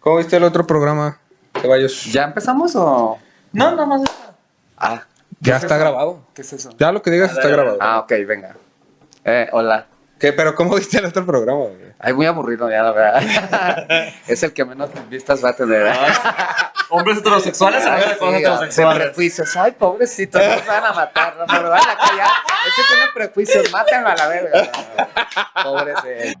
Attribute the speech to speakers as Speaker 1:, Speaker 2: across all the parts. Speaker 1: ¿Cómo viste el otro programa, Ceballos?
Speaker 2: ¿Ya empezamos o...?
Speaker 3: No, nada más. esta.
Speaker 2: Ah,
Speaker 1: Ya está
Speaker 2: ¿qué es eso?
Speaker 1: grabado.
Speaker 3: ¿Qué es eso?
Speaker 1: Ya lo que digas
Speaker 3: A
Speaker 1: está
Speaker 3: ver,
Speaker 1: grabado.
Speaker 2: ah, ok, venga. Eh, hola.
Speaker 1: ¿Qué? Pero ¿cómo viste el otro programa? güey?
Speaker 2: Ay, muy aburrido ya, la verdad. es el que menos vistas va a tener.
Speaker 3: Hombres heterosexuales,
Speaker 2: Ay,
Speaker 3: hablando de
Speaker 2: sí,
Speaker 3: cosas
Speaker 2: hombre,
Speaker 3: heterosexuales.
Speaker 2: prejuicios. Ay, pobrecito, no me van a matar, no me van a callar. Ese tiene prejuicios, mátenlo a la verga. Pobre ese.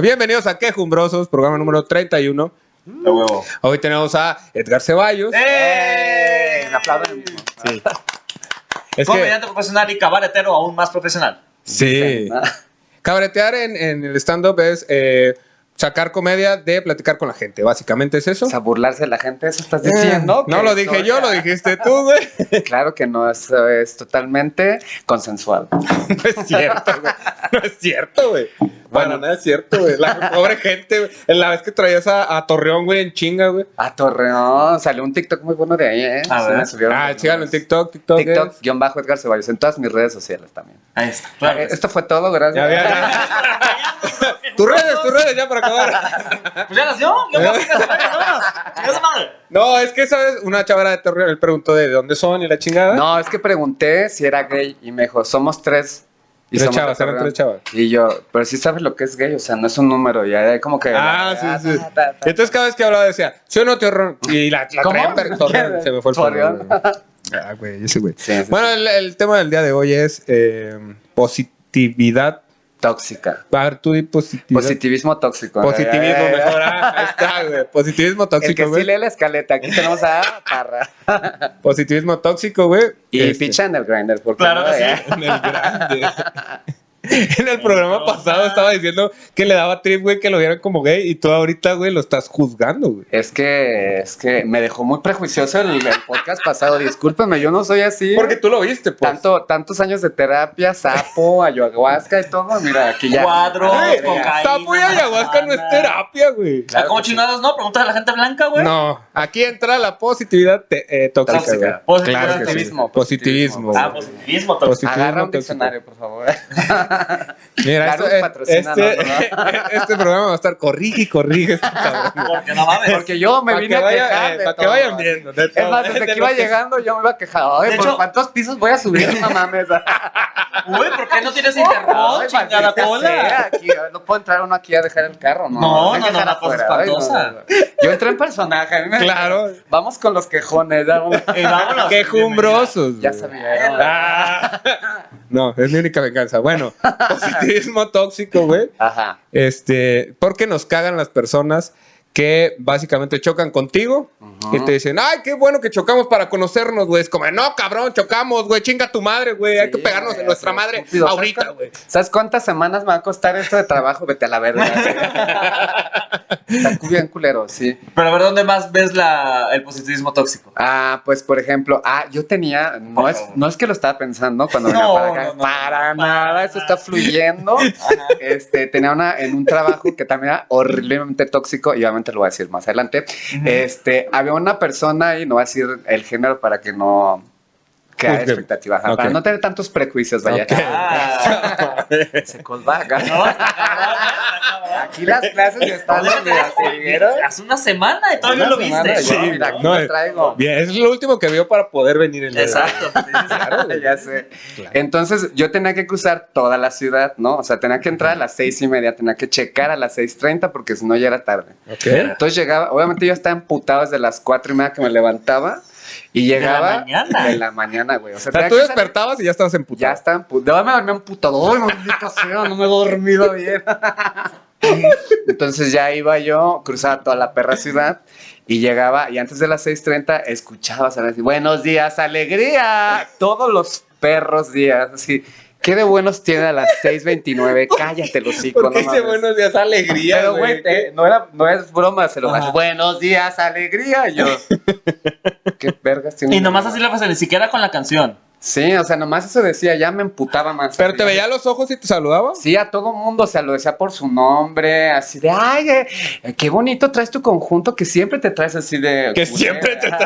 Speaker 1: Bienvenidos a Quejumbrosos, programa número 31.
Speaker 3: De huevo.
Speaker 1: Hoy tenemos a Edgar Ceballos.
Speaker 3: ¡Eh!
Speaker 2: Un aplauso a mí mismo.
Speaker 1: Es que,
Speaker 3: Comediante profesional y cabaretero aún más profesional.
Speaker 1: sí. Cabaretear en, en el stand-up es eh, sacar comedia de platicar con la gente. Básicamente es eso.
Speaker 2: O sea, Pues burlarse de la gente, eso estás
Speaker 1: Eh,
Speaker 2: diciendo.
Speaker 1: no
Speaker 2: que
Speaker 1: lo
Speaker 2: esto-
Speaker 1: dije yo, lo dijiste tú, güey.
Speaker 2: Claro que no, eso es totalmente consensual.
Speaker 1: No es cierto, güey. No es cierto, güey. Bueno,
Speaker 2: Bueno.
Speaker 1: no es cierto, güey. La pobre gente, güey. La vez que traías a, a Torreón, güey, en chinga, güey.
Speaker 2: A Torreón, salió un TikTok muy bueno de ahí, ¿eh?
Speaker 3: A
Speaker 2: Sí,
Speaker 3: ver.
Speaker 2: me subieron
Speaker 1: Ah,
Speaker 2: algunos.
Speaker 1: síganlo en TikTok, eh. TikTok.
Speaker 2: TikTok,
Speaker 1: es-
Speaker 2: guión bajo Edgar Ceballos, en todas mis redes sociales también.
Speaker 3: Ahí está.
Speaker 2: Eh, Esto fue todo,
Speaker 1: Ya,
Speaker 2: gracias.
Speaker 1: ya, ya. tus redes, tus redes, ya para acabar.
Speaker 3: Pues ya nació. Yo me voy a casar, ¿no? Chinga su madre.
Speaker 1: No, es que, ¿sabes? Una chavara de Torreón, él preguntó de dónde son y la chingada.
Speaker 2: No, es que pregunté si era gay y me dijo, somos tres. Y
Speaker 1: Tres
Speaker 2: somos
Speaker 1: chavas,
Speaker 2: de
Speaker 1: eran
Speaker 2: Torreón".
Speaker 1: tres chavas.
Speaker 2: Y yo, pero si sabes lo que es gay, o sea, no es un número, ya eh, como que...
Speaker 1: Ah,
Speaker 2: ah,
Speaker 1: sí, sí.
Speaker 2: ta, ta, ta.
Speaker 1: Entonces cada vez que hablaba decía, ¿sí o no, Torreón? Y la, la
Speaker 2: ¿Cómo?
Speaker 1: traía per- Torreón, se me fue el
Speaker 2: Torreón.
Speaker 1: Torreón. Ah, güey, ese güey.
Speaker 2: Sí, sí,
Speaker 1: Bueno, el, el tema del día de hoy es eh, positividad
Speaker 2: Tóxica.
Speaker 1: A ver, tú di positividad.
Speaker 2: Positivismo tóxico.
Speaker 1: positivismo,
Speaker 2: Eh, eh, eh.
Speaker 1: mejor. ah, ahí está, güey. Positivismo
Speaker 2: El
Speaker 1: tóxico,
Speaker 2: que sí
Speaker 1: güey.
Speaker 2: lee la escaleta, aquí tenemos a Parra.
Speaker 1: Positivismo tóxico, güey.
Speaker 2: Y
Speaker 1: Este,
Speaker 2: picha en el grinder, porque ¿eh?
Speaker 3: Claro que sí.
Speaker 1: En el grande. en el programa pasado estaba diciendo que le daba trip, güey, que lo vieran como gay. Y tú ahorita, güey, lo estás juzgando, güey.
Speaker 2: Es que, es que me dejó muy prejuicioso el, el podcast pasado. Discúlpeme, yo no soy así.
Speaker 1: Porque tú lo viste, pues.
Speaker 2: Tanto, tantos años de terapia, sapo, ayahuasca y todo. Mira, aquí ya.
Speaker 3: Cuadros,
Speaker 2: Madre,
Speaker 1: Güey,
Speaker 3: cocaína.
Speaker 1: Sapo y ayahuasca no es
Speaker 3: marihuana.
Speaker 1: terapia, güey.
Speaker 2: Claro
Speaker 3: ¿Cómo
Speaker 2: que sí.
Speaker 3: chingados no? Pregunta a la gente blanca, güey.
Speaker 1: No, aquí entra la positividad te- eh, tóxica,
Speaker 2: Tóxica.
Speaker 1: güey.
Speaker 3: Positividad,
Speaker 1: Claro que sí.
Speaker 2: positivismo,
Speaker 1: Positivismo,
Speaker 2: positivismo.
Speaker 1: güey.
Speaker 3: Ah, positivismo. todo.
Speaker 1: Positivismo
Speaker 2: Agarra un
Speaker 1: tóxico.
Speaker 2: diccionario, por favor.
Speaker 1: Mira,
Speaker 2: Claro,
Speaker 1: esto- eh,
Speaker 2: patrocínanos,
Speaker 1: este, este programa va a estar corrige y corrige este cabrón.
Speaker 3: Porque no mames.
Speaker 2: Porque yo me
Speaker 1: Para
Speaker 2: vine
Speaker 1: que,
Speaker 2: a
Speaker 1: vaya-
Speaker 2: quejar.
Speaker 1: eh,
Speaker 2: de
Speaker 1: pa' que
Speaker 2: todo.
Speaker 1: vayan viendo. de
Speaker 2: Es
Speaker 1: todo,
Speaker 2: más, desde
Speaker 1: de
Speaker 2: que
Speaker 1: lo
Speaker 2: iba llegando yo me iba a quejar. Ay,
Speaker 3: De
Speaker 2: ¿por
Speaker 3: hecho-
Speaker 2: cuántos pisos voy a subir? No mames.
Speaker 3: Uy, ¿por qué no tienes internet?
Speaker 2: Ay,
Speaker 3: Chingada
Speaker 2: maldita sea,
Speaker 3: cola.
Speaker 2: aquí, no puedo entrar uno aquí a dejar el carro, ¿no?
Speaker 3: No,
Speaker 2: Hay que
Speaker 3: no, no,
Speaker 2: dejar
Speaker 3: una cosa
Speaker 2: afuera. Ay, no,
Speaker 3: espantosa.
Speaker 2: no, no. Yo entré en personaje. a mí me-
Speaker 1: Claro.
Speaker 2: Vamos con los quejones. Ya, vamos.
Speaker 3: Y vámonos.
Speaker 1: Quejumbrosos.
Speaker 2: Ya
Speaker 1: güey.
Speaker 2: sabía. ¿no?
Speaker 1: Ah, no, es mi única venganza. Bueno, positivismo tóxico, güey.
Speaker 2: Ajá.
Speaker 1: Este, porque nos cagan las personas que básicamente chocan contigo y te dicen, ay, qué bueno que chocamos para conocernos, güey. Es como, no, cabrón, chocamos, güey, chinga tu madre, güey. Hay
Speaker 2: Sí,
Speaker 1: que pegarnos
Speaker 2: güey,
Speaker 1: en nuestra
Speaker 2: sí,
Speaker 1: madre
Speaker 2: estúpido.
Speaker 1: ahorita,
Speaker 2: ¿Sabes
Speaker 1: güey.
Speaker 2: cuán- ¿Sabes cuántas semanas me va a costar esto de trabajo? Vete a la verga. Está cu- bien culero, sí.
Speaker 3: Pero a ver, ¿dónde más ves la, el positivismo tóxico?
Speaker 2: Ah, pues por ejemplo, ah, yo tenía, no
Speaker 3: Por
Speaker 2: es,
Speaker 3: favor.
Speaker 2: no es que lo estaba pensando cuando venía
Speaker 3: No,
Speaker 2: para acá,
Speaker 3: no, no,
Speaker 2: para
Speaker 3: no,
Speaker 2: nada,
Speaker 3: para
Speaker 2: eso
Speaker 3: nada.
Speaker 2: está fluyendo. Este, tenía una en un trabajo que también era horriblemente tóxico y obviamente lo voy a decir más adelante. Este, había una persona ahí, no voy a decir el género para que no crear
Speaker 1: Juzgue.
Speaker 2: expectativa, ajá, para
Speaker 1: Ok.
Speaker 2: no tener tantos prejuicios, vaya.
Speaker 1: Ok.
Speaker 3: Ah,
Speaker 2: Se colvaga.
Speaker 3: no, está cabrón, está cabrón.
Speaker 2: Aquí las clases están
Speaker 3: Déjate
Speaker 2: donde las vieron.
Speaker 3: Hace una semana y todavía
Speaker 2: Una
Speaker 3: lo
Speaker 2: semana,
Speaker 3: viste. eh,
Speaker 2: yo,
Speaker 1: Sí,
Speaker 2: mira, aquí
Speaker 1: no,
Speaker 2: lo traigo.
Speaker 1: Bien, es lo último que vio para poder venir el día de hoy.
Speaker 3: Exacto.
Speaker 2: ya sé.
Speaker 1: Claro.
Speaker 2: Entonces yo tenía que cruzar toda la ciudad, ¿no? O sea, tenía que entrar a las seis y media, tenía que checar a las seis treinta porque si no ya era tarde.
Speaker 1: Ok.
Speaker 2: Entonces llegaba, obviamente yo estaba emputado desde las cuatro y media que me levantaba y
Speaker 3: la
Speaker 2: llegaba
Speaker 3: mañana.
Speaker 2: de la mañana, güey. O sea,
Speaker 1: O sea,
Speaker 2: tenía
Speaker 1: tú
Speaker 2: que salir-
Speaker 1: despertabas y ya estabas emputado.
Speaker 2: ya estaba emputado. Ya me dormí emputado. Ay, maldita sea, no me he dormido bien. Entonces ya iba yo, cruzaba toda la perra ciudad y llegaba. Y antes de las 6:30 escuchaba a decir: Buenos días, alegría. Todos los perros días. Así, ¿qué de buenos tiene a las 6:29? Cállate, los hocico,
Speaker 1: Porque
Speaker 2: no
Speaker 1: dice
Speaker 2: mames.
Speaker 1: buenos días, alegría.
Speaker 2: Pero, güey, te- no, era, no es broma, se lo
Speaker 3: Ajá.
Speaker 2: hace. Buenos días, alegría. y Yo, ¿qué vergas tiene?
Speaker 3: Y nomás así lo pasé, ni siquiera con la canción.
Speaker 2: Sí, o sea, nomás eso decía, ya me emputaba más.
Speaker 1: Pero
Speaker 2: Así,
Speaker 1: te
Speaker 2: ya-
Speaker 1: veía a los ojos y te saludaba.
Speaker 2: Sí, a todo mundo, o sea, lo decía por su nombre, así de, ay, eh, eh, qué bonito traes tu conjunto, que siempre te traes así de...
Speaker 1: Que siempre te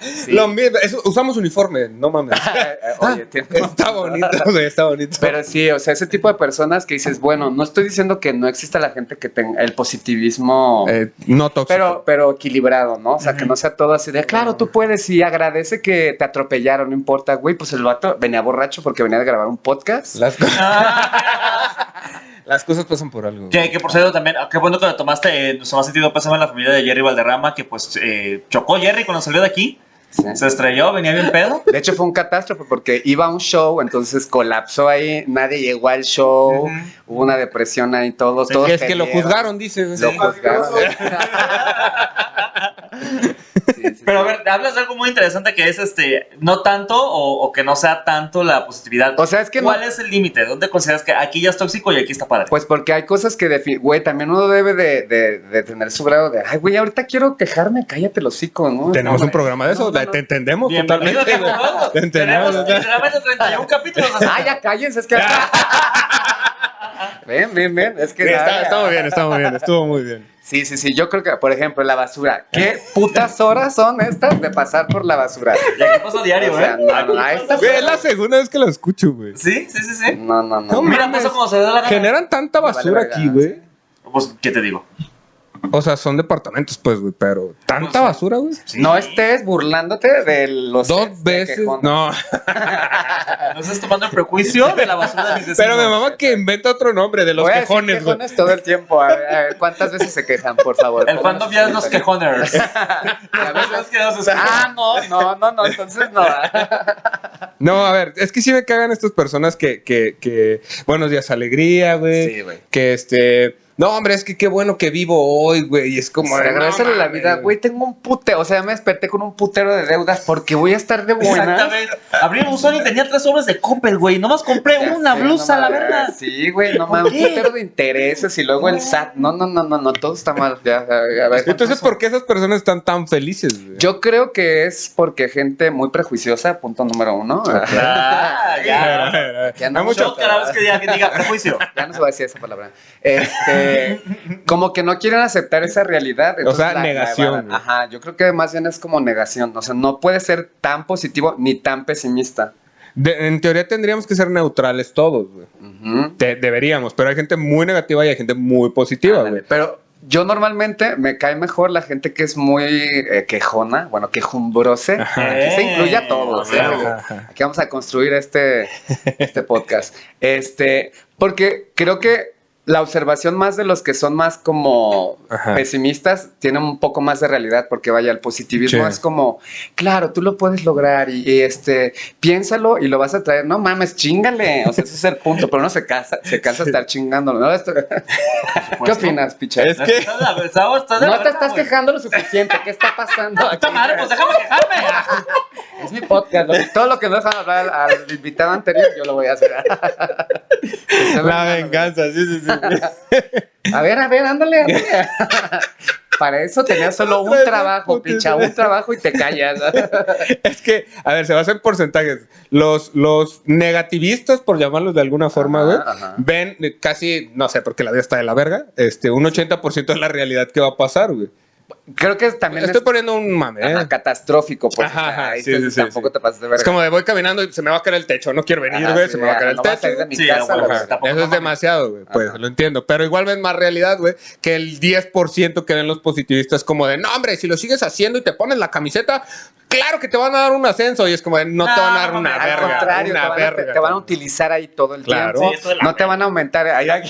Speaker 2: Sí.
Speaker 1: Lo mismo, eso- usamos uniforme, no mames.
Speaker 2: Eh, eh, Oye, tienes-
Speaker 1: Está bonito, güey, está bonito.
Speaker 2: Pero sí, o sea, ese tipo de personas que dices, bueno, no estoy diciendo que no exista la gente que tenga el positivismo...
Speaker 1: Eh, no tóxico.
Speaker 2: Pero, pero equilibrado, ¿no? O sea, que no sea todo así de, claro, tú puedes y agradece que te atropellaron, no importa, güey. Pues el vato venía borracho porque venía de grabar un podcast.
Speaker 1: Las, co- Las cosas pasan por algo.
Speaker 3: Que, que por cierto también, ah, qué bueno que lo tomaste, eh, nos ha sentido pésame en la familia de Jerry Valderrama, que pues eh, chocó Jerry cuando salió de aquí, se estrelló, venía bien pedo.
Speaker 2: De hecho, fue un catástrofe porque iba a un show, entonces colapsó ahí, nadie llegó al show,
Speaker 3: Ujú.
Speaker 2: hubo una depresión ahí, todos, todos.
Speaker 1: es que lo
Speaker 2: pelearon,
Speaker 1: juzgaron, dice.
Speaker 2: Lo juzgaron. Sí, sí,
Speaker 3: Pero a
Speaker 2: sí.
Speaker 3: ver, hablas de algo muy interesante que es este, no tanto o, o que no sea tanto la positividad.
Speaker 2: O sea, es que no-
Speaker 3: ¿Cuál es el límite? ¿Dónde consideras que aquí ya es tóxico y aquí está padre?
Speaker 2: Pues porque hay cosas que, defi- güey, también uno debe de, de- de tener su grado de, ay, güey, ahorita quiero quejarme, cállate el hocico, ¿no?
Speaker 1: Tenemos
Speaker 2: No,
Speaker 1: un programa de eso,
Speaker 2: No, no, no.
Speaker 1: te entendemos
Speaker 3: Bienvenido
Speaker 1: totalmente.
Speaker 3: a Café Lodo.
Speaker 1: güey. Te entendemos.
Speaker 3: Tenemos literalmente 31 capítulos. así.
Speaker 2: Ah, ya cállense, es que. ven, ven, ven, es que.
Speaker 1: Está, está muy bien, está muy bien, estuvo muy bien.
Speaker 2: Sí, sí, sí. Yo creo que, por ejemplo, la basura. ¿Qué putas horas son estas de pasar por la basura?
Speaker 3: Y aquí pasa diario,
Speaker 2: O sea,
Speaker 3: ¿eh?
Speaker 2: no,
Speaker 3: Aquí
Speaker 2: no, ahí
Speaker 3: pasa-
Speaker 2: está-
Speaker 1: Güey, es la segunda vez que lo escucho, güey.
Speaker 3: Sí, sí, sí, sí.
Speaker 2: No, no, no.
Speaker 1: No
Speaker 3: Mira,
Speaker 1: mames.
Speaker 3: pasa como se da la gana.
Speaker 1: Generan tanta
Speaker 2: Vale,
Speaker 1: basura
Speaker 2: verga,
Speaker 1: aquí, güey.
Speaker 3: Pues, ¿qué te digo?
Speaker 1: O sea, son departamentos, pues, güey, pero tanta
Speaker 3: No sé.
Speaker 1: basura, güey.
Speaker 3: Sí.
Speaker 2: No este- estés burlándote de los.
Speaker 1: Dos veces.
Speaker 2: quejón.
Speaker 1: No,
Speaker 3: No estás tomando el prejuicio de la basura de mis
Speaker 1: pero mi
Speaker 3: vecinos.
Speaker 1: mamá que inventa otro nombre de los
Speaker 2: Voy a decir
Speaker 1: quejones, güey.
Speaker 2: quejones todo el tiempo. A ver, a ver, ¿cuántas veces se quejan, por favor?
Speaker 3: El fandom ya es los quejoners.
Speaker 2: A
Speaker 3: Los
Speaker 2: veces-
Speaker 3: que nos escuchan.
Speaker 2: Ah, no, no, no, no, entonces no.
Speaker 1: No, a ver, es que sí me cagan estas personas que, que, que... Buenos días, alegría, güey.
Speaker 2: Sí, güey.
Speaker 1: Que este... No, hombre, es que qué bueno que vivo hoy, güey. Y es como...
Speaker 2: Como
Speaker 1: de,
Speaker 2: de
Speaker 1: no
Speaker 2: agradecerle la
Speaker 1: mames,
Speaker 2: vida, güey, tengo un putero, o sea, me desperté con un putero de deudas porque voy a estar de buena.
Speaker 3: Exactamente. Abrí un usuario y tenía tres sobres de Coppel, güey. Nomás compré una blusa, la verdad.
Speaker 2: Sí, güey, no mames, un
Speaker 3: qué?
Speaker 2: putero de intereses y luego el SAT. No, no, no, no, no, todo está mal. Ya, a a ver.
Speaker 1: Entonces, ¿por qué esas personas están tan felices, güey?
Speaker 2: Yo creo que es porque gente muy prejuiciosa, punto número uno.
Speaker 3: Ah,
Speaker 1: A ver,
Speaker 3: ya.
Speaker 1: a ver, a ver.
Speaker 2: Ya
Speaker 1: Hay
Speaker 2: no
Speaker 1: mucho-
Speaker 3: Yo cada vez que diga, que diga prejuicio.
Speaker 2: Ya no se va a decir esa palabra. Este, como que no quieren aceptar esa realidad. entonces
Speaker 1: sea, negación,
Speaker 2: evadan.
Speaker 1: güey.
Speaker 2: Ajá, yo creo que más bien es como negación. O sea, no puede ser tan positivo ni tan pesimista.
Speaker 1: de- en teoría tendríamos que ser neutrales todos, güey.
Speaker 2: Ujú.
Speaker 1: Te- deberíamos, pero hay gente muy negativa y hay gente muy positiva,
Speaker 2: Ándale,
Speaker 1: güey.
Speaker 2: Pero yo normalmente me cae mejor la gente que es muy eh, quejona, bueno, quejumbrosa. Aquí se incluye a todos.
Speaker 3: Ajá,
Speaker 2: ¿eh?
Speaker 1: ajá.
Speaker 2: Aquí vamos a construir este, este podcast. Este, porque creo que la observación más de los que son más como
Speaker 1: Ajá.
Speaker 2: pesimistas tienen un poco más de realidad, porque vaya, el positivismo
Speaker 1: Sí.
Speaker 2: es como, claro, tú lo puedes lograr y, y, este, piénsalo y lo vas a traer. No mames, chingale. O sea, ese es el punto, pero uno se casa, se cansa de estar chingándolo. ¿no? Esto- ¿Qué opinas, picha?
Speaker 1: Es que-
Speaker 3: Estás de la- estás- estás de la
Speaker 2: No te
Speaker 3: verga,
Speaker 2: estás
Speaker 3: güey.
Speaker 2: quejando lo suficiente. ¿Qué está pasando?
Speaker 3: Puta
Speaker 2: aquí?
Speaker 3: madre, pues déjame quejarme.
Speaker 2: Es mi podcast. lo- Todo lo que no dejan hablar al, al invitado anterior, yo lo voy a hacer.
Speaker 1: La venganza, sí, sí, sí.
Speaker 2: A ver, a ver, ándale. ándale. Para eso tenías solo un
Speaker 1: Hijo de
Speaker 2: trabajo,
Speaker 1: puta,
Speaker 2: picha,
Speaker 1: güey.
Speaker 2: un trabajo y te callas.
Speaker 1: Es que, a ver, se basa en porcentajes. Los, los negativistas, por llamarlos de alguna forma,
Speaker 2: Ajá,
Speaker 1: güey,
Speaker 2: ajá.
Speaker 1: ven eh, casi, no sé, porque la vida está de la verga, este, un 80% de la realidad que va a pasar, güey.
Speaker 2: Creo que también
Speaker 1: Estoy
Speaker 2: es
Speaker 1: poniendo un mame, ¿eh?
Speaker 2: ajá, catastrófico, pues.
Speaker 1: Ajá, ajá,
Speaker 2: Ay,
Speaker 1: sí,
Speaker 2: entonces
Speaker 1: sí, sí,
Speaker 2: tampoco
Speaker 1: sí.
Speaker 2: te pases de verga.
Speaker 1: Es como de voy caminando y se me va a caer el techo, no quiero venir,
Speaker 2: Ajá,
Speaker 1: güey,
Speaker 2: sí,
Speaker 1: se me va a
Speaker 2: ajá,
Speaker 1: caer el
Speaker 2: no vas
Speaker 1: techo.
Speaker 2: salir de mi
Speaker 3: Sí,
Speaker 2: casa,
Speaker 3: bueno,
Speaker 2: güey.
Speaker 1: Ajá,
Speaker 3: tampoco
Speaker 1: Eso es
Speaker 3: mames.
Speaker 1: demasiado, güey. Pues
Speaker 2: Ajá.
Speaker 1: lo entiendo. Pero igual ven más realidad, güey, que el 10% que ven los positivistas como de, no, hombre, si lo sigues haciendo y te pones la camiseta, claro que te van a dar un ascenso. Y es como de, no, te
Speaker 3: No,
Speaker 1: van a dar una
Speaker 3: mames,
Speaker 2: Al
Speaker 1: verga.
Speaker 2: contrario,
Speaker 1: una
Speaker 2: te, van
Speaker 1: verga.
Speaker 2: A, te van a utilizar ahí todo el
Speaker 1: Claro.
Speaker 2: tiempo.
Speaker 3: Sí, eso de la
Speaker 2: no te van a aumentar. Ahí, ahí-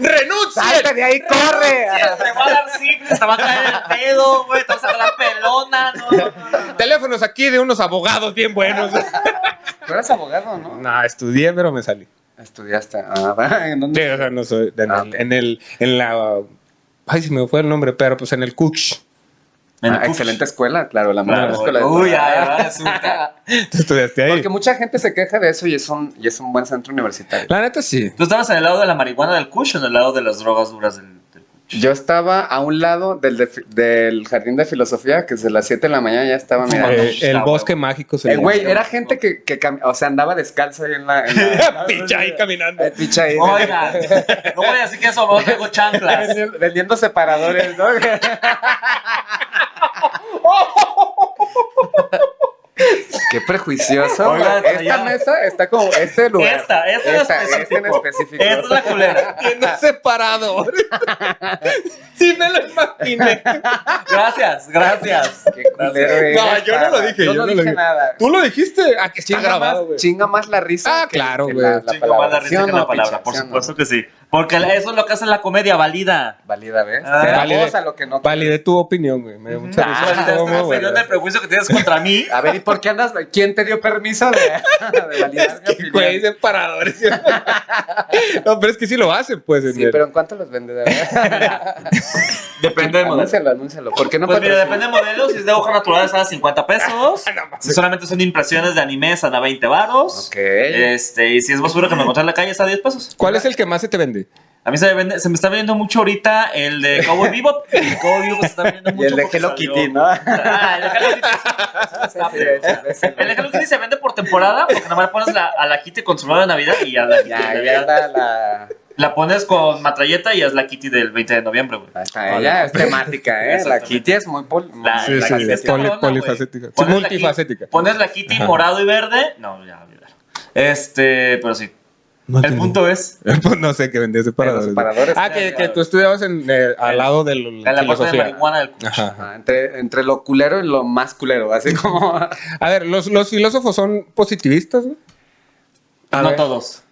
Speaker 1: ¡Renuncia!
Speaker 2: ¡Salte de ahí, corre!
Speaker 3: Te va a dar simples, te va a caer el pedo, güey. Te vas a dar la pelona, no, no, no, no.
Speaker 1: Teléfonos aquí de unos abogados bien buenos.
Speaker 2: Tú eres abogado, ¿no?
Speaker 1: no, estudié, pero me salí.
Speaker 2: Estudiaste. Ah, va, ¿en
Speaker 1: Sí,
Speaker 2: dónde?
Speaker 1: o sea, no soy. En,
Speaker 2: Ah,
Speaker 1: el,
Speaker 2: ok.
Speaker 1: en el- en la. Ay, se me fue el nombre, pero pues en el Cuch.
Speaker 2: Ah, excelente escuela, claro, la mejor
Speaker 3: Claro,
Speaker 2: escuela. de
Speaker 3: Uy,
Speaker 2: Guadalajara.
Speaker 3: ahí va, resulta.
Speaker 1: Tú estudiaste ahí.
Speaker 2: Porque mucha gente se queja de eso y es un, y es un buen centro universitario.
Speaker 1: La neta sí.
Speaker 3: ¿Tú estabas en el lado de la marihuana del Kush o en el lado de las drogas duras del, del Kush?
Speaker 2: Yo estaba a un lado del, de- del jardín de filosofía, que desde las 7 de la mañana ya estaba mirando.
Speaker 3: Eh,
Speaker 1: Eh, el bosque mágico se
Speaker 2: Eh, güey,
Speaker 1: llama.
Speaker 2: era gente que, que cam- o sea, andaba descalza ahí en la... en la-
Speaker 1: Picha ahí caminando.
Speaker 2: Eh, picha ahí,
Speaker 3: Oiga, no voy a decir que eso, no tengo chanclas.
Speaker 2: vendiendo, vendiendo separadores, ¿no? Qué prejuicioso.
Speaker 3: Oiga,
Speaker 2: güey.
Speaker 3: ya.
Speaker 2: esta mesa está como este lugar.
Speaker 3: Esta, esta en
Speaker 2: esta en
Speaker 3: específico.
Speaker 2: específico.
Speaker 3: Esta es la culera.
Speaker 1: Tienda separado. sí me lo imaginé.
Speaker 3: Gracias, gracias.
Speaker 2: Qué culero eres,
Speaker 1: No, yo no lo
Speaker 2: Sara.
Speaker 1: dije, yo
Speaker 2: Yo, no
Speaker 1: no lo
Speaker 2: dije,
Speaker 1: dije.
Speaker 2: nada.
Speaker 1: Tú lo dijiste. Aquí está
Speaker 2: Chinga
Speaker 1: grabado,
Speaker 2: más,
Speaker 1: güey.
Speaker 2: chinga más la risa.
Speaker 1: Ah, claro,
Speaker 2: que
Speaker 1: güey.
Speaker 2: la- la
Speaker 3: Chingo más la
Speaker 2: palabra. ¿Sí
Speaker 3: risa
Speaker 2: o
Speaker 3: que la
Speaker 2: no,
Speaker 3: palabra,
Speaker 2: picha?
Speaker 3: por
Speaker 2: ¿Sí o no?
Speaker 3: supuesto que sí. Porque eso es lo que hace la comedia, valida.
Speaker 2: Válida, ¿ves?
Speaker 3: Ah.
Speaker 2: Te da
Speaker 1: Válida.
Speaker 2: voz a lo que no.
Speaker 1: Validé tu opinión, güey. Me dio mucha
Speaker 2: Ah,
Speaker 1: risa.
Speaker 3: Valida,
Speaker 1: Cómo,
Speaker 3: este
Speaker 1: güey.
Speaker 3: señor del prejuicio que tienes contra mí.
Speaker 2: A ver, ¿y por qué andas? ¿Quién te dio permiso de, de validar mi opinión?
Speaker 1: Güey, separadores. no, pero es que sí lo hacen, pues. en
Speaker 2: Sí,
Speaker 1: el-
Speaker 2: pero ¿en cuánto los vende? De verdad?
Speaker 3: Depende del modelo.
Speaker 2: anúncialo, anúncialo. ¿Por qué no
Speaker 3: Pues mira,
Speaker 2: patrocinas?
Speaker 3: depende del modelo. Si es de hoja natural, están a 50 pesos.
Speaker 1: No mames.
Speaker 3: Si solamente son impresiones de anime, están a 20 varos.
Speaker 2: Ok.
Speaker 3: Este, y si es basura que me encontré en la calle, está a 10 pesos.
Speaker 1: ¿Cuál es el que más se te vende?
Speaker 3: A mí se me, vende- se me está vendiendo mucho ahorita el de Cowboy Bebop. El Cowboy Bebop se está vendiendo mucho.
Speaker 2: Y el de
Speaker 3: porque
Speaker 2: Hello
Speaker 3: salió-
Speaker 2: Kitty, ¿no?
Speaker 3: Ah, el de Hello Kitty.
Speaker 2: Sí, sí, ese, ese,
Speaker 3: El de Hello Kitty se vende por temporada porque nomás pones la, a la Kitty con su nueva de Navidad y a la Kitty de
Speaker 2: Ya, ya
Speaker 3: Navidad.
Speaker 2: la, la...
Speaker 3: La pones con matralleta y es la Kitty del 20 de noviembre, güey.
Speaker 2: Hasta ella es temática, ¿eh? La Kitty es muy... Pol...
Speaker 3: La-
Speaker 2: muy
Speaker 1: Sí, sí,
Speaker 3: Kitty
Speaker 2: facética.
Speaker 1: es
Speaker 3: está
Speaker 1: poli-
Speaker 3: cabrona,
Speaker 1: polifacética.
Speaker 3: güey.
Speaker 1: Sí,
Speaker 3: Pones la
Speaker 1: multifacética.
Speaker 3: Kitty- Pones la Kitty
Speaker 1: Ajá.
Speaker 3: morado y verde. No, ya, olvidar. Este, pero sí. El punto es.
Speaker 1: Pues no sé qué vendía separadores.
Speaker 2: Los separadores.
Speaker 1: Ah, que, que tú estudiabas en, eh, al lado del.
Speaker 3: En la parte de
Speaker 1: filosofía.
Speaker 3: marihuana del culo.
Speaker 1: Ajá.
Speaker 2: Ah, entre, entre lo culero y lo más culero, así como...
Speaker 1: A ver, ¿los, los filósofos son positivistas? güey?
Speaker 2: A
Speaker 3: no
Speaker 2: ver.
Speaker 3: todos.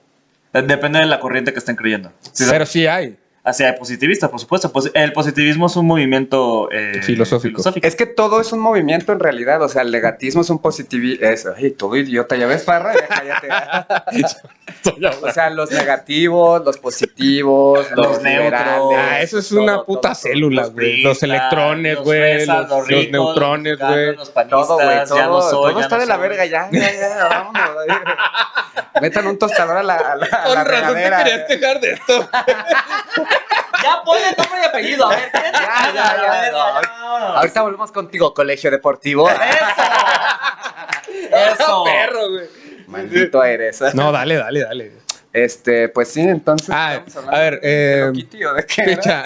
Speaker 3: Eh, Depende de la corriente que estén creyendo. Sí,
Speaker 1: Pero sí hay.
Speaker 3: Hacia positivistas, por supuesto. Pues el positivismo es un movimiento eh,
Speaker 1: Filosófico.
Speaker 2: Es que todo es un movimiento en realidad, o sea, el legatismo es un positivismo, es, ay, todo idiota, ya ves, Parra, ya cállate. O sea, los negativos, los positivos, los,
Speaker 3: Los
Speaker 2: neutros.
Speaker 3: neutros.
Speaker 1: Ah, eso es una puta célula,
Speaker 3: Los
Speaker 1: güey. Los,
Speaker 3: pristas,
Speaker 1: electrones,
Speaker 3: los
Speaker 1: güey.
Speaker 3: fresas,
Speaker 1: Los, los
Speaker 3: ricos,
Speaker 1: neutrones,
Speaker 3: mexicanos,
Speaker 1: güey.
Speaker 3: los panistas,
Speaker 2: Todo, güey, todo,
Speaker 3: ya no soy,
Speaker 2: todo
Speaker 3: ya
Speaker 2: está
Speaker 3: no
Speaker 2: de la
Speaker 3: soy.
Speaker 2: verga, ya, ya, ya, vámonos. ya. Metan un tostador a la, a la, a la
Speaker 1: Con razón te
Speaker 2: regadera.
Speaker 1: querías quejar de esto.
Speaker 3: Ya ponle nombre y apellido, a ver, ¿qué te
Speaker 2: ya,
Speaker 3: caga?
Speaker 2: ya,
Speaker 3: A ver,
Speaker 2: no.
Speaker 3: ya, vámonos.
Speaker 2: Ahorita volvemos contigo, colegio deportivo. Ah,
Speaker 3: Eso.
Speaker 1: Perro, güey.
Speaker 2: Maldito eres.
Speaker 1: No, dale, dale, dale.
Speaker 2: Este, pues sí, entonces.
Speaker 1: Ah,
Speaker 2: estamos hablando
Speaker 1: a ver,
Speaker 2: de
Speaker 1: eh,
Speaker 2: Hello Kitty o de qué era?
Speaker 1: picha.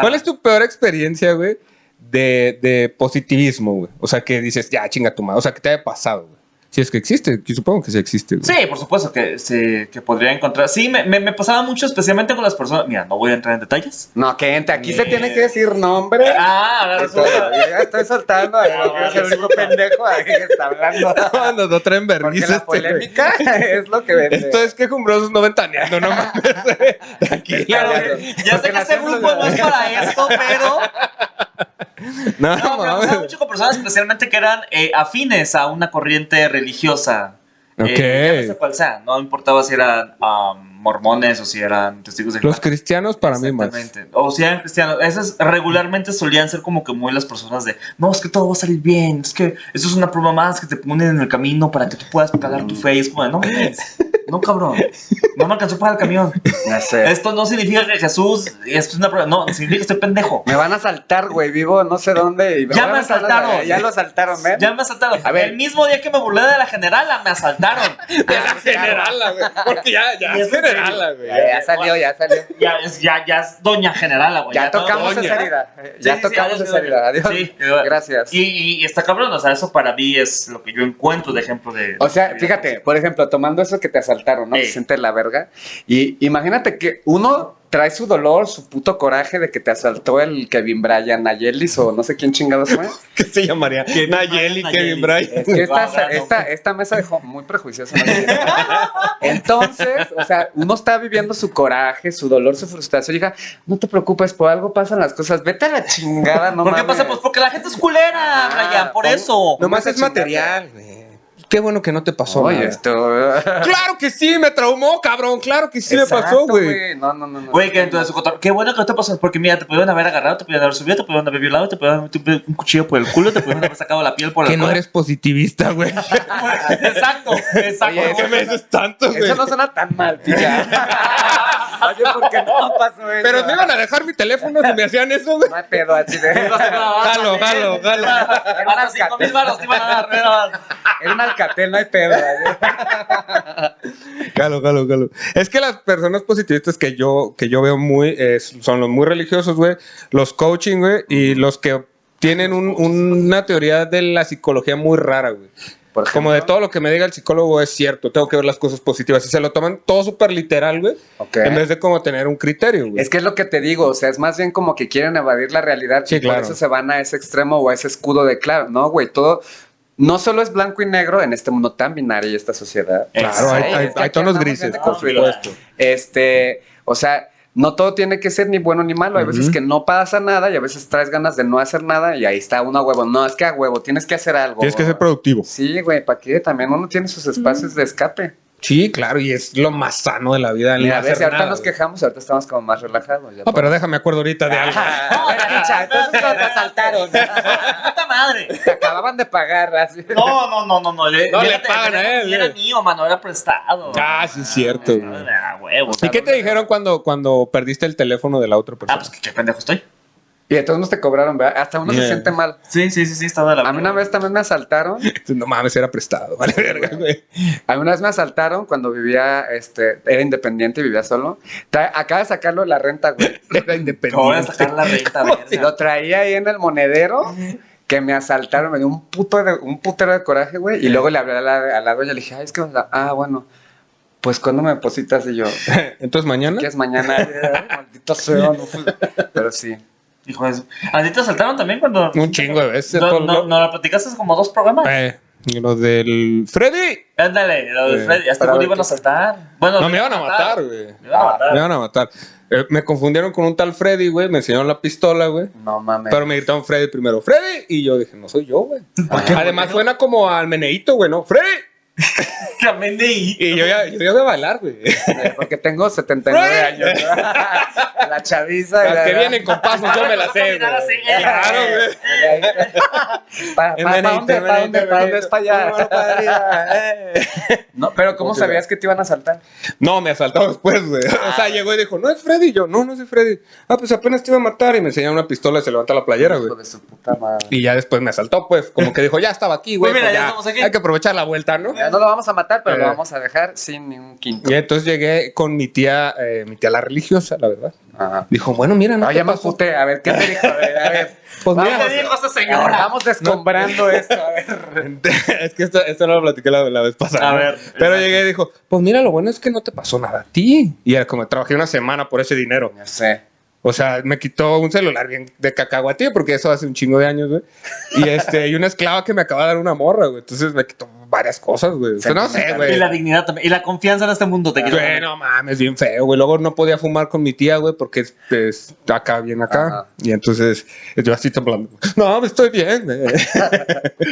Speaker 1: ¿Cuál es tu peor experiencia, güey, de, de positivismo, güey? O sea, que dices, ya, chinga tu madre. O sea, que te haya pasado, güey. Si es que existe, que supongo que sí existe, güey.
Speaker 3: Sí, por supuesto que, se, que podría encontrar. Sí, me, me, me pasaba mucho, especialmente con las personas. Mira, no voy a entrar en detalles.
Speaker 2: No, que entre, aquí se
Speaker 3: Eh.
Speaker 2: tiene que decir nombre.
Speaker 3: Ah, ahora
Speaker 2: Estoy,
Speaker 3: resulta.
Speaker 2: ya estoy soltando, eh, porque es el único pendejo ahí que está hablando.
Speaker 1: No, nos lo traen
Speaker 2: Porque
Speaker 1: vergüenza
Speaker 2: la
Speaker 1: este, güey.
Speaker 2: polémica es lo que vende.
Speaker 1: Esto es quejumbrosos no ventaneando, no mames. Aquí.
Speaker 3: Claro, eh,
Speaker 2: Porque
Speaker 3: ya sé que
Speaker 2: la
Speaker 3: ese
Speaker 2: hacemos
Speaker 3: grupo
Speaker 2: de-
Speaker 3: no es para esto, pero.
Speaker 1: No,
Speaker 3: No, me
Speaker 1: mames.
Speaker 3: pasaba mucho con personas, especialmente que eran eh, afines a una corriente religiosa. Eh,
Speaker 1: Ok.
Speaker 3: ya no sé cuál sea. No importaba si eran ah, mormones o si eran testigos de
Speaker 1: Los cristianos para mí más.
Speaker 3: Exactamente. O sea, cristianos, esas regularmente solían ser como que muy las personas de, no, es que todo va a salir bien, es que eso es una prueba más que te ponen en el camino para que tú puedas calar tu fe. Y es como, de, no, mames, no, cabrón, no me alcanzó para el camión.
Speaker 2: No sé.
Speaker 3: Esto no significa que Jesús, esto es una prueba, no, significa que estoy pendejo.
Speaker 2: Me van a saltar, güey, vivo no sé dónde. Y
Speaker 3: Ya
Speaker 2: van
Speaker 3: me
Speaker 2: a saltar,
Speaker 3: asaltaron.
Speaker 2: güey, Ya lo saltaron, ¿ven?
Speaker 3: Ya me asaltaron.
Speaker 2: A ver.
Speaker 3: El mismo día que me burlé de la generala, me asaltaron.
Speaker 1: Ya, generala, güey. Porque ya, ya,
Speaker 3: Y es en serio.
Speaker 1: generala, güey.
Speaker 2: Ya, ya salió, ya salió.
Speaker 3: Ya es, ya, ya es doña generala, güey.
Speaker 2: Ya
Speaker 3: todo-
Speaker 2: tocamos
Speaker 1: doña.
Speaker 2: esa herida. eh, Ya
Speaker 3: Sí, sí, sí,
Speaker 2: tocamos
Speaker 3: adiós,
Speaker 2: esa herida. Adiós.
Speaker 3: adiós. Sí, adiós.
Speaker 2: Gracias.
Speaker 3: Y, y está cabrón, o sea, eso para mí es lo que yo encuentro de ejemplo de.
Speaker 2: O sea, fíjate, por ejemplo, tomando eso que te asaltaron, ¿no?
Speaker 3: Ey.
Speaker 2: Te sientes la verga. Y imagínate que uno trae su dolor, su puto coraje de que te asaltó el Kevin Bryan, Ayelis o no sé quién chingados fue.
Speaker 1: ¿Qué se llamaría? Nayeli,
Speaker 3: Nayeli.
Speaker 1: Kevin Bryant.
Speaker 2: Es que esta,
Speaker 3: Ah, no.
Speaker 2: esta, esta mesa dejó muy prejuiciosa. Entonces, o sea, uno está viviendo su coraje, su dolor, su frustración. Y diga, no te preocupes, por algo pasan las cosas. Vete a la chingada, no
Speaker 3: ¿Por qué
Speaker 2: mames.
Speaker 3: pasa? Pues porque la gente es culera,
Speaker 2: Ah,
Speaker 3: Brian, por
Speaker 2: ¿cómo?
Speaker 3: eso.
Speaker 2: No.
Speaker 1: Nomás
Speaker 2: me
Speaker 1: es
Speaker 2: hace
Speaker 1: material, güey. Qué bueno que no te pasó,
Speaker 2: Oye,
Speaker 1: nada.
Speaker 2: esto.
Speaker 1: Claro que sí, me traumó, cabrón. Claro que sí me
Speaker 2: Exacto,
Speaker 1: pasó, güey.
Speaker 2: No, no, no. no.
Speaker 3: Güey, que entonces, qué bueno que no te pasó, porque mira, te pudieron haber agarrado, te pudieron haber subido, te pudieron haber violado, te pudieron haber metido un cuchillo por el culo, te pudieron haber sacado la piel por
Speaker 1: Que
Speaker 3: el
Speaker 1: no
Speaker 3: codo.
Speaker 1: eres positivista, güey.
Speaker 3: Exacto, exacto.
Speaker 2: Oye,
Speaker 1: ¿Por qué me dices tanto, güey?
Speaker 2: Eso no suena tan mal, tía. Oye, porque no pasó eso.
Speaker 1: Pero me iban a dejar mi teléfono si me hacían eso, güey.
Speaker 2: No hay pedo, así de.
Speaker 1: Jalo, jalo, jalo.
Speaker 3: Hasta 5 mil baros te iban a dar, pero-
Speaker 2: Era un alcatel, no hay pedo. así.
Speaker 1: Jalo, jalo, jalo. Es que las personas positivistas que yo, que yo veo muy, eh, son los muy religiosos, güey, los coaching, güey, y los que tienen un- una teoría de la psicología muy rara, güey.
Speaker 2: Por ejemplo,
Speaker 1: Como de todo lo que me diga el psicólogo es cierto, tengo que ver las cosas positivas. Y se lo toman todo súper literal, güey.
Speaker 2: Ok.
Speaker 1: En vez de como tener un criterio, güey.
Speaker 2: Es que es lo que te digo, o sea, es más bien como que quieren evadir la realidad
Speaker 1: Sí,
Speaker 2: y
Speaker 1: claro.
Speaker 2: por eso se van a ese extremo o a ese escudo de claro, no, güey, todo no solo es blanco y negro en este mundo tan binario y esta sociedad.
Speaker 1: Claro, hay,
Speaker 2: Sí,
Speaker 1: hay-
Speaker 2: es que
Speaker 1: hay
Speaker 2: aquí
Speaker 1: tonos
Speaker 2: andamos
Speaker 1: grises,
Speaker 2: bien
Speaker 1: por
Speaker 3: conflictos.
Speaker 1: supuesto.
Speaker 2: Este, o sea, no todo tiene que ser ni bueno ni malo, hay veces
Speaker 1: Ujú.
Speaker 2: que no pasa nada y a veces traes ganas de no hacer nada y ahí está uno a huevo, no, es que a huevo, tienes que hacer algo.
Speaker 1: Tienes que ser
Speaker 2: güey.
Speaker 1: productivo.
Speaker 2: Sí, güey, ¿para qué? También uno tiene sus espacios de escape.
Speaker 1: Sí, claro, y es lo más sano de la vida. el
Speaker 2: Mira,
Speaker 1: no
Speaker 2: ves,
Speaker 1: hacer
Speaker 2: y ahorita
Speaker 1: nada,
Speaker 2: nos
Speaker 1: güey.
Speaker 2: quejamos, ahorita estamos como más relajados. ya
Speaker 1: No, pero déjame acuerdo ahorita de algo.
Speaker 2: Pincha, entonces nos asaltaron.
Speaker 3: Ah, ¡Puta madre!
Speaker 2: Te acababan de pagar. así.
Speaker 3: No, no, no, no, no. Le,
Speaker 1: No le
Speaker 3: fíjate,
Speaker 1: pagan a él,
Speaker 3: sí Era
Speaker 1: eh.
Speaker 3: mío, mano, era prestado.
Speaker 1: Ah, sí, es cierto, güey.
Speaker 3: Ah, huevo.
Speaker 1: ¿Y qué te dijeron cuando, cuando perdiste el teléfono de la otra
Speaker 3: Ah,
Speaker 1: persona?
Speaker 3: pues qué pendejo estoy.
Speaker 2: Y entonces nos te cobraron, ¿verdad? Hasta uno
Speaker 1: Yeah.
Speaker 2: se siente mal.
Speaker 3: Sí, sí, sí, sí, estaba de la
Speaker 2: A mí una vez también me asaltaron.
Speaker 1: No mames, era prestado. Vale, verga, güey.
Speaker 2: A mí una vez me asaltaron cuando vivía, este, era independiente y vivía solo. Tra- acaba de sacarlo de la renta, güey.
Speaker 1: Era
Speaker 3: Ahora a
Speaker 1: independiente.
Speaker 3: sacar la renta,
Speaker 2: Y
Speaker 3: verga.
Speaker 2: lo traía ahí en el monedero que me asaltaron. Me dio un, puto de, un putero de coraje, güey. Y luego le hablé a la, a la doña. Le dije, ay, es que, ah, bueno, pues cuando me depositas y yo,
Speaker 1: Entonces mañana.
Speaker 2: ¿qué es mañana? Ay, Maldito sea, no fui. Pero sí.
Speaker 3: Hijo de su- ¿A ti te asaltaron también cuando.?
Speaker 1: Un chingo de veces.
Speaker 3: No,
Speaker 1: por
Speaker 3: no,
Speaker 1: lo-
Speaker 3: no, la platicaste como dos programas.
Speaker 1: Eh, lo del Freddy.
Speaker 3: Ándale, lo de
Speaker 1: Eh,
Speaker 3: Freddy. Hasta
Speaker 2: para
Speaker 3: cuando
Speaker 2: ver
Speaker 3: iban a
Speaker 2: qué-
Speaker 3: asaltar. Bueno,
Speaker 1: No, me iban a matar, güey.
Speaker 3: Me iban a matar.
Speaker 1: Me iban a matar. Eh, me confundieron con un tal Freddy, güey. Me enseñaron la pistola, güey.
Speaker 2: No mames.
Speaker 1: Pero me gritaron Freddy primero, Freddy. Y yo dije, no soy yo, güey.
Speaker 2: ¿Por qué?
Speaker 1: Además suena como al meneíto, güey, ¿no? Freddy.
Speaker 3: También de
Speaker 1: Y yo ya, yo ya voy a bailar, güey.
Speaker 2: Eh, Porque tengo 79
Speaker 1: Güey.
Speaker 2: años. ¿no? La chaviza.
Speaker 1: Las
Speaker 2: la-
Speaker 1: que vienen con pasos, yo me las sé, güey.
Speaker 3: Caminar así, eh.
Speaker 1: Claro, güey.
Speaker 2: Pa,
Speaker 1: En
Speaker 2: pa- pa-
Speaker 1: Benito,
Speaker 2: dónde,
Speaker 1: en
Speaker 2: pa, dónde,
Speaker 1: Benito,
Speaker 2: pa, dónde
Speaker 1: Benito.
Speaker 2: es pa' allá?
Speaker 1: Bueno, para arriba, eh.
Speaker 2: No, pero ¿cómo
Speaker 1: Ok,
Speaker 2: sabías que te iban a saltar?
Speaker 1: No, me asaltó después, güey. O
Speaker 3: Ah.
Speaker 1: sea, llegó y dijo, no es Freddy. Y yo, no, no soy Freddy. Ah, pues apenas te iba a matar. Y me enseñó una pistola y se levanta la playera, güey.
Speaker 2: Hijo de su puta madre.
Speaker 1: Y ya después me asaltó, pues, como que dijo, ya estaba aquí, güey.
Speaker 3: Pues mira,
Speaker 1: pues
Speaker 3: ya
Speaker 1: ya
Speaker 3: estamos aquí.
Speaker 1: Hay que aprovechar la vuelta, ¿no?
Speaker 2: Ya no lo vamos a matar, pero lo
Speaker 1: Eh.
Speaker 2: vamos a dejar sin ningún quinto.
Speaker 1: Y entonces llegué con mi tía, eh, mi tía la religiosa, la verdad.
Speaker 2: Ajá.
Speaker 1: Dijo, bueno, mira, no
Speaker 2: No,
Speaker 3: Ah,
Speaker 1: te
Speaker 2: Ah. ya me
Speaker 1: pasó.
Speaker 2: puté. A ver, ¿qué te dijo? A ver, a ver.
Speaker 1: Pues
Speaker 2: Vamos,
Speaker 1: mira,
Speaker 3: ¿Qué dijo esta
Speaker 2: Señora,
Speaker 3: señora?
Speaker 2: vamos descombrando esto. A ver.
Speaker 1: es que esto, esto no lo platiqué la, la vez pasada.
Speaker 3: A
Speaker 1: ¿no?
Speaker 3: ver,
Speaker 1: Pero
Speaker 3: exacto.
Speaker 1: llegué y dijo, pues mira, lo bueno es que no te pasó nada a ti. Y era como, trabajé una semana por ese dinero.
Speaker 2: Ya sé.
Speaker 1: O sea, me quitó un celular bien de cacahuatí, porque eso hace un chingo de años, güey. Y, este, y una esclava que me acaba de dar una morra, güey. Entonces me quitó varias cosas, güey. O sea, no sé,
Speaker 3: Y
Speaker 1: eh, güey.
Speaker 3: la dignidad también. Y la confianza en este mundo te quiero.
Speaker 1: Bueno, mames, bien feo, güey. Luego no podía fumar con mi tía, güey, porque es, es acá, bien acá.
Speaker 2: Ajá.
Speaker 1: Y entonces yo así temblando. No, pues, estoy bien, güey.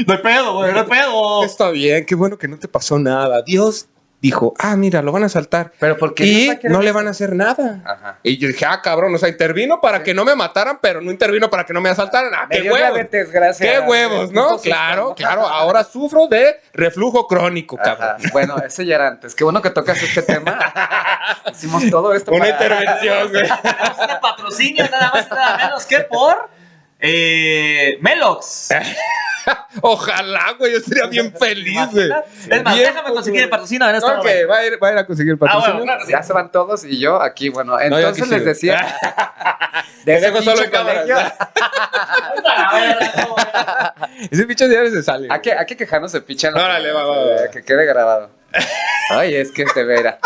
Speaker 3: No hay pedo, güey, no hay pedo.
Speaker 1: Está bien, qué bueno que no te pasó nada. Dios dijo, ah, mira, lo van a saltar.
Speaker 2: Pero ¿por qué
Speaker 1: Y
Speaker 2: nos va a querer-
Speaker 1: no le van a hacer nada.
Speaker 2: Ajá.
Speaker 1: Y yo dije, ah, cabrón, o sea, intervino para que no me mataran, pero no intervino para que no me asaltaran. Ah,
Speaker 2: Me
Speaker 1: qué
Speaker 2: dio
Speaker 1: huevos.
Speaker 2: diabetes, gracias.
Speaker 1: Qué huevos, ¿no?
Speaker 2: Puto
Speaker 1: Claro,
Speaker 2: sistema.
Speaker 1: claro. Ahora sufro de reflujo crónico,
Speaker 2: Ajá.
Speaker 1: cabrón.
Speaker 2: Bueno, eso ya era antes. Qué bueno que tocas este tema. Hicimos todo esto.
Speaker 1: Una
Speaker 2: para-
Speaker 1: intervención, güey.
Speaker 3: Tenemos este patrocinio nada más y nada menos que por eh, Melox.
Speaker 1: Ojalá, güey, yo sería bien feliz, güey.
Speaker 3: Es más,
Speaker 1: Bien
Speaker 3: déjame conseguir el
Speaker 1: feliz.
Speaker 3: patrocinio en este
Speaker 1: Ok,
Speaker 3: momento.
Speaker 1: va a, ir, va a ir a conseguir el
Speaker 3: Ah,
Speaker 1: patrocinio.
Speaker 3: bueno, claro, sí.
Speaker 2: Ya se van todos y yo aquí, bueno,
Speaker 1: yo
Speaker 2: entonces
Speaker 1: aquí
Speaker 2: les
Speaker 1: sigo.
Speaker 2: decía.
Speaker 1: Te
Speaker 2: de ese
Speaker 1: dejo solo
Speaker 2: pinche
Speaker 1: en cámara.
Speaker 2: colegio,
Speaker 3: A ver, no, güey.
Speaker 1: Ese pinche diario se sale.
Speaker 2: Hay que, hay que quejarnos de pinche. en la
Speaker 1: Órale, va,
Speaker 2: cara,
Speaker 1: va, va.
Speaker 2: eh, Que quede grabado. Ay, es que se verá.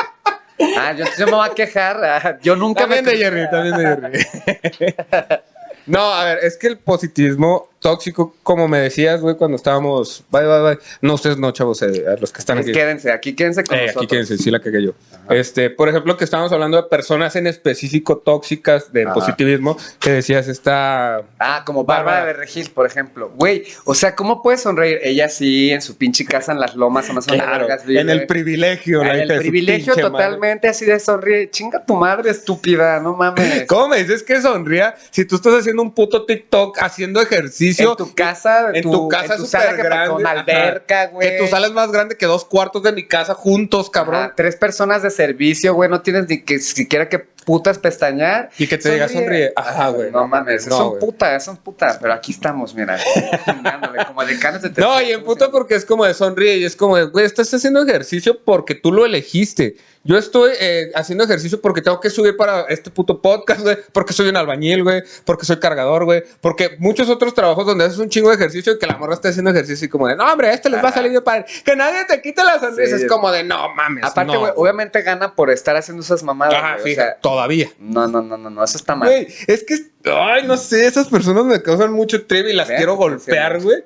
Speaker 2: Ah, yo, yo me voy a quejar. ah, Yo nunca
Speaker 1: También
Speaker 2: me.
Speaker 1: de Jerry, también de Jerry. No, a ver, es que el positivismo tóxico, como me decías, güey, cuando estábamos. Bye, bye, bye. No, ustedes no, chavos, eh, a los que están
Speaker 2: Es-
Speaker 1: aquí.
Speaker 2: Quédense, aquí quédense con
Speaker 1: Eh, aquí
Speaker 2: nosotros.
Speaker 1: quédense, sí la cagué yo. Este, por ejemplo, que estábamos hablando de personas en específico tóxicas de
Speaker 2: Ajá.
Speaker 1: positivismo, que decías esta.
Speaker 2: Ah, como Bárbara
Speaker 1: Bárbara.
Speaker 2: de Regil, por ejemplo. Güey, o sea, ¿cómo puede sonreír? Ella sí, en su pinche casa, en las lomas, o no son
Speaker 1: Claro,
Speaker 2: largas,
Speaker 1: en
Speaker 2: vive.
Speaker 1: el privilegio, la
Speaker 2: En
Speaker 1: hija de
Speaker 2: el
Speaker 1: su
Speaker 2: privilegio
Speaker 1: pinche madre.
Speaker 2: totalmente así de sonríe. Chinga tu madre, estúpida, no mames.
Speaker 1: ¿Cómo me dices que sonría si tú estás haciendo un puto TikTok haciendo edificio.
Speaker 2: En tu casa,
Speaker 1: en tu casa
Speaker 2: sala que-
Speaker 1: supergrande,
Speaker 2: con
Speaker 1: ajá.
Speaker 2: alberca, güey.
Speaker 1: Que tu sala es más grande que dos cuartos de mi casa juntos, cabrón.
Speaker 2: Ajá, tres personas de servicio, güey, no tienes ni que siquiera que putas pestañear.
Speaker 1: Y que te diga sonríe. Ajá, güey.
Speaker 2: No mames,
Speaker 1: No,
Speaker 2: son
Speaker 1: güey.
Speaker 2: putas, son putas, pero aquí estamos, mira, chingándole, como decanos de
Speaker 1: No,
Speaker 2: tercera
Speaker 1: y en
Speaker 2: clase.
Speaker 1: puto porque es como de sonríe y es como de, güey, estás haciendo ejercicio porque tú lo elegiste. Yo estoy eh, haciendo ejercicio porque tengo que subir para este puto podcast, güey, porque soy un albañil, güey, porque soy cargador, güey, porque muchos otros trabajos donde haces un chingo de ejercicio y que la morra está haciendo ejercicio y como de, no, hombre, a este les va a salir bien padre. Que nadie te quite la sonrisa.
Speaker 2: Sí.
Speaker 1: es como de, no mames.
Speaker 2: Aparte,
Speaker 1: no,
Speaker 2: güey, obviamente gana por estar haciendo esas mamadas,
Speaker 1: Ajá,
Speaker 2: güey, o
Speaker 1: fija,
Speaker 2: sea,
Speaker 1: todavía.
Speaker 2: no, no, no, no, no, eso está mal.
Speaker 1: Güey, es que, ay, no sé, esas personas me causan mucho trivia y las
Speaker 2: Vean
Speaker 1: quiero
Speaker 2: tus
Speaker 1: golpear, güey.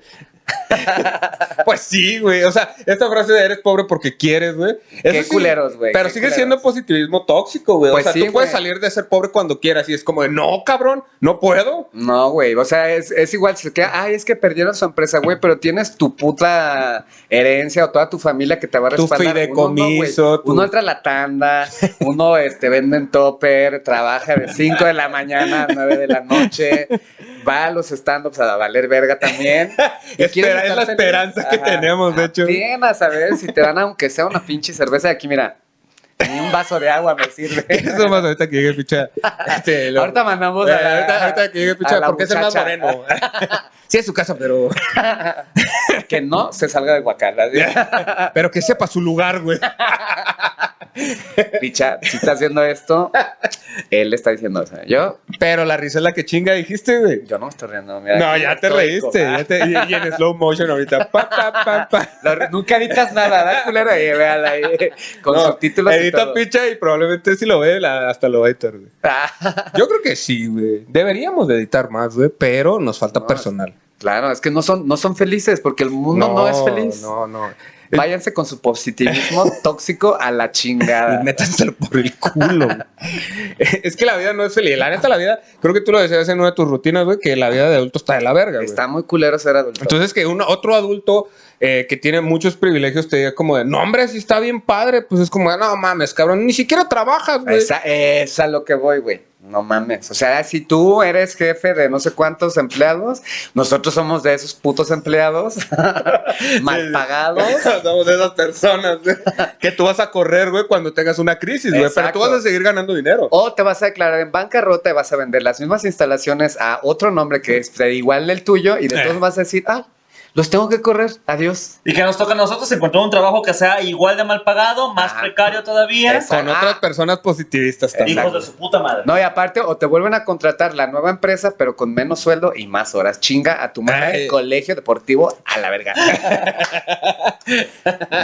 Speaker 1: pues sí, güey. O sea, esta frase de eres pobre porque quieres, güey.
Speaker 2: Qué
Speaker 1: Eso sí,
Speaker 2: culeros, güey.
Speaker 1: Pero
Speaker 2: qué
Speaker 1: sigue
Speaker 2: culeros.
Speaker 1: siendo positivismo tóxico, güey.
Speaker 2: Pues
Speaker 1: o sea,
Speaker 2: sí,
Speaker 1: tú puedes
Speaker 2: güey.
Speaker 1: salir de ser pobre cuando quieras y es como de, no, cabrón, no puedo.
Speaker 2: No, güey, o sea, es, es igual, se queda, ay, es que perdieron su empresa, güey, pero tienes tu puta herencia o toda tu familia que te va a
Speaker 1: Tu
Speaker 2: respaldar.
Speaker 1: fideicomiso,
Speaker 2: Uno, no, güey.
Speaker 1: tu-
Speaker 2: uno entra a la tanda, uno este, vende en topper, trabaja de 5 de la mañana a 9 de la noche, va a los stand-ups a valer verga también. Y
Speaker 1: Espera,
Speaker 2: quieres
Speaker 1: es
Speaker 2: estar
Speaker 1: la
Speaker 2: feliz.
Speaker 1: esperanza que tenemos, de hecho.
Speaker 2: Ah, Bien, a saber si te dan aunque sea una pinche cerveza de aquí, mira, ni un vaso de agua me sirve.
Speaker 1: Eso más ahorita que llegue el picha. Este, lo-
Speaker 2: Ahorita mandamos
Speaker 1: Eh,
Speaker 2: a la-
Speaker 1: ahorita, ahorita que llegue el
Speaker 2: a
Speaker 1: picha,
Speaker 2: la
Speaker 1: porque es el más
Speaker 2: muchacha.
Speaker 1: moreno. sí, es su casa, pero,
Speaker 2: que no se salga de Huacala.
Speaker 1: pero que sepa su lugar, güey.
Speaker 2: Richa, si estás haciendo esto, él está diciendo, o sea, yo,
Speaker 1: Pero la risa es la que chinga dijiste, güey.
Speaker 2: yo no me estoy riendo. mira,
Speaker 1: No,
Speaker 2: aquí
Speaker 1: ya te
Speaker 2: estoy
Speaker 1: reíste.
Speaker 2: con-
Speaker 1: ya te- y, y en slow motion ahorita. Pa, pa, pa, pa.
Speaker 2: Lo re- nunca editas nada, ¿verdad, culero? Ahí, véala ahí, con
Speaker 1: No,
Speaker 2: subtítulos y
Speaker 1: Edita
Speaker 2: todo.
Speaker 1: picha y probablemente si lo ve, la- hasta lo va a editar, güey.
Speaker 2: Ah,
Speaker 1: Yo creo que sí, güey. Deberíamos de editar más, güey, pero nos falta
Speaker 2: No,
Speaker 1: personal.
Speaker 2: Claro, es que no son, no son felices, porque el mundo no, es feliz.
Speaker 1: No, no.
Speaker 2: Váyanse con su positivismo tóxico a la
Speaker 1: Y
Speaker 2: chingada.
Speaker 1: métanselo por el culo. güey. es que la vida no es feliz. La neta, la vida, creo que tú lo decías en una de tus rutinas, güey, que la vida de adulto está de la verga, güey.
Speaker 2: Está muy culero ser adulto.
Speaker 1: Entonces que un, otro adulto eh, que tiene muchos privilegios te diga como de, no hombre, si está bien padre, pues es como de, no mames, cabrón, ni siquiera trabajas, güey.
Speaker 2: Esa, es a lo que voy, güey. No mames. O sea, si tú eres jefe de no sé cuántos empleados, nosotros somos de esos putos empleados mal pagados.
Speaker 1: Somos de esas personas güey, que tú vas a correr, güey, cuando tengas una crisis, güey, pero tú
Speaker 2: Exacto.
Speaker 1: vas a seguir ganando dinero.
Speaker 2: O te vas a declarar en bancarrota y vas a vender las mismas instalaciones a otro nombre que es de igual del tuyo y de
Speaker 1: Eh.
Speaker 2: todos vas a decir, ah, los tengo que correr, adiós.
Speaker 3: Y que nos toca a nosotros encontrar un trabajo que sea igual de mal pagado, más
Speaker 2: Ah.
Speaker 3: precario todavía.
Speaker 2: Exacto.
Speaker 1: Con otras
Speaker 2: Ah.
Speaker 1: personas positivistas también.
Speaker 3: Hijos de su puta madre.
Speaker 2: No, y aparte, o te vuelven a contratar la nueva empresa, pero con menos sueldo y más horas. Chinga a tu madre,
Speaker 1: Ay.
Speaker 2: colegio deportivo, a la verga.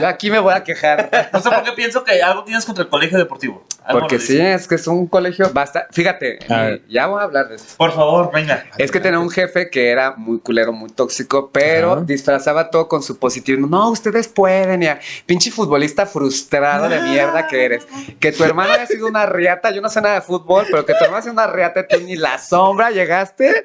Speaker 2: Yo aquí me voy a quejar.
Speaker 3: No sé por qué pienso que algo tienes contra el colegio deportivo. Algo
Speaker 2: Porque
Speaker 3: lo
Speaker 2: sí,
Speaker 3: dice.
Speaker 2: es que es un colegio. Basta, fíjate,
Speaker 1: A
Speaker 2: mi-
Speaker 1: ver.
Speaker 2: ya voy a hablar de esto.
Speaker 3: Por favor, venga.
Speaker 2: Es que tenía un jefe que era muy culero, muy tóxico, pero
Speaker 1: Ajá.
Speaker 2: disfrazaba todo con su positivismo. No, ustedes pueden, ya. Pinche futbolista frustrado de mierda que eres. Que tu hermana haya sido una riata, yo no sé nada de fútbol, pero que tu hermana haya sido una riata, y tú ni la sombra llegaste.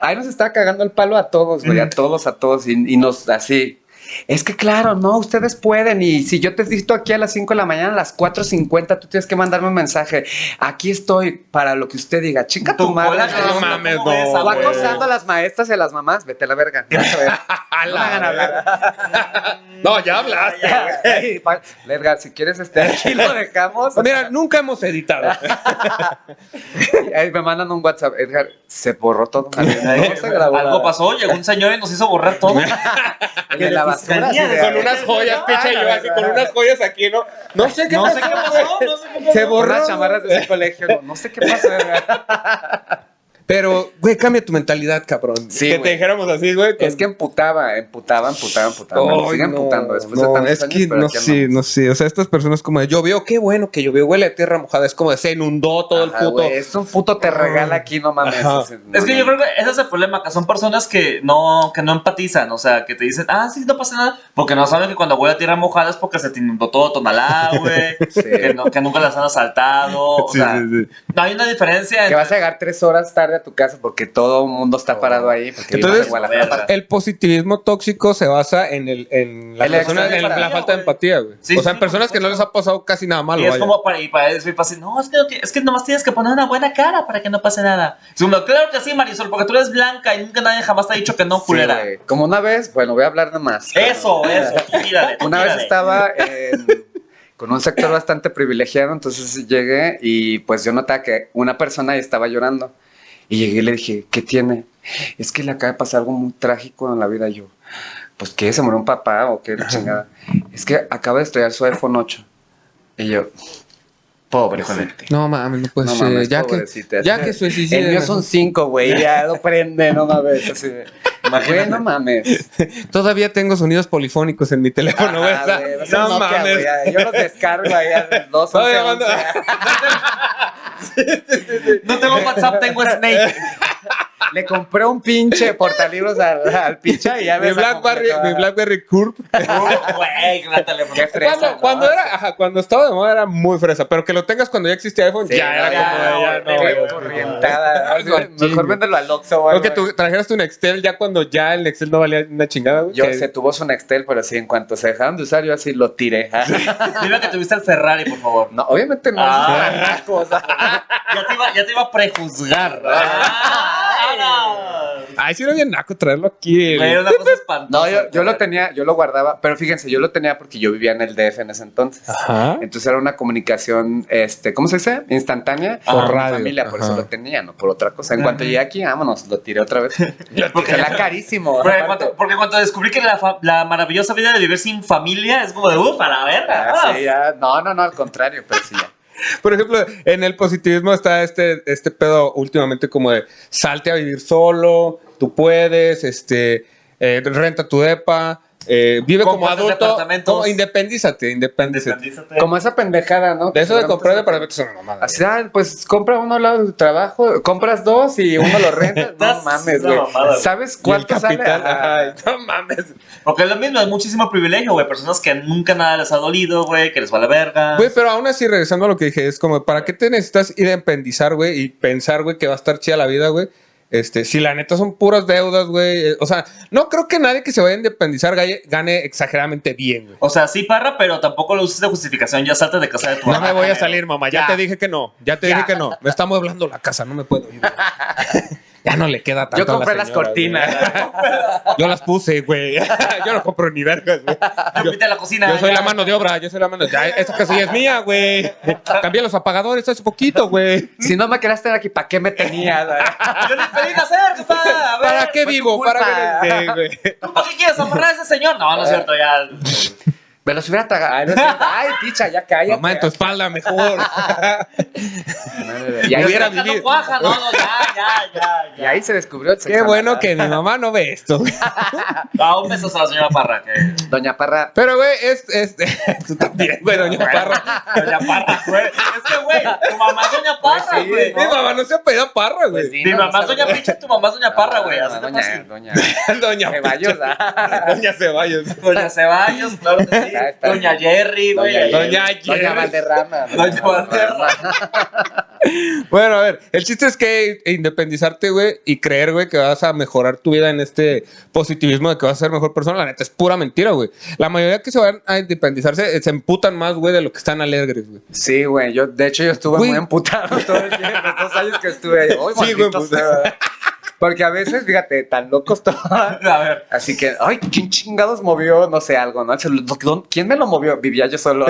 Speaker 2: Ahí nos está cagando el palo a todos, güey, a todos, a todos, y, y nos así. Es que claro, no, ustedes pueden y si yo te dicto aquí a las 5 de la mañana, a las 4.50, tú tienes que mandarme un mensaje. Aquí estoy para lo que usted diga. Chinga tu, madre.
Speaker 3: cola
Speaker 2: ¿no?
Speaker 3: redonda,
Speaker 1: mames,
Speaker 3: ¿cómo ves,
Speaker 1: no,
Speaker 2: O
Speaker 1: Ah,
Speaker 3: abuelo?
Speaker 1: güey.
Speaker 2: acosando a las maestras y a las mamás, vete a la verga. Vas a ver. No me hagan hablar.
Speaker 1: No, ya hablaste.
Speaker 2: Ey, pa- Verga, si quieres, este, aquí lo dejamos.
Speaker 1: Mira, nunca hemos editado.
Speaker 2: Ey, me mandan un WhatsApp. Edgar, se borró todo. No se grabó.
Speaker 3: Algo
Speaker 2: nada.
Speaker 3: pasó, llegó un señor y nos hizo borrar todo.
Speaker 2: En la basura. así de-
Speaker 1: con unas joyas, picha, y yo así, con unas joyas aquí, ¿no? No sé qué
Speaker 3: No sé
Speaker 1: pasó,
Speaker 3: qué
Speaker 1: güey.
Speaker 3: pasó, no sé qué pasó.
Speaker 1: Se borró.
Speaker 2: Unas chamarras de ese colegio. No, no sé qué pasó. Edgar.
Speaker 1: Pero, güey, cambia tu mentalidad, cabrón. que
Speaker 2: Sí, güey.
Speaker 1: te dijéramos así, güey. con-
Speaker 2: Es que emputaba, emputaba, emputaba, emputaba. Me
Speaker 1: Ay,
Speaker 2: sigue
Speaker 1: no,
Speaker 2: emputando después de
Speaker 1: no,
Speaker 2: tantos
Speaker 1: Es
Speaker 2: años,
Speaker 1: que
Speaker 2: pero
Speaker 1: no
Speaker 2: aquí
Speaker 1: sé, no sé. O sea, estas personas como de llovió, qué bueno que llovió, huele a tierra mojada. Es como de se inundó todo
Speaker 2: Ajá,
Speaker 1: el puto.
Speaker 2: güey, es un puto te regala aquí, no mames.
Speaker 1: Ajá.
Speaker 2: así, no,
Speaker 3: Es que
Speaker 2: no.
Speaker 3: yo creo que ese es el problema, que son personas que no, que no empatizan, o sea, que te dicen, ah, sí, no pasa nada, porque no saben que cuando voy a tierra mojada es porque se te inundó todo Tonalá, güey,
Speaker 2: Sí.
Speaker 3: que, no- que nunca las han asaltado, o
Speaker 1: Sí,
Speaker 3: sea,
Speaker 1: sí, sí.
Speaker 3: no hay una diferencia
Speaker 2: Que
Speaker 3: entre...
Speaker 2: vas a llegar tres horas tarde a tu casa porque todo el mundo
Speaker 1: Oh,
Speaker 2: está parado ahí. porque
Speaker 1: Entonces,
Speaker 2: vivimos en Guadalajara.
Speaker 1: El positivismo tóxico se basa en, el, en, la,
Speaker 2: El
Speaker 1: persona-
Speaker 2: exceso de
Speaker 1: en la- la
Speaker 3: empatía,
Speaker 1: falta de
Speaker 3: güey.
Speaker 1: empatía, güey.
Speaker 3: Sí,
Speaker 1: o sea,
Speaker 3: sí,
Speaker 1: en personas
Speaker 3: por
Speaker 1: que no les ha pasado casi nada malo,
Speaker 3: Y es
Speaker 1: vaya.
Speaker 3: como para, y para eso y para decir, no, es que, no ti- es que nomás tienes que poner una buena cara para que no pase nada. Y uno, claro que sí, Marisol, porque tú eres blanca y nunca nadie jamás te ha dicho que no,
Speaker 2: Sí,
Speaker 3: culera.
Speaker 2: güey. Como una vez, bueno, voy a hablar nada más.
Speaker 3: eso, eso, tú tírale, tú
Speaker 2: Una vez
Speaker 3: tírale.
Speaker 2: estaba en- con un sector bastante privilegiado, entonces llegué y pues yo notaba que una persona ahí estaba llorando. Y llegué y le dije, ¿qué tiene? Es que le acaba de pasar algo muy trágico en la vida. Y yo, pues que se murió un papá o qué chingada. Es que acaba de estrellar su iPhone 8. Y yo,
Speaker 1: Pues
Speaker 2: pobrecito.
Speaker 1: No mames, no puede
Speaker 2: No
Speaker 1: ser.
Speaker 2: mames,
Speaker 1: pues ya, que,
Speaker 2: pobrecita.
Speaker 1: ya que se suicida.
Speaker 2: El mío son cinco, güey. Ya lo prende, no mames. Así de, güey, no
Speaker 3: Imagínate.
Speaker 2: mames.
Speaker 1: Todavía tengo sonidos polifónicos en mi teléfono, güey. o sea,
Speaker 2: Ajá, Ah, güey, es un
Speaker 1: no
Speaker 2: Nokia,
Speaker 1: mames.
Speaker 2: güey, ya, Yo los descargo ahí a las dos.
Speaker 1: Todavía mando-
Speaker 2: once, once.
Speaker 3: No tengo WhatsApp, tengo Snake.
Speaker 2: Le compré un pinche portalibros al, al pinche y ya
Speaker 1: Mi
Speaker 2: ves. a cómo
Speaker 1: Blackberry,
Speaker 2: le va.
Speaker 1: mi Blackberry Curve.
Speaker 3: Uh, Güey, gran teléfono.
Speaker 2: Qué fresa,
Speaker 1: Cuando,
Speaker 2: ¿no?
Speaker 1: cuando era, ajá, cuando estaba de moda era muy fresa, pero que lo tengas cuando ya existía iPhone,
Speaker 2: Sí,
Speaker 1: ya era
Speaker 2: no, ya,
Speaker 1: como de, ya,
Speaker 2: güey,
Speaker 1: no,
Speaker 2: qué
Speaker 1: güey.
Speaker 2: corrientada.
Speaker 1: Algo
Speaker 2: Así, Mejor
Speaker 1: chingue.
Speaker 2: véndelo al Oxxo. o
Speaker 1: O
Speaker 2: algo
Speaker 1: que tú trajeras tu Nextel ya cuando ya el Nextel no valía una chingada, güey.
Speaker 2: Yo
Speaker 1: que-
Speaker 2: se tuvo su Nextel, pero sí, en cuanto se dejaron de usar, yo así lo tiré. Ah,
Speaker 3: Dime que tuviste el Ferrari, por favor.
Speaker 2: No, obviamente no.
Speaker 3: Ah.
Speaker 2: es una cosa.
Speaker 3: Ya te iba, ya te iba a
Speaker 2: Ah,
Speaker 3: prejuzgar. Ah,
Speaker 1: Ay, sí era bien naco traerlo aquí.
Speaker 3: Güey, Era una cosa espantosa.
Speaker 2: No, yo, yo lo tenía, yo lo guardaba, pero fíjense, yo lo tenía porque yo vivía en el DF en ese entonces.
Speaker 1: Ajá.
Speaker 2: Entonces era una comunicación, este, ¿cómo se dice? Instantánea.
Speaker 1: Por
Speaker 2: con mi
Speaker 1: radio,
Speaker 2: familia, por
Speaker 1: ajá.
Speaker 2: eso lo tenía, no por otra cosa. En cuanto
Speaker 3: Ajá.
Speaker 2: llegué aquí, vámonos, lo tiré otra vez. Porque era carísimo.
Speaker 3: Porque
Speaker 2: aparte.
Speaker 3: cuando, porque cuando descubrí que la, fa- la maravillosa vida de vivir sin familia es como de uff, a la verga.
Speaker 2: Ah,
Speaker 3: ah.
Speaker 2: sí, ya. No, no, no, al contrario, pero sí. ya.
Speaker 1: Por ejemplo, en el positivismo está este, este pedo últimamente como de salte a vivir solo, tú puedes, este, eh, renta tu depa, eh, vive como
Speaker 3: Compra tus
Speaker 1: adulto.
Speaker 3: departamentos.
Speaker 1: No, independízate, independízate.
Speaker 3: Independízate.
Speaker 2: Como esa pendejada, ¿no?
Speaker 1: De eso de
Speaker 2: Seguramente
Speaker 1: comprar
Speaker 2: es-
Speaker 1: departamentos es una mamada.
Speaker 2: Así, ah, pues compra uno al lado de tu trabajo, compras dos y uno lo renta. No
Speaker 3: Das
Speaker 2: mames,
Speaker 3: una
Speaker 2: güey.
Speaker 3: mamada, güey.
Speaker 2: ¿Sabes
Speaker 1: Y el
Speaker 2: cuánto sale?
Speaker 1: capital,
Speaker 2: Ah,
Speaker 1: ajá, no mames.
Speaker 3: Porque es lo mismo, es muchísimo privilegio, güey. Personas que nunca nada les ha dolido, güey, que les vale verga.
Speaker 1: Güey, pero aún así, regresando a lo que dije, es como, ¿para qué te necesitas independizar, güey? Y pensar, güey, que va a estar chida la vida, güey. Este, si la neta son puras deudas, güey. eh, O sea, no creo que nadie que se vaya a independizar galle- gane exageradamente bien, güey.
Speaker 3: O sea, sí, parra, pero tampoco lo uses de justificación. Ya salte de casa de tu
Speaker 1: No
Speaker 3: mamá,
Speaker 1: me voy a
Speaker 3: güey.
Speaker 1: salir, mamá. Ya,
Speaker 3: Ya.
Speaker 1: te dije que no. Ya te
Speaker 3: Ya.
Speaker 1: dije que no. Me está mueblando la casa. No me puedo ir. güey. ya no le queda tanto.
Speaker 2: Yo
Speaker 1: a la
Speaker 2: compré las
Speaker 1: señora,
Speaker 2: cortinas.
Speaker 1: güey. Yo las puse, güey. yo no compro ni vergas, güey.
Speaker 3: Yo, vete a la cocina.
Speaker 1: Yo soy
Speaker 3: ya.
Speaker 1: la mano de obra. Yo soy la mano de obra. Esta casa ya es mía, güey. Cambié los apagadores hace poquito, güey.
Speaker 2: Si no me querías tener aquí, ¿para qué me tenías?
Speaker 3: Yo les pedí nacer, jefa. A ver,
Speaker 1: ¿Para qué
Speaker 2: fue tu
Speaker 1: vivo?
Speaker 2: culpa.
Speaker 1: ¿Para qué? Sí, güey.
Speaker 3: ¿tú ¿Por qué quieres amarrar a ese señor? No, no es cierto, ya.
Speaker 2: Me los hubiera tragado. Ay, no es cierto. Ay, picha, ya cállate.
Speaker 1: Mamá, en tu espalda, mejor.
Speaker 2: y, ahí,
Speaker 1: hubiera
Speaker 3: Ya
Speaker 1: vivido.
Speaker 3: No cuaja, no, no, ya, ya, ya.
Speaker 2: y
Speaker 3: ya.
Speaker 2: ahí se descubrió el sexo.
Speaker 1: Qué bueno
Speaker 2: ¿verdad?
Speaker 1: que mi mamá no ve esto. güey.
Speaker 3: Ah, un beso a la señora Parra. Que...
Speaker 2: Doña Parra.
Speaker 1: Pero, güey, es, es, tú también, güey, doña Parra.
Speaker 3: Doña Parra, güey. Es que, güey, tu mamá es Doña Parra,
Speaker 2: Pues sí,
Speaker 3: güey.
Speaker 1: Mi mamá no se ha pedido Parra, güey.
Speaker 2: Pues sí,
Speaker 3: Mi
Speaker 2: no,
Speaker 3: mamá
Speaker 2: no
Speaker 3: es Doña
Speaker 2: sabe.
Speaker 3: Picha, tu mamá es Doña Parra, güey.
Speaker 2: Ah,
Speaker 3: Así de
Speaker 2: Doña,
Speaker 3: fácil.
Speaker 2: doña.
Speaker 1: Doña
Speaker 2: Ceballos, ah.
Speaker 1: Doña Ceballos.
Speaker 3: Doña Ceballos, claro que sí.
Speaker 2: Ya Ah, está.
Speaker 3: Doña Jerry, güey.
Speaker 2: Doña
Speaker 1: Doña
Speaker 2: Doña,
Speaker 1: Jerry.
Speaker 2: Valderrama.
Speaker 3: Doña Valderrama.
Speaker 1: Bueno, a ver, el chiste es que independizarte, güey, y creer, güey, que vas a mejorar tu vida en este positivismo de que vas a ser mejor persona, la neta es pura mentira, güey. La mayoría que se van a independizarse eh, se emputan más, güey, de lo que están alegres, güey.
Speaker 2: Sí, güey. Yo, de hecho, yo estuve
Speaker 1: Güey.
Speaker 2: muy emputado todo el tiempo. Los dos años que estuve ahí. Ay,
Speaker 1: Sí, güey,
Speaker 2: maldito
Speaker 1: pues.
Speaker 2: sea. Porque a veces, fíjate, tan locos todos.
Speaker 3: A ver.
Speaker 2: Así que, ay, ¿quién chingados movió? No sé, algo, ¿no? El celu- ¿dó- ¿Quién me lo movió? Vivía yo solo.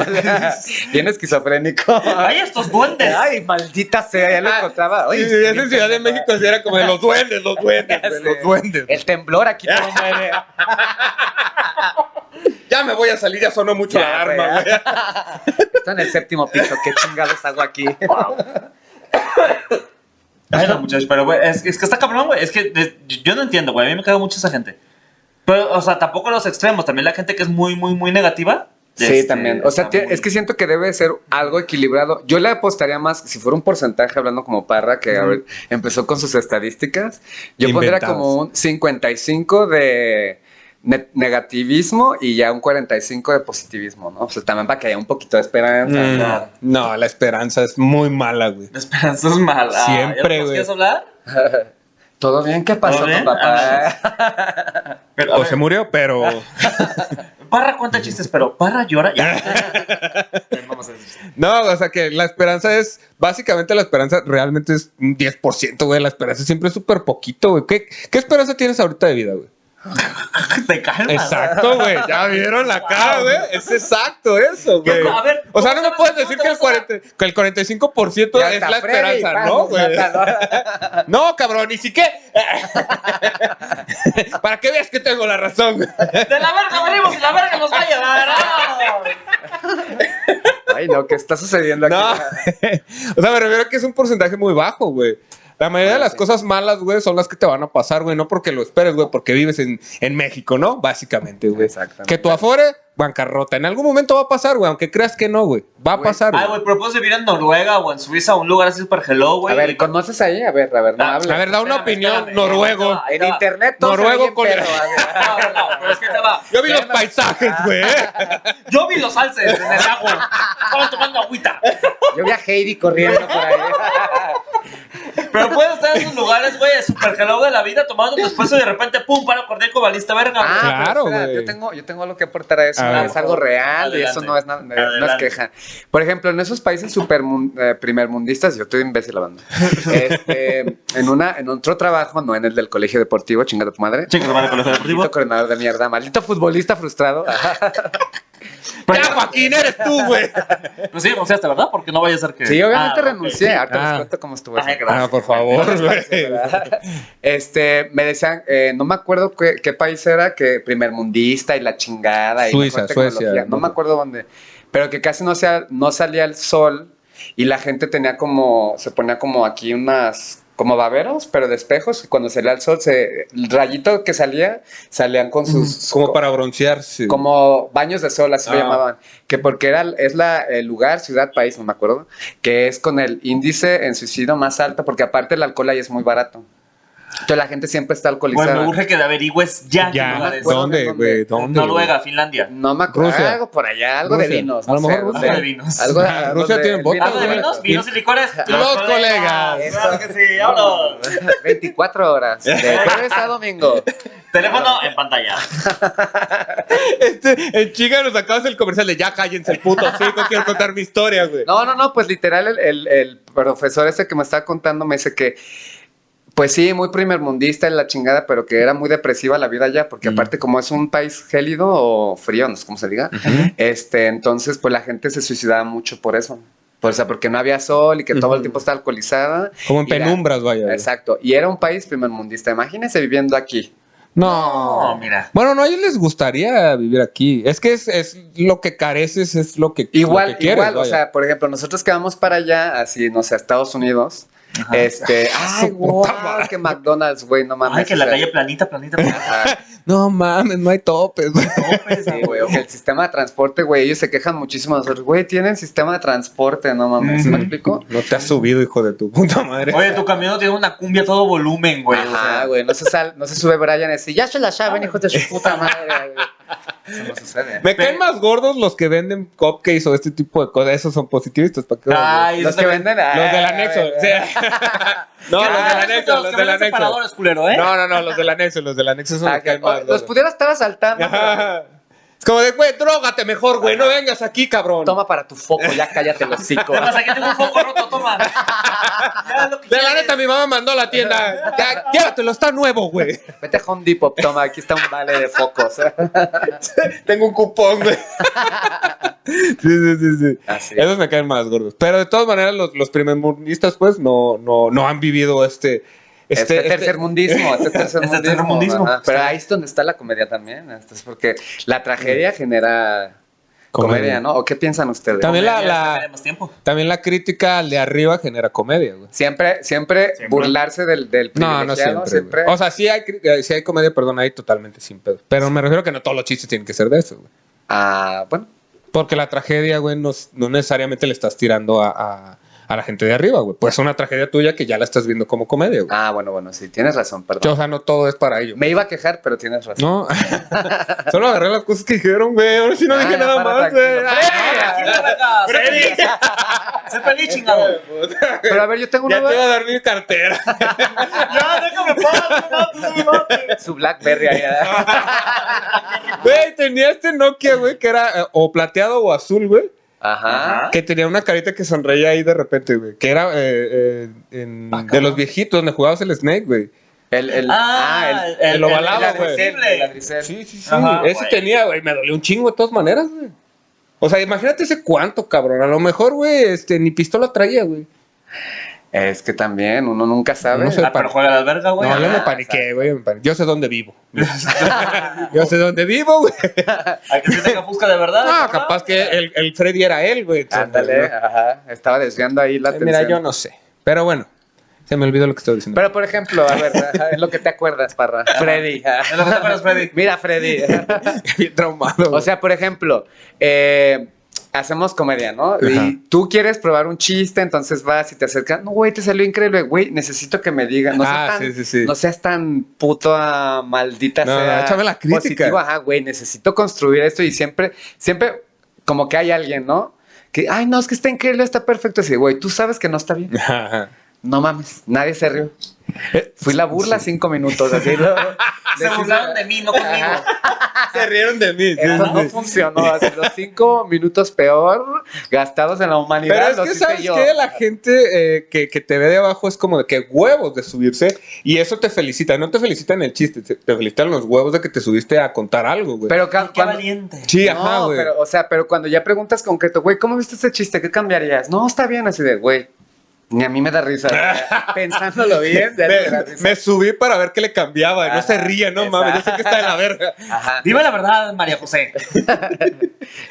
Speaker 2: Bien esquizofrénico.
Speaker 3: Ay, estos duendes.
Speaker 2: Ay, maldita sea, ya lo
Speaker 1: Ah,
Speaker 2: encontraba.
Speaker 1: Sí,
Speaker 2: Ay,
Speaker 1: sí, es en Ciudad de México así era como de los duendes, los duendes, güey, los duendes.
Speaker 2: El temblor aquí todo muere.
Speaker 1: Ya me voy a salir, ya sonó mucho
Speaker 2: Ya,
Speaker 1: la alarma,
Speaker 2: güey.
Speaker 1: güey.
Speaker 2: Está en el séptimo piso, ¿qué chingados hago aquí?
Speaker 3: Bueno, muchachos, pero güey, es, es que está cabrón, güey. Es que de- yo no entiendo, güey. A mí me caga mucho esa gente. Pero, o sea, tampoco los extremos. También la gente que es muy, muy, muy negativa.
Speaker 2: Sí,
Speaker 3: este,
Speaker 2: también. O sea,
Speaker 3: está
Speaker 2: tie-
Speaker 3: muy-
Speaker 2: es que siento que debe ser algo equilibrado. Yo le apostaría más, si fuera un porcentaje, hablando como Parra, que a ver, empezó con sus estadísticas, yo pondría
Speaker 1: Inventadas.
Speaker 2: como un 55 de ne- negativismo y ya un 45 de positivismo, ¿no? O sea, también para que haya un poquito de esperanza.
Speaker 1: Mm,
Speaker 2: ¿no?
Speaker 1: no, la esperanza es muy mala, güey.
Speaker 3: La esperanza es mala.
Speaker 1: Siempre,
Speaker 3: ¿Ya nos
Speaker 1: güey.
Speaker 3: ¿Quieres hablar?
Speaker 2: ¿Todo bien? ¿Qué pasó
Speaker 3: ¿Todo
Speaker 2: con
Speaker 3: bien?
Speaker 1: Ah,
Speaker 2: papá?
Speaker 3: Pero, a
Speaker 1: O
Speaker 3: ver,
Speaker 1: se murió, pero.
Speaker 3: Parra cuenta chistes, pero Parra llora. Ya. Vamos a ver.
Speaker 1: No, o sea que la esperanza es. Básicamente la esperanza realmente es un 10%, güey. La esperanza siempre es súper poquito, güey. ¿Qué, qué esperanza tienes ahorita de vida, güey?
Speaker 3: Te calmas.
Speaker 1: Exacto, güey. Ya vieron la cara, güey. Es exacto eso, güey.
Speaker 3: A ver,
Speaker 1: O sea, no me
Speaker 3: ¿cómo
Speaker 1: puedes
Speaker 3: sabes
Speaker 1: decir
Speaker 3: que
Speaker 1: que el,
Speaker 3: no te
Speaker 1: 40, que el 45%
Speaker 2: Ya
Speaker 1: es
Speaker 2: está
Speaker 1: la
Speaker 2: Freddy,
Speaker 1: esperanza,
Speaker 2: vamos,
Speaker 1: ¿no, güey?
Speaker 2: ya está,
Speaker 1: No, cabrón, ni siquiera. Para que veas que tengo la razón, güey.
Speaker 3: De la verga venimos y la verga nos va a ah. llevar.
Speaker 2: ¿no? Ay, no, ¿qué está sucediendo aquí?
Speaker 1: No. o sea, me refiero a que es un porcentaje muy bajo, güey. La mayoría de
Speaker 2: Bueno,
Speaker 1: las
Speaker 2: sí.
Speaker 1: cosas malas, güey, son las que te van a pasar, güey. No porque lo esperes, güey, porque vives en, en México, ¿no? Básicamente, güey.
Speaker 2: Exactamente.
Speaker 1: Que tu afore, bancarrota. En algún momento va a pasar, güey, aunque creas que no, güey. Va a
Speaker 2: Güey.
Speaker 1: pasar,
Speaker 3: Ay,
Speaker 1: güey.
Speaker 3: güey, pero puedes vivir en Noruega o en Suiza, un lugar así super hello, güey.
Speaker 2: A ver, ¿conoces ahí? A ver, a ver, no
Speaker 3: Ah,
Speaker 2: habla.
Speaker 1: A ver, da una
Speaker 3: Espérame,
Speaker 1: opinión
Speaker 3: espérame.
Speaker 1: noruego.
Speaker 3: No,
Speaker 2: En internet todo
Speaker 1: Noruego
Speaker 2: Noruego
Speaker 1: con-
Speaker 2: con... Pero, a
Speaker 3: Ah, No, no, no, pero es que te va.
Speaker 1: Yo vi los paisajes, güey.
Speaker 3: Yo vi los alces en el agua. Estaban tomando agüita.
Speaker 2: ver, Yo vi a Heidi corriendo por ahí.
Speaker 3: Pero puedes estar en esos lugares, güey, super hello de la vida, tomando tu espresso y de repente, pum, para cordéco, balista verga. güey.
Speaker 2: Ah,
Speaker 1: Claro,
Speaker 2: claro,
Speaker 1: güey.
Speaker 2: Yo tengo, yo tengo algo que aportar a eso.
Speaker 1: A ver.
Speaker 2: es algo real y eso
Speaker 3: Adelante.
Speaker 2: no es, na- no es
Speaker 3: Adelante.
Speaker 2: queja. Por ejemplo, en esos países supermun- eh, primermundistas, yo estoy imbécil la banda. Este, en, una, en otro trabajo, no en el del colegio deportivo, chingada tu madre.
Speaker 3: Chicos, van a colegio deportivo.
Speaker 2: Maldito coordinador de mierda, maldito futbolista frustrado.
Speaker 1: Ya, Joaquín, eres tú, güey.
Speaker 3: Pero pues sí renunciaste, ¿verdad? Porque no vaya a ser que.
Speaker 2: Sí, obviamente
Speaker 3: Ah, ok.
Speaker 2: renuncié. Ahorita
Speaker 1: Ah.
Speaker 2: les cuento cómo estuvo.
Speaker 3: Ay,
Speaker 2: eso.
Speaker 3: gracias.
Speaker 1: Ah, por favor, güey.
Speaker 2: ¿verdad? Este, me decían, eh, no me acuerdo qué, qué país era, que primermundista y la chingada. y
Speaker 1: Suiza,
Speaker 2: mejor tecnología,
Speaker 1: Suecia,
Speaker 2: No
Speaker 1: ¿no?
Speaker 2: me acuerdo dónde. Pero que casi no, sea, no salía el sol y la gente tenía como, se ponía como aquí unas, como baberos, pero de espejos. Y cuando salía el sol, se, el rayito que salía, salían con sus...
Speaker 1: Como para broncearse.
Speaker 2: Como baños de sol, así lo
Speaker 1: Ah.
Speaker 2: llamaban. Que porque era, es la, el lugar, ciudad, país, no me acuerdo, que es con el índice en suicidio más alto, porque aparte el alcohol ahí es muy barato. Entonces la gente siempre está
Speaker 3: Güey, me
Speaker 2: alcoholizada.
Speaker 3: urge que averigües ya. qué
Speaker 1: Ya,
Speaker 3: lugar es.
Speaker 2: Bueno,
Speaker 1: ¿dónde,
Speaker 2: ¿dónde?
Speaker 1: güey? ¿Dónde?
Speaker 3: Noruega, Finlandia.
Speaker 2: no me acuerdo.
Speaker 1: Rusia.
Speaker 2: Algo por allá, algo de
Speaker 1: Rusia. A
Speaker 2: vinos. no
Speaker 1: lo
Speaker 2: sé,
Speaker 1: mejor
Speaker 2: no
Speaker 1: Rusia.
Speaker 2: sé.
Speaker 3: Algo de vinos.
Speaker 2: Algo
Speaker 1: Ah,
Speaker 2: algo
Speaker 1: Rusia
Speaker 2: de-
Speaker 1: tiene
Speaker 2: el
Speaker 1: vodka,
Speaker 2: vino
Speaker 3: ¿Algo de
Speaker 1: güey.
Speaker 3: vinos? ¿Vinos y licores?
Speaker 1: Los colegas.
Speaker 3: Claro que sí, vámonos.
Speaker 2: 24 horas, de jueves a domingo.
Speaker 3: Teléfono en pantalla.
Speaker 1: Este, en chinga nos acabas el comercial de ya cállense el puto sí, no quiero contar mi historia, güey.
Speaker 2: No, no, no, pues literal el, el- el profesor ese que me estaba contando me dice que, pues sí, muy primermundista en la chingada, pero que era muy depresiva la vida allá,
Speaker 1: Mm.
Speaker 2: porque aparte como es un país gélido o frío, no sé cómo se
Speaker 1: Mm.
Speaker 2: diga, este, entonces pues la gente se suicidaba mucho por eso. Pues, o sea, porque no había sol y que todo el
Speaker 1: Ujú.
Speaker 2: tiempo estaba alcoholizada.
Speaker 1: Como en
Speaker 2: Mira,
Speaker 1: penumbras, vaya. güey.
Speaker 2: Exacto. Y era un país primermundista. Imagínense viviendo aquí.
Speaker 3: No,
Speaker 1: No.
Speaker 3: mira.
Speaker 1: Bueno, no, a ellos les gustaría vivir aquí. Es que es, es lo que careces, es lo que,
Speaker 2: Igual,
Speaker 1: lo que quieres,
Speaker 2: igual, o
Speaker 1: vaya.
Speaker 2: sea, por ejemplo, nosotros que vamos para allá, así, no sé, a Estados Unidos,
Speaker 3: Ajá.
Speaker 2: este, ay, wow,
Speaker 1: puta madre.
Speaker 2: que McDonald's, güey, no mames.
Speaker 3: Ay, que
Speaker 2: o
Speaker 3: la
Speaker 2: sea,
Speaker 3: calle planita, planita, planita.
Speaker 2: ajá,
Speaker 1: No mames, no hay topes, güey.
Speaker 3: Topes,
Speaker 2: sí, güey, o que el sistema de transporte, güey, ellos se quejan muchísimo de nosotros, güey, tienen sistema de transporte, no mames, ¿me
Speaker 3: Ujú.
Speaker 2: explico?
Speaker 1: No te has subido, hijo de tu puta madre.
Speaker 3: Oye, tu camión tiene una cumbia a todo volumen, güey. o sea.
Speaker 2: Ajá, güey, no se sal, no se sube Brian así, ya se la saben, hijos de su puta madre, güey. Eso no sucede.
Speaker 1: Me caen más gordos los que venden cupcakes o este tipo de cosas. Esos son positivistas. ¿para qué?
Speaker 3: Ay,
Speaker 2: Los que venden,
Speaker 1: los del
Speaker 2: ah,
Speaker 1: anexo.
Speaker 2: güey,
Speaker 1: o sea. no, los del
Speaker 3: Ah,
Speaker 1: anexo,
Speaker 3: los
Speaker 1: los
Speaker 3: que
Speaker 1: del
Speaker 3: venden
Speaker 1: anexo.
Speaker 3: separadores, culero, ¿eh?
Speaker 1: No, no, no, los del anexo, los del anexo son
Speaker 2: ah,
Speaker 1: los que
Speaker 2: que-
Speaker 1: hay más.
Speaker 2: los
Speaker 1: gordos.
Speaker 2: pudiera estar asaltando, pero
Speaker 1: Ajá. Es como de, güey, drogate mejor, güey, no vengas aquí, cabrón.
Speaker 2: toma para tu foco, ya cállate el hocico.
Speaker 3: Además, aquí tengo un foco roto, toma. Ya, lo que
Speaker 1: De la
Speaker 3: quieres.
Speaker 1: neta, mi mamá mandó a la tienda. Ya, llévatelo, está nuevo, güey.
Speaker 2: Vete a Home Depot, toma, aquí está un vale de focos.
Speaker 1: Tengo un cupón, güey. sí, sí, sí, sí.
Speaker 2: Así es.
Speaker 1: Esos me caen más gordos. Pero de todas maneras, los, los primermundistas, pues, no, no, no han vivido este.
Speaker 2: Este,
Speaker 1: este-
Speaker 2: tercermundismo, este tercermundismo.
Speaker 3: tercermundismo.
Speaker 2: ajá. Pero ahí es donde está la comedia también. esto es porque la tragedia genera comedia, ¿no? ¿O qué piensan ustedes?
Speaker 1: También la-
Speaker 3: Ya,
Speaker 1: la-
Speaker 3: ya tenemos tiempo.
Speaker 1: También la crítica al de arriba genera comedia, güey.
Speaker 2: Siempre, siempre,
Speaker 3: Siempre.
Speaker 2: burlarse del, del
Speaker 1: No,
Speaker 2: privilegiado.
Speaker 1: no siempre. güey.
Speaker 2: siempre.
Speaker 1: O sea, sí hay, cri- eh, sí hay comedia, perdón, ahí totalmente sin pedo. Pero me refiero que no todos los chistes tienen que ser de eso, güey.
Speaker 2: Ah, bueno.
Speaker 1: Porque la tragedia, güey, no, no necesariamente le estás tirando a, a- a la gente de arriba, güey. Pues es una tragedia tuya que ya la estás viendo como comedia, güey.
Speaker 2: Ah, bueno, bueno, sí, tienes razón,
Speaker 1: O
Speaker 2: perdón.
Speaker 1: sea, no todo es para ello.
Speaker 2: Me iba a quejar, pero tienes razón.
Speaker 1: No, solo agarré las cosas que dijeron, güey. Ahora sí no
Speaker 2: Ah,
Speaker 1: dije
Speaker 2: ya,
Speaker 1: nada
Speaker 2: para,
Speaker 1: más, güey.
Speaker 2: tranquilo.
Speaker 1: Ah,
Speaker 3: Aquí la verga,
Speaker 1: Freddy.
Speaker 3: se te- Se Sé feliz, chingado.
Speaker 2: Pero a ver, yo tengo una
Speaker 1: Ya te iba a dar mi cartera.
Speaker 3: Ya, déjame paz, no, tú sí, no, te-
Speaker 2: su Blackberry ¿eh? allá.
Speaker 1: Güey, tenía este Nokia, güey, que era eh, o plateado o azul, güey.
Speaker 2: Ajá.
Speaker 1: Que tenía una carita que sonreía ahí de repente, güey. Que era eh, eh, en-
Speaker 2: Ah,
Speaker 1: de
Speaker 2: cabrón.
Speaker 1: los viejitos donde jugabas el Snake, güey.
Speaker 2: El, el,
Speaker 3: Ah,
Speaker 2: ah,
Speaker 1: el ovalado, güey.
Speaker 3: adhesible.
Speaker 2: el ladricel.
Speaker 1: Sí, sí, sí.
Speaker 3: Ajá,
Speaker 1: ese
Speaker 3: güey.
Speaker 1: tenía, güey. Me dolió un chingo de todas maneras, güey. O sea, imagínate ese cuánto, cabrón. A lo mejor, güey, este, ni pistola traía, güey.
Speaker 2: Es que también, uno nunca sabe.
Speaker 1: No sé.
Speaker 3: Ah, pero juega a la verga, güey.
Speaker 1: No, yo me
Speaker 2: ah,
Speaker 1: paniqué, güey. me paniqué. Yo sé dónde vivo. Yo sé dónde vivo, güey.
Speaker 3: A que se te busca de verdad.
Speaker 1: No,
Speaker 3: cabrón.
Speaker 1: Ah, capaz que el, el Freddy era él, güey.
Speaker 2: Ándale, ajá. Estaba desviando ahí la
Speaker 1: Eh, Mira,
Speaker 2: atención.
Speaker 1: yo no sé. Pero bueno, se me olvidó lo que estaba diciendo.
Speaker 2: Pero por ejemplo, a ver, ajá, es lo que te acuerdas, Parra. Freddy.
Speaker 3: Es lo que te acuerdas, Freddy.
Speaker 2: Mira, Freddy.
Speaker 1: bien traumado.
Speaker 2: O sea, por ejemplo, eh, hacemos comedia, ¿no?
Speaker 1: Ajá.
Speaker 2: Y tú quieres probar un chiste, entonces vas y te acercas. No, güey, te salió increíble, güey. Necesito que me digas. No,
Speaker 1: Ah,
Speaker 2: seas tan,
Speaker 1: sí, sí, sí.
Speaker 2: no seas tan puto ah, maldita
Speaker 1: No,
Speaker 2: sea.
Speaker 1: no, échame la crítica.
Speaker 2: positivo. Ajá, güey, necesito construir esto y siempre, siempre como que hay alguien, ¿no? Que, ay, no, es que está increíble, está perfecto. Así, güey, tú sabes que no está bien.
Speaker 1: Ajá, ajá.
Speaker 2: No mames, nadie se rió.
Speaker 1: Eh,
Speaker 2: Fui la burla cinco minutos, así.
Speaker 3: Se burlaron de mí, no conmigo.
Speaker 1: se rieron de mí. sí,
Speaker 2: Eso
Speaker 1: sí,
Speaker 2: no
Speaker 1: sí.
Speaker 2: funcionó. Así, los cinco minutos peor gastados en la humanidad.
Speaker 1: Pero es
Speaker 2: los
Speaker 1: que,
Speaker 2: hice
Speaker 1: ¿sabes
Speaker 2: yo.
Speaker 1: qué? La gente eh, que, que te ve de abajo es como de que huevos de subirse y eso te felicita. No te felicitan el chiste, te te felicitan los huevos de que te subiste a contar algo, güey.
Speaker 2: Pero ca-
Speaker 3: Qué
Speaker 2: cuando,
Speaker 3: valiente.
Speaker 1: sí,
Speaker 2: no,
Speaker 1: ajá, güey.
Speaker 2: pero, o sea, pero cuando ya preguntas concreto, güey, ¿cómo viste ese chiste? ¿Qué cambiarías? No, está bien, así de, güey, ni a mí me da risa. güey. Pensándolo bien, ya me da
Speaker 1: Me,
Speaker 2: risa.
Speaker 1: me subí para ver qué le cambiaba. no
Speaker 2: Ajá,
Speaker 1: se ría, no mames. Yo sé que está de la verga.
Speaker 2: Ajá.
Speaker 3: Dime la verdad, María José.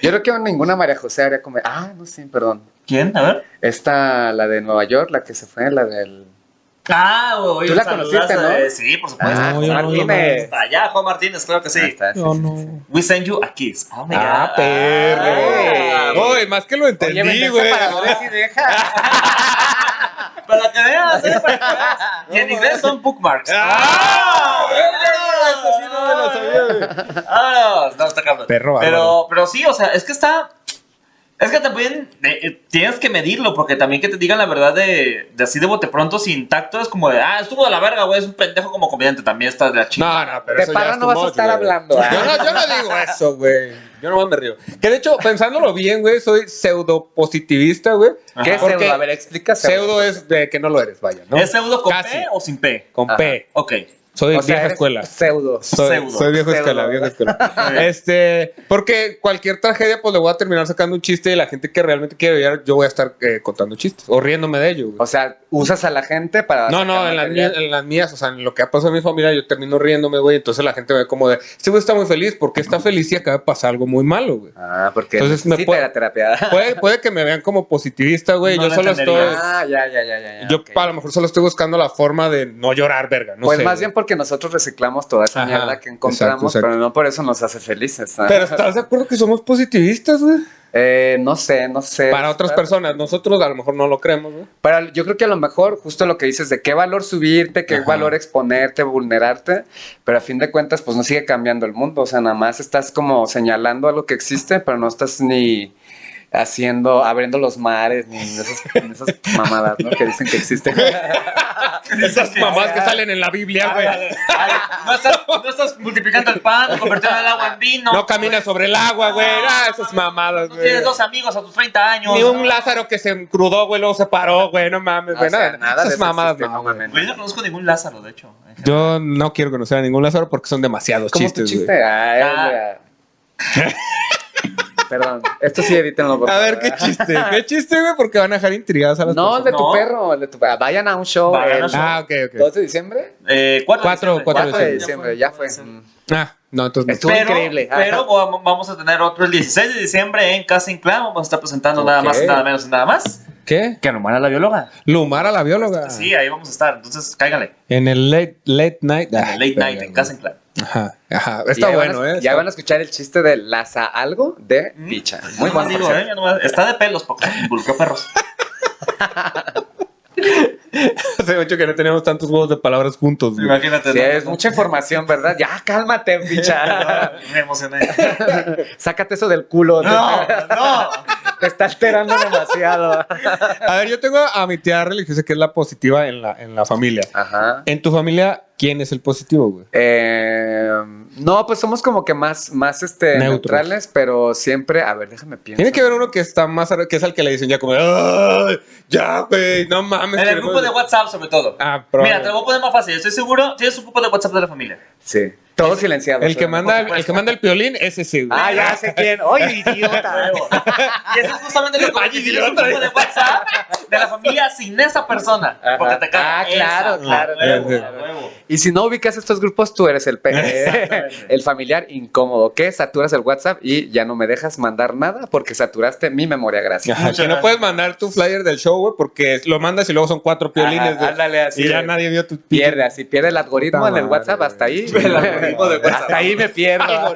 Speaker 2: Yo creo que ninguna María José haría comer. Ah, no, sí, perdón.
Speaker 3: ¿Quién? A ver.
Speaker 2: Esta, la de Nueva York, la que se fue, la del.
Speaker 3: Ah, güey.
Speaker 2: Tú la conociste,
Speaker 3: saludaste,
Speaker 2: ¿no?
Speaker 3: eh, Sí, por supuesto.
Speaker 2: Ah,
Speaker 1: no,
Speaker 2: Juan
Speaker 1: yo no, yo no.
Speaker 2: Martínez.
Speaker 3: Hasta allá, Juan Martínez, claro que sí.
Speaker 2: Ahí está, sí, sí, sí.
Speaker 3: We send you a kiss. Oh my
Speaker 1: Ah,
Speaker 3: God.
Speaker 1: perro.
Speaker 3: Ah,
Speaker 1: Oye, más que lo
Speaker 2: Oye,
Speaker 1: entendí,
Speaker 2: Vanessa
Speaker 1: güey.
Speaker 2: Paradores y deja.
Speaker 3: Para que veas, ¿eh? Para que veas. Y en inglés son bookmarks.
Speaker 1: ¡Ah!
Speaker 3: ¡Ah!
Speaker 1: Eso sí no me lo sabía, güey.
Speaker 3: Vámonos. No, está cabrón.
Speaker 1: Perro bárbaro.
Speaker 3: pero, pero sí, o sea, es que está. Es que también eh, eh, tienes que medirlo, porque también que te digan la verdad de, de así de bote pronto sin tacto es como de, ah, estuvo de la verga, güey, es un pendejo como comediante, también está de la chingada.
Speaker 1: No, no, pero
Speaker 2: De
Speaker 1: eso ya
Speaker 2: parra
Speaker 1: es
Speaker 2: no
Speaker 1: too
Speaker 2: vas a
Speaker 1: much,
Speaker 2: estar
Speaker 1: güey.
Speaker 2: hablando, ¿ah?
Speaker 1: Yo no, yo no digo eso, güey. Yo nomás me río. Que de hecho, pensándolo bien, güey, soy pseudo positivista, güey.
Speaker 2: ¿Qué es
Speaker 1: Porque
Speaker 2: pseudo? A ver, explícase.
Speaker 1: Pseudo es de que no lo eres, vaya, ¿no?
Speaker 3: ¿Es pseudo con
Speaker 1: Casi.
Speaker 3: P o sin P?
Speaker 1: Con
Speaker 2: Ajá.
Speaker 1: P.
Speaker 3: Ok.
Speaker 1: Soy
Speaker 2: O sea,
Speaker 1: vieja
Speaker 2: eres
Speaker 1: escuela.
Speaker 2: Pseudo.
Speaker 1: Soy,
Speaker 3: pseudo.
Speaker 1: soy vieja
Speaker 2: Pseudo.
Speaker 1: escuela, vieja escuela. este, porque cualquier tragedia, pues le voy a terminar sacando un chiste y la gente que realmente quiere ver, yo voy a estar eh, contando chistes o riéndome de ello. güey.
Speaker 2: O sea, usas a la gente para.
Speaker 1: No, no,
Speaker 2: sacar
Speaker 1: en las,
Speaker 2: material.
Speaker 1: mías, en las mías, o sea, en lo que ha pasado en mi familia, yo termino riéndome, güey. Entonces la gente ve como de, este güey está muy feliz porque está feliz y acaba de pasar algo muy malo, güey.
Speaker 2: Ah, porque.
Speaker 1: Entonces
Speaker 2: Entonces
Speaker 1: me
Speaker 2: me sí,
Speaker 1: puedo-
Speaker 2: era terapia.
Speaker 1: Puede, puede que me vean como positivista, güey.
Speaker 3: No
Speaker 1: yo
Speaker 3: lo
Speaker 1: solo
Speaker 3: entenderías.
Speaker 1: estoy.
Speaker 2: Ah, ya, ya, ya, ya. ya,
Speaker 1: Pues, Yo
Speaker 2: ok.
Speaker 1: a lo mejor solo estoy buscando la forma de no llorar, verga. No
Speaker 2: pues
Speaker 1: sé,
Speaker 2: más
Speaker 1: güey.
Speaker 2: bien porque nosotros reciclamos toda esa
Speaker 1: Ajá,
Speaker 2: mierda que encontramos,
Speaker 1: exacto, exacto.
Speaker 2: pero no por eso nos hace felices. ¿ah?
Speaker 1: Pero estás de acuerdo que somos positivistas, güey.
Speaker 2: Eh, no sé, no sé.
Speaker 1: Para otras
Speaker 2: Pero-
Speaker 1: personas, nosotros a lo mejor no lo creemos, güey.
Speaker 2: Para, yo creo que a lo mejor, justo lo que dices, de qué valor subirte, qué
Speaker 1: Ajá.
Speaker 2: valor exponerte, vulnerarte, pero a fin de cuentas, pues no sigue cambiando el mundo. O sea, nada más estás como señalando algo que existe, pero no estás ni haciendo, abriendo los mares, ni en esas, en esas mamadas, ¿no? Que dicen que existen.
Speaker 1: Esas mamás
Speaker 3: ah.
Speaker 1: que salen en la Biblia, güey.
Speaker 3: Ay, no, estás, no estás multiplicando el pan, convirtiendo el agua en vino.
Speaker 1: No caminas sobre el agua, güey. Ah, esas mamadas,
Speaker 3: No
Speaker 1: güey.
Speaker 3: tienes dos amigos a tus 30 años.
Speaker 1: Ni un
Speaker 3: No.
Speaker 1: Lázaro que se encrudó, güey, luego se paró, güey. No mames,
Speaker 2: O
Speaker 1: güey.
Speaker 2: sea,
Speaker 1: nada,
Speaker 2: nada de
Speaker 1: esas
Speaker 2: eso
Speaker 1: mamadas,
Speaker 2: existe,
Speaker 1: no,
Speaker 2: no
Speaker 1: güey.
Speaker 2: mames.
Speaker 3: Güey, yo no conozco ningún Lázaro, de hecho.
Speaker 1: Yo no quiero conocer a ningún Lázaro porque son demasiados
Speaker 2: ¿Cómo es tu
Speaker 1: chistes, güey.
Speaker 2: chiste? Ay,
Speaker 3: Ah.
Speaker 2: güey. Perdón, esto sí edítenlo. por
Speaker 1: A ver, ¿qué
Speaker 2: favor.
Speaker 1: chiste? ¿Qué chiste, güey? Porque van a dejar intrigadas a las
Speaker 2: No, el de tu
Speaker 3: No.
Speaker 2: perro, el de tu perro. Vayan a un show
Speaker 3: Vayan a
Speaker 2: el
Speaker 3: un show.
Speaker 1: Ah, ok, ok.
Speaker 2: 2 de diciembre.
Speaker 3: Eh, cuatro,
Speaker 1: Cuatro,
Speaker 3: de diciembre.
Speaker 1: cuatro
Speaker 2: 4 de
Speaker 1: de
Speaker 2: diciembre, ya fue. Mm.
Speaker 1: Ah, no, entonces no.
Speaker 2: Estuvo increíble. Ajá.
Speaker 3: Pero vam- vamos a tener otro el 16 de diciembre en Casa Inclán. Vamos a estar presentando nada más,
Speaker 2: Ok.
Speaker 3: nada menos y nada más.
Speaker 1: ¿Qué?
Speaker 3: Que nomás a la bióloga.
Speaker 1: Lumara la bióloga.
Speaker 3: Sí, ahí vamos a estar. Entonces, cáigale.
Speaker 1: En el late, late night.
Speaker 3: En
Speaker 1: Ah,
Speaker 3: el late
Speaker 1: verga,
Speaker 3: night en
Speaker 1: güey.
Speaker 3: Casa Inclán.
Speaker 1: Ajá, ajá.
Speaker 2: Y
Speaker 1: Está
Speaker 2: ahí van
Speaker 1: bueno,
Speaker 2: a-
Speaker 1: ¿eh?
Speaker 2: Ya
Speaker 1: Está-
Speaker 2: van a escuchar el chiste de Laza algo de picha. Muy
Speaker 3: Yo
Speaker 2: bueno,
Speaker 3: nomás
Speaker 2: por
Speaker 3: digo,
Speaker 2: cierto.
Speaker 3: eh, yo nomás- Está de pelos porque involucró perros.
Speaker 1: Hace mucho que no teníamos tantos juegos de palabras juntos, güey.
Speaker 3: Imagínate.
Speaker 2: Sí,
Speaker 3: ¿no?
Speaker 2: es mucha información, ¿verdad? Ya, cálmate, picha.
Speaker 3: Me emocioné.
Speaker 2: Sácate eso del culo.
Speaker 3: No, no.
Speaker 2: Te está alterando demasiado.
Speaker 1: A ver, yo tengo a mi tía religiosa que es la positiva en la, en la familia.
Speaker 2: Ajá.
Speaker 1: En tu familia, ¿quién es el positivo, güey?
Speaker 2: Eh, no, pues somos como que más, más este,
Speaker 1: Neutros.
Speaker 2: neutrales, pero siempre, a ver, déjame pienso.
Speaker 1: Tiene que haber uno que está más, ar- que es al que le dicen ya como, ¡Ay, ya, güey, no mames.
Speaker 3: En
Speaker 1: que
Speaker 3: el grupo de
Speaker 1: no-
Speaker 3: WhatsApp, sobre todo.
Speaker 1: Ah,
Speaker 3: Mira, te
Speaker 1: probable.
Speaker 3: lo voy a poner más fácil. Estoy seguro. Tienes un grupo de WhatsApp de la familia.
Speaker 2: Sí, todo silenciado.
Speaker 1: El que manda, el,
Speaker 3: supuesto.
Speaker 1: el que manda el piolín, ese sí, güey.
Speaker 2: Ah, ya sé quién. Oye, idiota.
Speaker 3: Huevo. Y eso es justamente lo que
Speaker 1: Ay,
Speaker 3: Ay, tienes un
Speaker 1: idiota.
Speaker 3: grupo de WhatsApp de la familia sin esa persona.
Speaker 2: Ajá.
Speaker 3: Porque te caga
Speaker 2: Ah,
Speaker 3: esa.
Speaker 2: claro, claro,
Speaker 3: Huevo,
Speaker 1: claro.
Speaker 3: huevo.
Speaker 2: Y si no ubicas estos grupos, tú eres el pe- el familiar incómodo que saturas el WhatsApp y ya no me dejas mandar nada porque saturaste mi memoria, gracias.
Speaker 1: Ajá,
Speaker 3: Muchas
Speaker 1: que no
Speaker 3: gracias.
Speaker 1: puedes mandar tu flyer del show, güey, porque lo mandas y luego son cuatro piolines,
Speaker 2: Ajá,
Speaker 1: güey.
Speaker 2: ándale, así
Speaker 1: Y ya
Speaker 2: de-
Speaker 1: nadie vio tu
Speaker 2: Pierde, así pierde el algoritmo
Speaker 1: Puta
Speaker 2: en el
Speaker 1: madre,
Speaker 2: WhatsApp hasta
Speaker 1: güey.
Speaker 2: ahí.
Speaker 1: El algoritmo de WhatsApp.
Speaker 2: Hasta ahí me pierdo.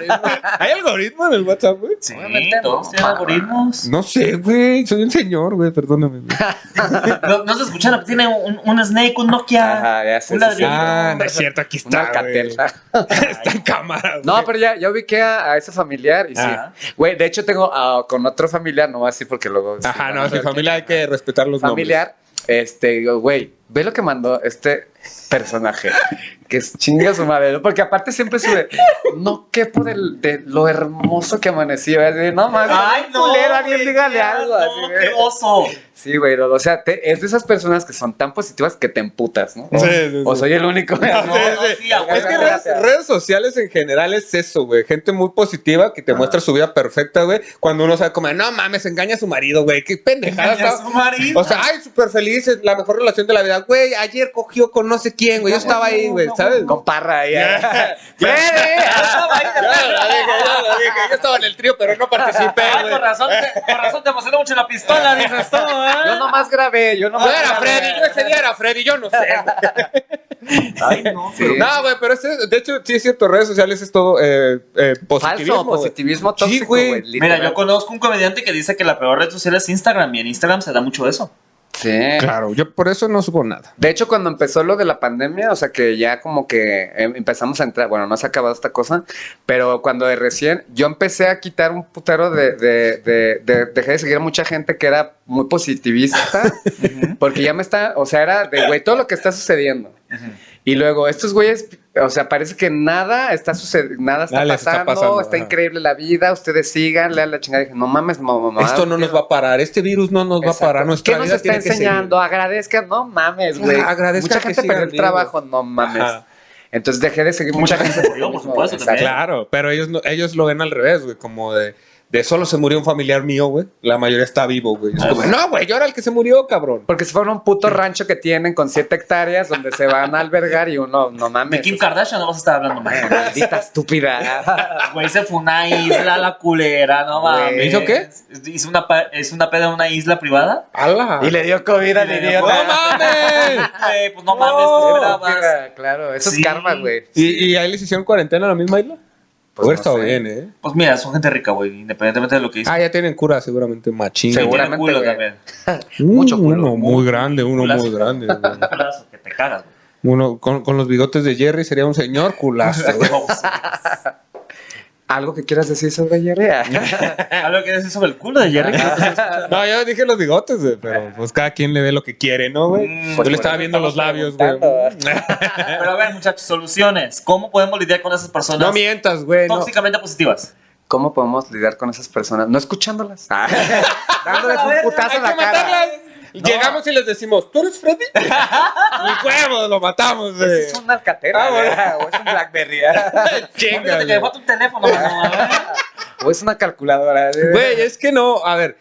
Speaker 1: ¿Hay algoritmo en el WhatsApp, güey?
Speaker 3: Sí,
Speaker 2: Obviamente
Speaker 3: todos
Speaker 2: no.
Speaker 3: tienen algoritmos.
Speaker 1: No sé, güey. Soy un señor, güey, perdóname. güey.
Speaker 3: No, no se escuchan, pero tiene un, un Snake, un Nokia.
Speaker 2: Ajá, ya sé,
Speaker 3: Un
Speaker 2: sí,
Speaker 3: ladrillo.
Speaker 1: Ah, no es cierto, aquí
Speaker 2: Un
Speaker 1: está. güey.
Speaker 2: alcatel.
Speaker 1: Está en cámara, güey.
Speaker 2: No, pero ya, ya ubiqué a, a ese familiar y
Speaker 1: Ajá.
Speaker 2: sí. Güey, de hecho tengo ah, con otro familiar, no así porque luego... sí,
Speaker 1: Ajá, no,
Speaker 2: vamos a
Speaker 1: si
Speaker 2: ver
Speaker 1: familia hay que respetar los
Speaker 2: familiar, este, digo, güey, ve lo que mandó este personaje, que es chinga su madre, ¿no? porque aparte siempre sube, no quepo del, de lo hermoso que amaneció, así, no mames,
Speaker 3: Ay,
Speaker 2: un
Speaker 3: no.
Speaker 2: culero, alguien
Speaker 3: güey,
Speaker 2: dígale
Speaker 3: qué
Speaker 2: algo,
Speaker 3: asco,
Speaker 2: así,
Speaker 3: qué
Speaker 2: güey.
Speaker 3: oso.
Speaker 2: sí, güey, no, o sea, te- es de esas personas que son tan positivas que te emputas, ¿no? O,
Speaker 1: Sí, sí,
Speaker 2: o
Speaker 1: sí.
Speaker 2: soy el único,
Speaker 1: nombres.
Speaker 2: ¿no?
Speaker 1: Sí,
Speaker 3: no,
Speaker 1: sí.
Speaker 3: sí, a huevo.
Speaker 1: Es que redes,
Speaker 2: Gracias.
Speaker 1: redes sociales en general es eso, güey. Gente muy positiva que te muestra su vida perfecta, güey. Cuando uno sabe como, no mames, engaña a su marido, güey. Qué pendejada.
Speaker 3: Engaña a
Speaker 1: está-
Speaker 3: su marido.
Speaker 1: O sea, ay, súper feliz, es la mejor relación de la vida. Güey, ayer cogió con no sé quién, güey. Yo estaba ahí, güey, ¿sabes?
Speaker 2: con parra ahí. ¿eh?
Speaker 1: Ya.
Speaker 2: Fede.
Speaker 1: Ya la dije, ya la dije. Yo estaba en el trío, pero no participé,
Speaker 3: Ah,
Speaker 1: güey.
Speaker 3: con razón, te, con razón te emocionó mucho la pistola, dices tú,
Speaker 2: Yo
Speaker 3: ¿eh?
Speaker 2: nomás grabé, yo
Speaker 1: Yo
Speaker 2: nomás
Speaker 1: era
Speaker 2: grabé.
Speaker 1: Freddy, yo ese día era Freddy, yo no sé, güey.
Speaker 3: Ay, no.
Speaker 2: Sí.
Speaker 1: No, güey, pero este- de hecho, sí es cierto, redes sociales es todo eh, eh, positivismo.
Speaker 2: Falso,
Speaker 1: güey.
Speaker 2: positivismo
Speaker 1: Sí,
Speaker 2: tóxico,
Speaker 1: güey.
Speaker 2: güey.
Speaker 3: Mira,
Speaker 2: literal.
Speaker 3: yo conozco un comediante que dice que la peor red social es Instagram y en Instagram se da mucho eso.
Speaker 2: Sí.
Speaker 1: Claro, yo por eso no supo nada.
Speaker 2: De hecho, cuando empezó lo de la pandemia, o sea que ya como que eh, empezamos a entrar, bueno, no se ha acabado esta cosa, pero cuando de recién yo empecé a quitar un putero de, de, de- de- dejé de seguir a mucha gente que era muy positivista, porque ya me está, o sea, era de, güey, todo lo que está sucediendo. Y luego, estos güeyes, o sea, parece que nada está sucediendo, nada está,
Speaker 1: Nada les está
Speaker 2: pasando, está
Speaker 1: pasando, ajá.
Speaker 2: increíble la vida, ustedes sigan, lean la chingada, dije, no mames, mamá.
Speaker 1: Esto no nos va a parar, este virus no nos va
Speaker 2: Exacto.
Speaker 1: a parar. Nuestra
Speaker 2: ¿Qué nos
Speaker 1: vida
Speaker 2: está
Speaker 1: tiene que seguir.
Speaker 2: enseñando? Agradezcan, no mames, güey.
Speaker 1: Ah, agradezcan
Speaker 2: Mucha
Speaker 1: que
Speaker 2: gente
Speaker 1: sigan
Speaker 2: perdió el
Speaker 1: vivos.
Speaker 2: trabajo, no mames.
Speaker 1: Ajá.
Speaker 2: Entonces dejé de seguir mucha,
Speaker 3: Mucha gente
Speaker 2: gente.
Speaker 3: se murió, por supuesto,
Speaker 2: Exacto.
Speaker 3: también.
Speaker 1: Claro, pero ellos, no- ellos lo ven al revés, güey, como de, de solo se murió un familiar mío, güey. La mayoría está vivo, güey. Es como, no, güey, yo era el que se murió, cabrón.
Speaker 2: Porque se fueron a un puto rancho que tienen con siete hectáreas donde se van a albergar y uno, no
Speaker 3: De
Speaker 2: mames.
Speaker 3: Kim Kardashian no vas a estar hablando
Speaker 2: Ay,
Speaker 3: más.
Speaker 2: Maldita estúpida.
Speaker 3: Güey, se fue a una isla la culera, no
Speaker 2: Güey.
Speaker 3: mames.
Speaker 1: ¿Hizo qué?
Speaker 3: Hizo una, pa- hizo una peda en una isla privada.
Speaker 1: ¡Hala!
Speaker 2: y le dio COVID al
Speaker 3: Y le dio
Speaker 1: ¡No
Speaker 2: idiota.
Speaker 1: mames!
Speaker 3: Güey, pues no mames, ¿qué esperabas?
Speaker 2: Estúpida, Claro, eso
Speaker 3: Sí.
Speaker 2: es karma, güey.
Speaker 1: ¿Y, y ahí les hicieron cuarentena a la misma isla?
Speaker 2: Pues
Speaker 1: Pues
Speaker 2: no
Speaker 1: estado
Speaker 2: sé.
Speaker 1: bien, ¿eh?
Speaker 3: Pues mira, son gente rica, güey, independientemente de lo que hizo.
Speaker 1: Ah, ya tienen cura, seguramente, machín.
Speaker 3: Y tiene
Speaker 2: seguramente,
Speaker 3: culo
Speaker 2: güey.
Speaker 3: también.
Speaker 1: Mm,
Speaker 2: Mucho culo.
Speaker 1: Uno muy grande, uno muy
Speaker 3: Culazo.
Speaker 1: grande. güey.
Speaker 3: Un brazo Pues que te cagas, güey.
Speaker 1: Uno con, con los bigotes de Jerry sería un señor culazo. güey.
Speaker 3: Vamos.
Speaker 2: ¿Algo que quieras decir sobre Yerea?
Speaker 3: ¿Algo Ah, que decir sobre el culo de Jerry?
Speaker 1: No, yo dije los bigotes, güey, pero pues cada quien le ve lo que quiere, ¿no, güey?
Speaker 3: Mm,
Speaker 1: yo
Speaker 3: pues,
Speaker 1: le estaba
Speaker 3: por
Speaker 1: viendo
Speaker 3: eso
Speaker 1: los labios,
Speaker 3: estamos
Speaker 1: güey.
Speaker 3: Pero a ver, muchachos, soluciones. ¿Cómo podemos lidiar con esas personas
Speaker 1: No mientas, güey. no.
Speaker 3: tóxicamente positivas?
Speaker 2: ¿Cómo podemos lidiar con esas personas? No escuchándolas. Ah, Dándoles
Speaker 3: A
Speaker 2: un
Speaker 3: ver,
Speaker 2: putazo
Speaker 1: Hay
Speaker 2: en
Speaker 1: que
Speaker 2: la cara.
Speaker 1: matarlas. Llegamos y les decimos, ¿tú eres Freddy? ¡Mi huevo! Lo matamos, güey.
Speaker 2: Pues, Es un alcatera,
Speaker 1: Ah, bueno.
Speaker 2: ¿verdad? o es un Blackberry,
Speaker 1: Chinga,
Speaker 3: Fíjate que
Speaker 1: güey.
Speaker 3: dejó tu teléfono, mano, a ver.
Speaker 2: o es una calculadora.
Speaker 1: Güey, es que no, a ver.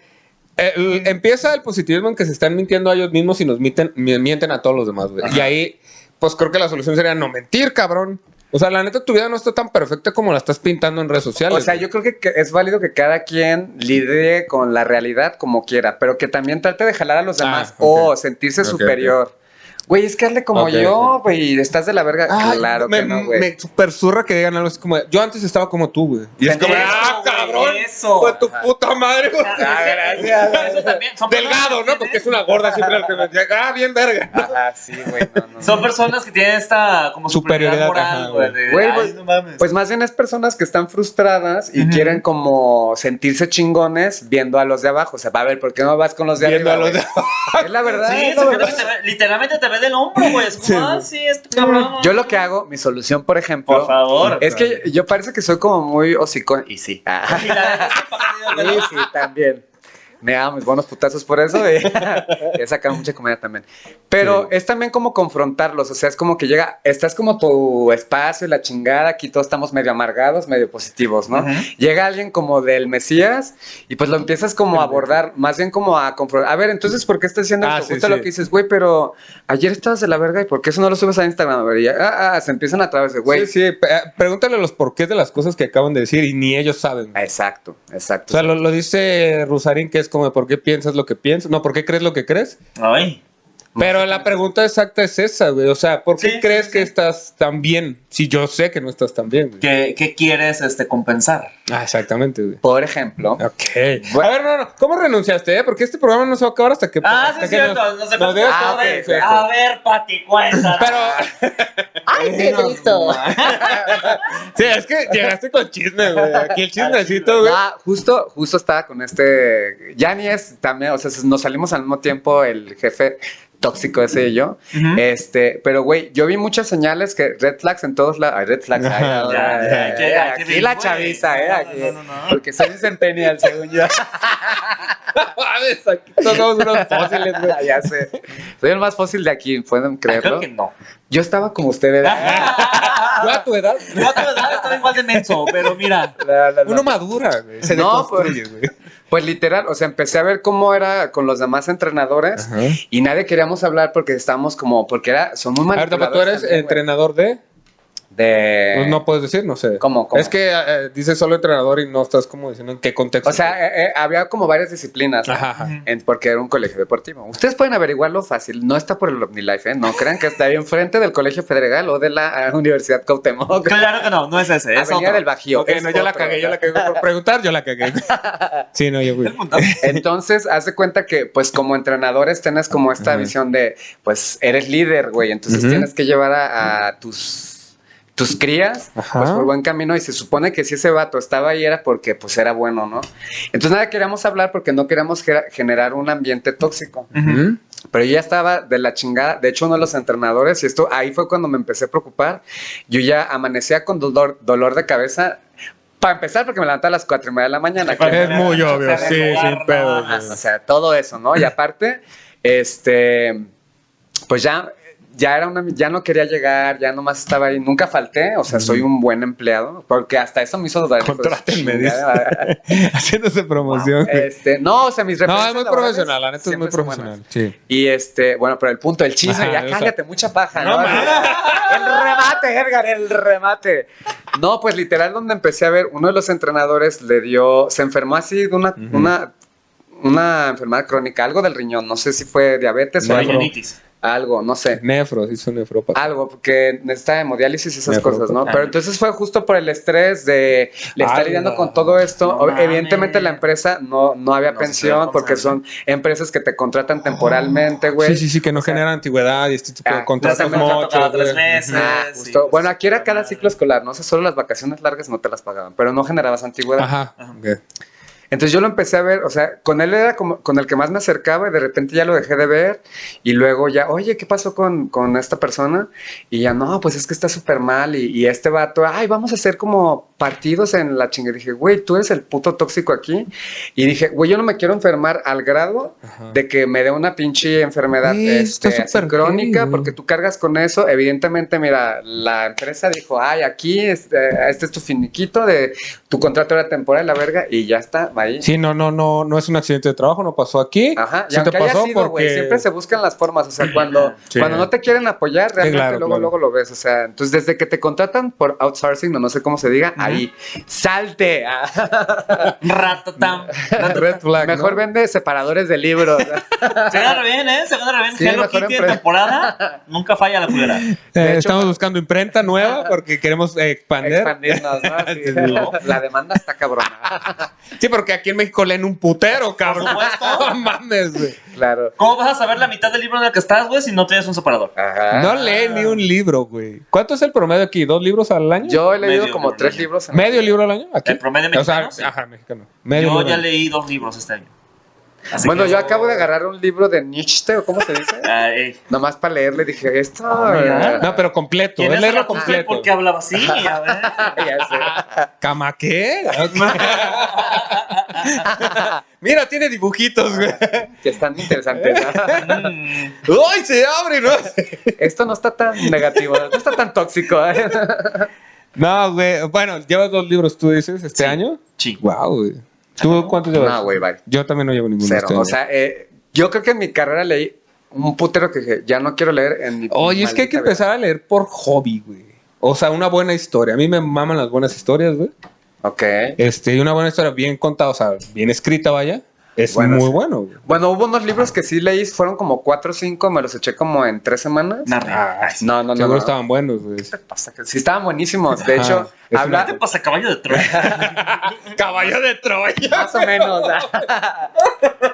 Speaker 1: el- empieza el positivismo en que se están mintiendo a ellos mismos y nos mienten- mi- mienten a todos los demás, güey. Y ahí, pues creo que la solución sería no mentir, cabrón. O sea, la neta, tu vida no está tan perfecta como la estás pintando en redes sociales.
Speaker 2: O sea,
Speaker 1: güey.
Speaker 2: yo creo que que es válido que cada quien lidie con la realidad como quiera, pero que también trate de jalar a los
Speaker 1: Ah,
Speaker 2: demás
Speaker 1: ok.
Speaker 2: o sentirse
Speaker 1: Ok,
Speaker 2: superior. Güey, es que hazle como
Speaker 1: Ok,
Speaker 2: yo, güey, estás de la verga.
Speaker 1: Ay,
Speaker 2: Ah, claro
Speaker 1: me,
Speaker 2: que no, güey.
Speaker 1: me super zurra que digan algo así como, de, yo antes estaba como tú, güey. Y es como,
Speaker 3: Eso,
Speaker 1: ah,
Speaker 3: güey,
Speaker 1: cabrón,
Speaker 3: eso.
Speaker 1: fue tu puta madre, güey.
Speaker 2: Ah, gracias.
Speaker 3: Eso también, son
Speaker 1: Delgado,
Speaker 3: personas
Speaker 1: ¿no?
Speaker 3: que
Speaker 1: Porque es una gorda siempre la que me decía, ah, bien verga.
Speaker 2: Ajá, sí, güey, no, no, no.
Speaker 3: Son personas que tienen esta como
Speaker 1: Superioridad,
Speaker 3: superioridad, moral,
Speaker 1: ajá,
Speaker 3: güey. de,
Speaker 2: Güey,
Speaker 3: "Ay,
Speaker 2: pues-
Speaker 3: no mames.
Speaker 2: Pues más bien es personas que están frustradas y
Speaker 3: Ujú.
Speaker 2: quieren como sentirse chingones viendo a los de abajo. O sea, va a ver, ¿por qué no vas con los de
Speaker 1: Viendo a
Speaker 2: arriba?
Speaker 1: los de
Speaker 2: güey? Es la
Speaker 1: pues,
Speaker 2: verdad.
Speaker 3: Sí,
Speaker 2: es
Speaker 3: se
Speaker 2: la
Speaker 3: cree
Speaker 2: verdad.
Speaker 3: que te ve- literalmente te ve del hombro, güey. Es como,
Speaker 1: Sí.
Speaker 3: ah, sí, este cabrón.
Speaker 2: Yo lo que hago, mi solución, por ejemplo,
Speaker 3: Por favor.
Speaker 2: es que yo parece que soy como muy hocicón. Y sí. Ah.
Speaker 3: Y la de este partido,
Speaker 2: Sí,
Speaker 3: ¿verdad?
Speaker 2: sí, también. Me da mis buenos putazos por eso. y- He sacado mucha comedia también. Pero
Speaker 1: Sí.
Speaker 2: es también como confrontarlos. O sea, es como que llega, estás como tu espacio y la chingada. Aquí todos estamos medio amargados, medio positivos, ¿no?
Speaker 3: Ujú.
Speaker 2: Llega alguien como del Mesías y pues lo empiezas como a abordar, más bien como a confrontar. A ver, entonces, ¿por qué estás haciendo
Speaker 1: Ah,
Speaker 2: esto?
Speaker 1: sí,
Speaker 2: Justo
Speaker 1: sí.
Speaker 2: lo que dices, güey, pero ayer estabas de la verga y ¿por qué eso no lo subes a Instagram? A ver, y ya, ah, ah, se empiezan a través de, güey.
Speaker 1: Sí, sí, pe- eh, pregúntale los porqués de las cosas que acaban de decir y ni ellos saben.
Speaker 2: Exacto,
Speaker 1: O
Speaker 2: exacto.
Speaker 1: sea, lo, lo dice Rusarín que es como, de, ¿por qué piensas lo que piensas? No, ¿por qué crees lo que crees?
Speaker 3: Ay.
Speaker 1: Pero la pregunta exacta es esa, güey. O sea, ¿por qué
Speaker 3: Sí,
Speaker 1: crees
Speaker 3: sí,
Speaker 1: que estás tan bien? Si yo sé que no estás tan bien, güey.
Speaker 3: ¿Qué, qué quieres este, compensar?
Speaker 1: Ah, exactamente, güey.
Speaker 2: por ejemplo,
Speaker 1: Ok.
Speaker 2: Bueno.
Speaker 1: A ver, no, no. ¿Cómo renunciaste? eh? Porque este programa no se va a acabar hasta que.
Speaker 3: Ah, sí,
Speaker 1: hasta
Speaker 3: es
Speaker 1: que
Speaker 3: cierto.
Speaker 1: nos-
Speaker 3: no sé
Speaker 1: nos
Speaker 3: cómo-
Speaker 1: digas
Speaker 2: Ah,
Speaker 1: cómo
Speaker 2: ok,
Speaker 1: renunciaste.
Speaker 3: A ver, Pati, cuenta.
Speaker 1: Pero.
Speaker 3: ¡Ay, qué listo!
Speaker 1: Sí, es que llegaste con chisme, güey. Aquí el chismecito, güey.
Speaker 2: Ah, justo, justo estaba con este. Ya ni es también, o sea, nos salimos al mismo tiempo el jefe tóxico ese y yo.
Speaker 1: eh,
Speaker 2: Este, pero güey, yo vi muchas señales que red flags en todos lados. Ay, red flags. ay,
Speaker 1: Ajá.
Speaker 2: ay, ay, ay, ay, aquí la chaviza, eh. aquí.
Speaker 3: No, no, no.
Speaker 2: Porque soy centennial, según yo.
Speaker 1: Mames, aquí todos somos unos fósiles, güey.
Speaker 2: ya sé. Soy el más fósil de aquí, pueden
Speaker 3: Ah, Creo
Speaker 2: creerlo.
Speaker 3: que no.
Speaker 2: Yo estaba como ustedes.
Speaker 1: Yo a tu edad.
Speaker 3: Yo a tu edad estaba igual de menso, pero mira.
Speaker 2: La, la, la.
Speaker 1: Uno madura, güey. Se
Speaker 2: No,
Speaker 1: deconstruye, güey.
Speaker 2: Pues literal, o sea, empecé a ver cómo era con los demás entrenadores
Speaker 1: Ajá.
Speaker 2: y nadie queríamos hablar porque estábamos como, porque era, son muy
Speaker 1: A ver, Tapa,
Speaker 2: manipuladores.
Speaker 1: tú eres
Speaker 2: también, güey.
Speaker 1: entrenador de.
Speaker 2: De...
Speaker 1: Pues no puedes decir, no sé.
Speaker 2: ¿Cómo, cómo?
Speaker 1: Es que eh, dices solo entrenador y no estás como diciendo en qué contexto.
Speaker 2: O sea, eh, eh, había como varias disciplinas. ¿no?
Speaker 1: Ajá, ajá.
Speaker 2: En- porque era un colegio deportivo. Ustedes pueden averiguarlo fácil. No está por el OmniLife, ¿eh? No crean que está ahí enfrente del Colegio Federal o de la eh, Universidad Cuauhtémoc.
Speaker 3: Claro que no, no es ese. Es
Speaker 2: Avenida
Speaker 3: otro.
Speaker 2: del Bajío.
Speaker 1: Ok,
Speaker 2: es
Speaker 1: no, yo la
Speaker 2: otro,
Speaker 1: cagué, yo
Speaker 2: ¿verdad?
Speaker 1: la cagué. Por preguntar, yo la cagué. Sí, no, yo fui.
Speaker 3: El punto.
Speaker 2: Entonces, haz de cuenta que, pues, como entrenadores, tienes como esta
Speaker 1: Ujú.
Speaker 2: visión de, pues, eres líder, güey. Entonces,
Speaker 1: Ujú.
Speaker 2: tienes que llevar a, a tus tus crías,
Speaker 1: Ajá.
Speaker 2: pues por buen camino, y se supone que si ese vato estaba ahí era porque pues era bueno, ¿no? Entonces nada, queríamos hablar porque no queríamos gera- generar un ambiente tóxico,
Speaker 1: Mm,
Speaker 3: Ujú.
Speaker 2: pero yo ya estaba de la chingada, de hecho uno de los entrenadores, y esto ahí fue cuando me empecé a preocupar, yo ya amanecía con dolor, dolor de cabeza, para empezar porque me levantaba a las cuatro y media de la mañana. que-
Speaker 1: Es muy obvio,
Speaker 3: Se
Speaker 1: sí,
Speaker 3: renueva,
Speaker 1: sin pedo.
Speaker 3: nada
Speaker 1: güey.
Speaker 2: o sea, todo eso, ¿no? Y aparte, este, pues ya, ya era una, ya no quería llegar, ya nomás estaba ahí, nunca falté, o sea, soy un buen empleado, porque hasta eso me hizo dudar. hijo de su
Speaker 1: Contrátenme,
Speaker 2: chingada.
Speaker 1: Haciéndose promoción. güey.
Speaker 2: Este, no, o sea, mis
Speaker 1: no,
Speaker 2: referencias
Speaker 1: es muy
Speaker 2: laborales
Speaker 1: profesional, la neta es
Speaker 2: siempre
Speaker 1: muy
Speaker 2: son
Speaker 1: profesional.
Speaker 2: buenas.
Speaker 1: Sí.
Speaker 2: Y este, bueno, pero el punto, el chisme,
Speaker 1: Ajá,
Speaker 2: ya
Speaker 1: o sea-
Speaker 2: cállate, mucha paja,
Speaker 1: No
Speaker 2: ¿no?
Speaker 1: mames.
Speaker 2: el remate, Edgar, el remate. No, pues literal, donde empecé a ver, uno de los entrenadores le dio, se enfermó así de una,
Speaker 1: Ujú.
Speaker 2: una, una enfermedad crónica, algo del riñón, no sé si fue diabetes o
Speaker 1: Nefro.
Speaker 2: algo,
Speaker 3: Mañanitis.
Speaker 2: algo, no sé.
Speaker 1: Nefro, sí, son nefropas.
Speaker 2: Algo, porque necesita hemodiálisis y esas
Speaker 1: Nefro.
Speaker 2: cosas, ¿no?
Speaker 3: Ah.
Speaker 2: Pero entonces fue justo por el estrés de le estar
Speaker 1: Ala.
Speaker 2: lidiando con todo esto.
Speaker 3: No
Speaker 2: Ob- Evidentemente
Speaker 3: mames.
Speaker 2: la empresa no, no había
Speaker 3: No se
Speaker 2: pensión
Speaker 3: puede
Speaker 2: porque son
Speaker 3: responsable.
Speaker 2: empresas que te contratan temporalmente, güey.
Speaker 1: Sí, sí, sí, que no
Speaker 2: O sea,
Speaker 1: genera antigüedad y este tipo
Speaker 2: ah,
Speaker 1: de contratos
Speaker 2: exactamente.
Speaker 1: mochos,
Speaker 3: Contrato cada tres
Speaker 1: güey.
Speaker 3: meses.
Speaker 2: Ah,
Speaker 3: Sí,
Speaker 2: justo.
Speaker 3: pues,
Speaker 2: bueno, aquí era cada
Speaker 3: madre.
Speaker 2: ciclo escolar, no sé, solo las vacaciones largas no te las pagaban, pero no generabas antigüedad.
Speaker 1: Ajá.
Speaker 3: Ajá.
Speaker 1: ok.
Speaker 2: Entonces yo lo empecé a ver, o sea, con él era como con el que más me acercaba y de repente ya lo dejé de ver y luego ya, oye, ¿qué pasó con, con esta persona? Y ya, no, pues es que está súper mal y, y este vato, ay, vamos a hacer como partidos en la chinga. Y Dije, güey, tú eres el puto tóxico aquí. Y dije, güey, yo no me quiero enfermar al grado
Speaker 1: Ajá.
Speaker 2: de que me dé una pinche enfermedad
Speaker 1: Sí, está
Speaker 2: este, así
Speaker 1: súper
Speaker 2: crónica,
Speaker 1: heavy, güey.
Speaker 2: porque tú cargas con eso. Evidentemente, mira, la empresa dijo, ay, aquí, este, este es tu finiquito de tu contrato era temporal, la verga, y ya está, ahí.
Speaker 1: Sí, no, no, no, no es un accidente de trabajo, no pasó aquí.
Speaker 2: Ajá, y
Speaker 1: Sí te
Speaker 2: aunque haya
Speaker 1: pasó
Speaker 2: sido,
Speaker 1: porque-
Speaker 2: güey,
Speaker 1: eh,
Speaker 2: siempre se buscan las formas, o sea, cuando,
Speaker 1: Sí.
Speaker 2: cuando no te quieren apoyar, realmente
Speaker 1: claro,
Speaker 2: luego,
Speaker 1: claro.
Speaker 2: luego lo ves, o sea, entonces desde que te contratan por outsourcing, no, no sé cómo se diga, ahí ahí. ¡Salte! ah,
Speaker 3: Ratatam.
Speaker 1: Red flag. ¿no?
Speaker 2: Mejor vende separadores de libros.
Speaker 3: Se agarra bien, ¿eh? Se agarra bien.
Speaker 2: Sí,
Speaker 3: Hello
Speaker 2: mejor
Speaker 3: Kitty de
Speaker 2: empresa.
Speaker 3: temporada. Nunca falla la culera.
Speaker 1: Eh,
Speaker 2: hecho,
Speaker 1: estamos buscando imprenta nueva porque queremos eh, expander.
Speaker 2: Expandirnos, ¿no? Sí.
Speaker 1: Sí, sí.
Speaker 2: La demanda está cabrona.
Speaker 1: Sí, porque aquí en México leen un putero, cabrón.
Speaker 3: supuesto.
Speaker 1: No mames, güey.
Speaker 2: Claro.
Speaker 3: ¿Cómo vas a saber la mitad del libro en el que estás, güey, si no tienes un separador?
Speaker 2: Ajá.
Speaker 1: No leen ni un libro, güey. ¿Cuánto es el promedio aquí? ¿Dos libros al año?
Speaker 2: Yo he leído
Speaker 3: Medio
Speaker 2: como
Speaker 3: libro,
Speaker 2: tres
Speaker 3: medio.
Speaker 2: libros. en-
Speaker 1: ¿Medio libro al año? Aquí.
Speaker 3: El promedio
Speaker 1: O sea,
Speaker 3: mexicano. sí.
Speaker 1: ajá, mexicano. Medio
Speaker 3: Yo
Speaker 1: libro
Speaker 3: ya
Speaker 1: al año.
Speaker 3: leí dos libros este año. Así
Speaker 2: Bueno,
Speaker 3: que-
Speaker 2: yo acabo de agarrar un libro de Nietzsche, ¿o cómo se dice?
Speaker 3: Ah, eh.
Speaker 2: Nomás para leerle dije, esto. Ah.
Speaker 3: mira.
Speaker 1: Ah, No, pero completo.
Speaker 3: ¿Quién
Speaker 1: Es
Speaker 3: es
Speaker 1: leerlo
Speaker 3: Ratatouille?
Speaker 1: completo.
Speaker 3: ¿Por qué hablaba así? A ver.
Speaker 2: Ya sé.
Speaker 1: ¿Camaqué? Ok. Mira, tiene dibujitos, güey.
Speaker 2: Que están interesantes. ¿no?
Speaker 3: Mm.
Speaker 1: ¡Ay, se abre, no!
Speaker 2: Esto no está tan negativo, no está tan tóxico. ¿eh?
Speaker 1: No, güey. Bueno, llevas dos libros, tú dices, este
Speaker 3: Sí.
Speaker 1: año.
Speaker 3: Sí.
Speaker 1: Wow, güey. ¿Tú cuántos llevas?
Speaker 2: Ah, No, güey, bye.
Speaker 1: Yo también no llevo ninguno.
Speaker 2: Cero.
Speaker 1: este
Speaker 2: O
Speaker 1: año.
Speaker 2: sea, eh, yo creo que en mi carrera leí un putero que dije, ya no quiero leer en mi.
Speaker 1: Oye, es que hay que
Speaker 2: maldita vida.
Speaker 1: empezar a leer por hobby, güey. O sea, una buena historia. A mí me maman las buenas historias, güey.
Speaker 2: Ok.
Speaker 1: Este, y una buena historia bien contada, o sea, bien escrita, vaya. Es
Speaker 2: Bueno,
Speaker 1: muy
Speaker 2: sí.
Speaker 1: bueno, güey.
Speaker 2: Bueno, hubo unos libros que sí leí, fueron como cuatro o cinco, me los eché como en tres semanas.
Speaker 3: Narra.
Speaker 1: Ay,
Speaker 2: No, no, no.
Speaker 1: Seguro
Speaker 2: no.
Speaker 1: estaban buenos, güey.
Speaker 2: Pasa que Sí, estaban buenísimos. De hecho,
Speaker 1: es una-
Speaker 3: ¿Qué
Speaker 2: habla
Speaker 3: Ah, pasa, caballo de Troya?
Speaker 1: Caballo de Troya.
Speaker 2: más o menos.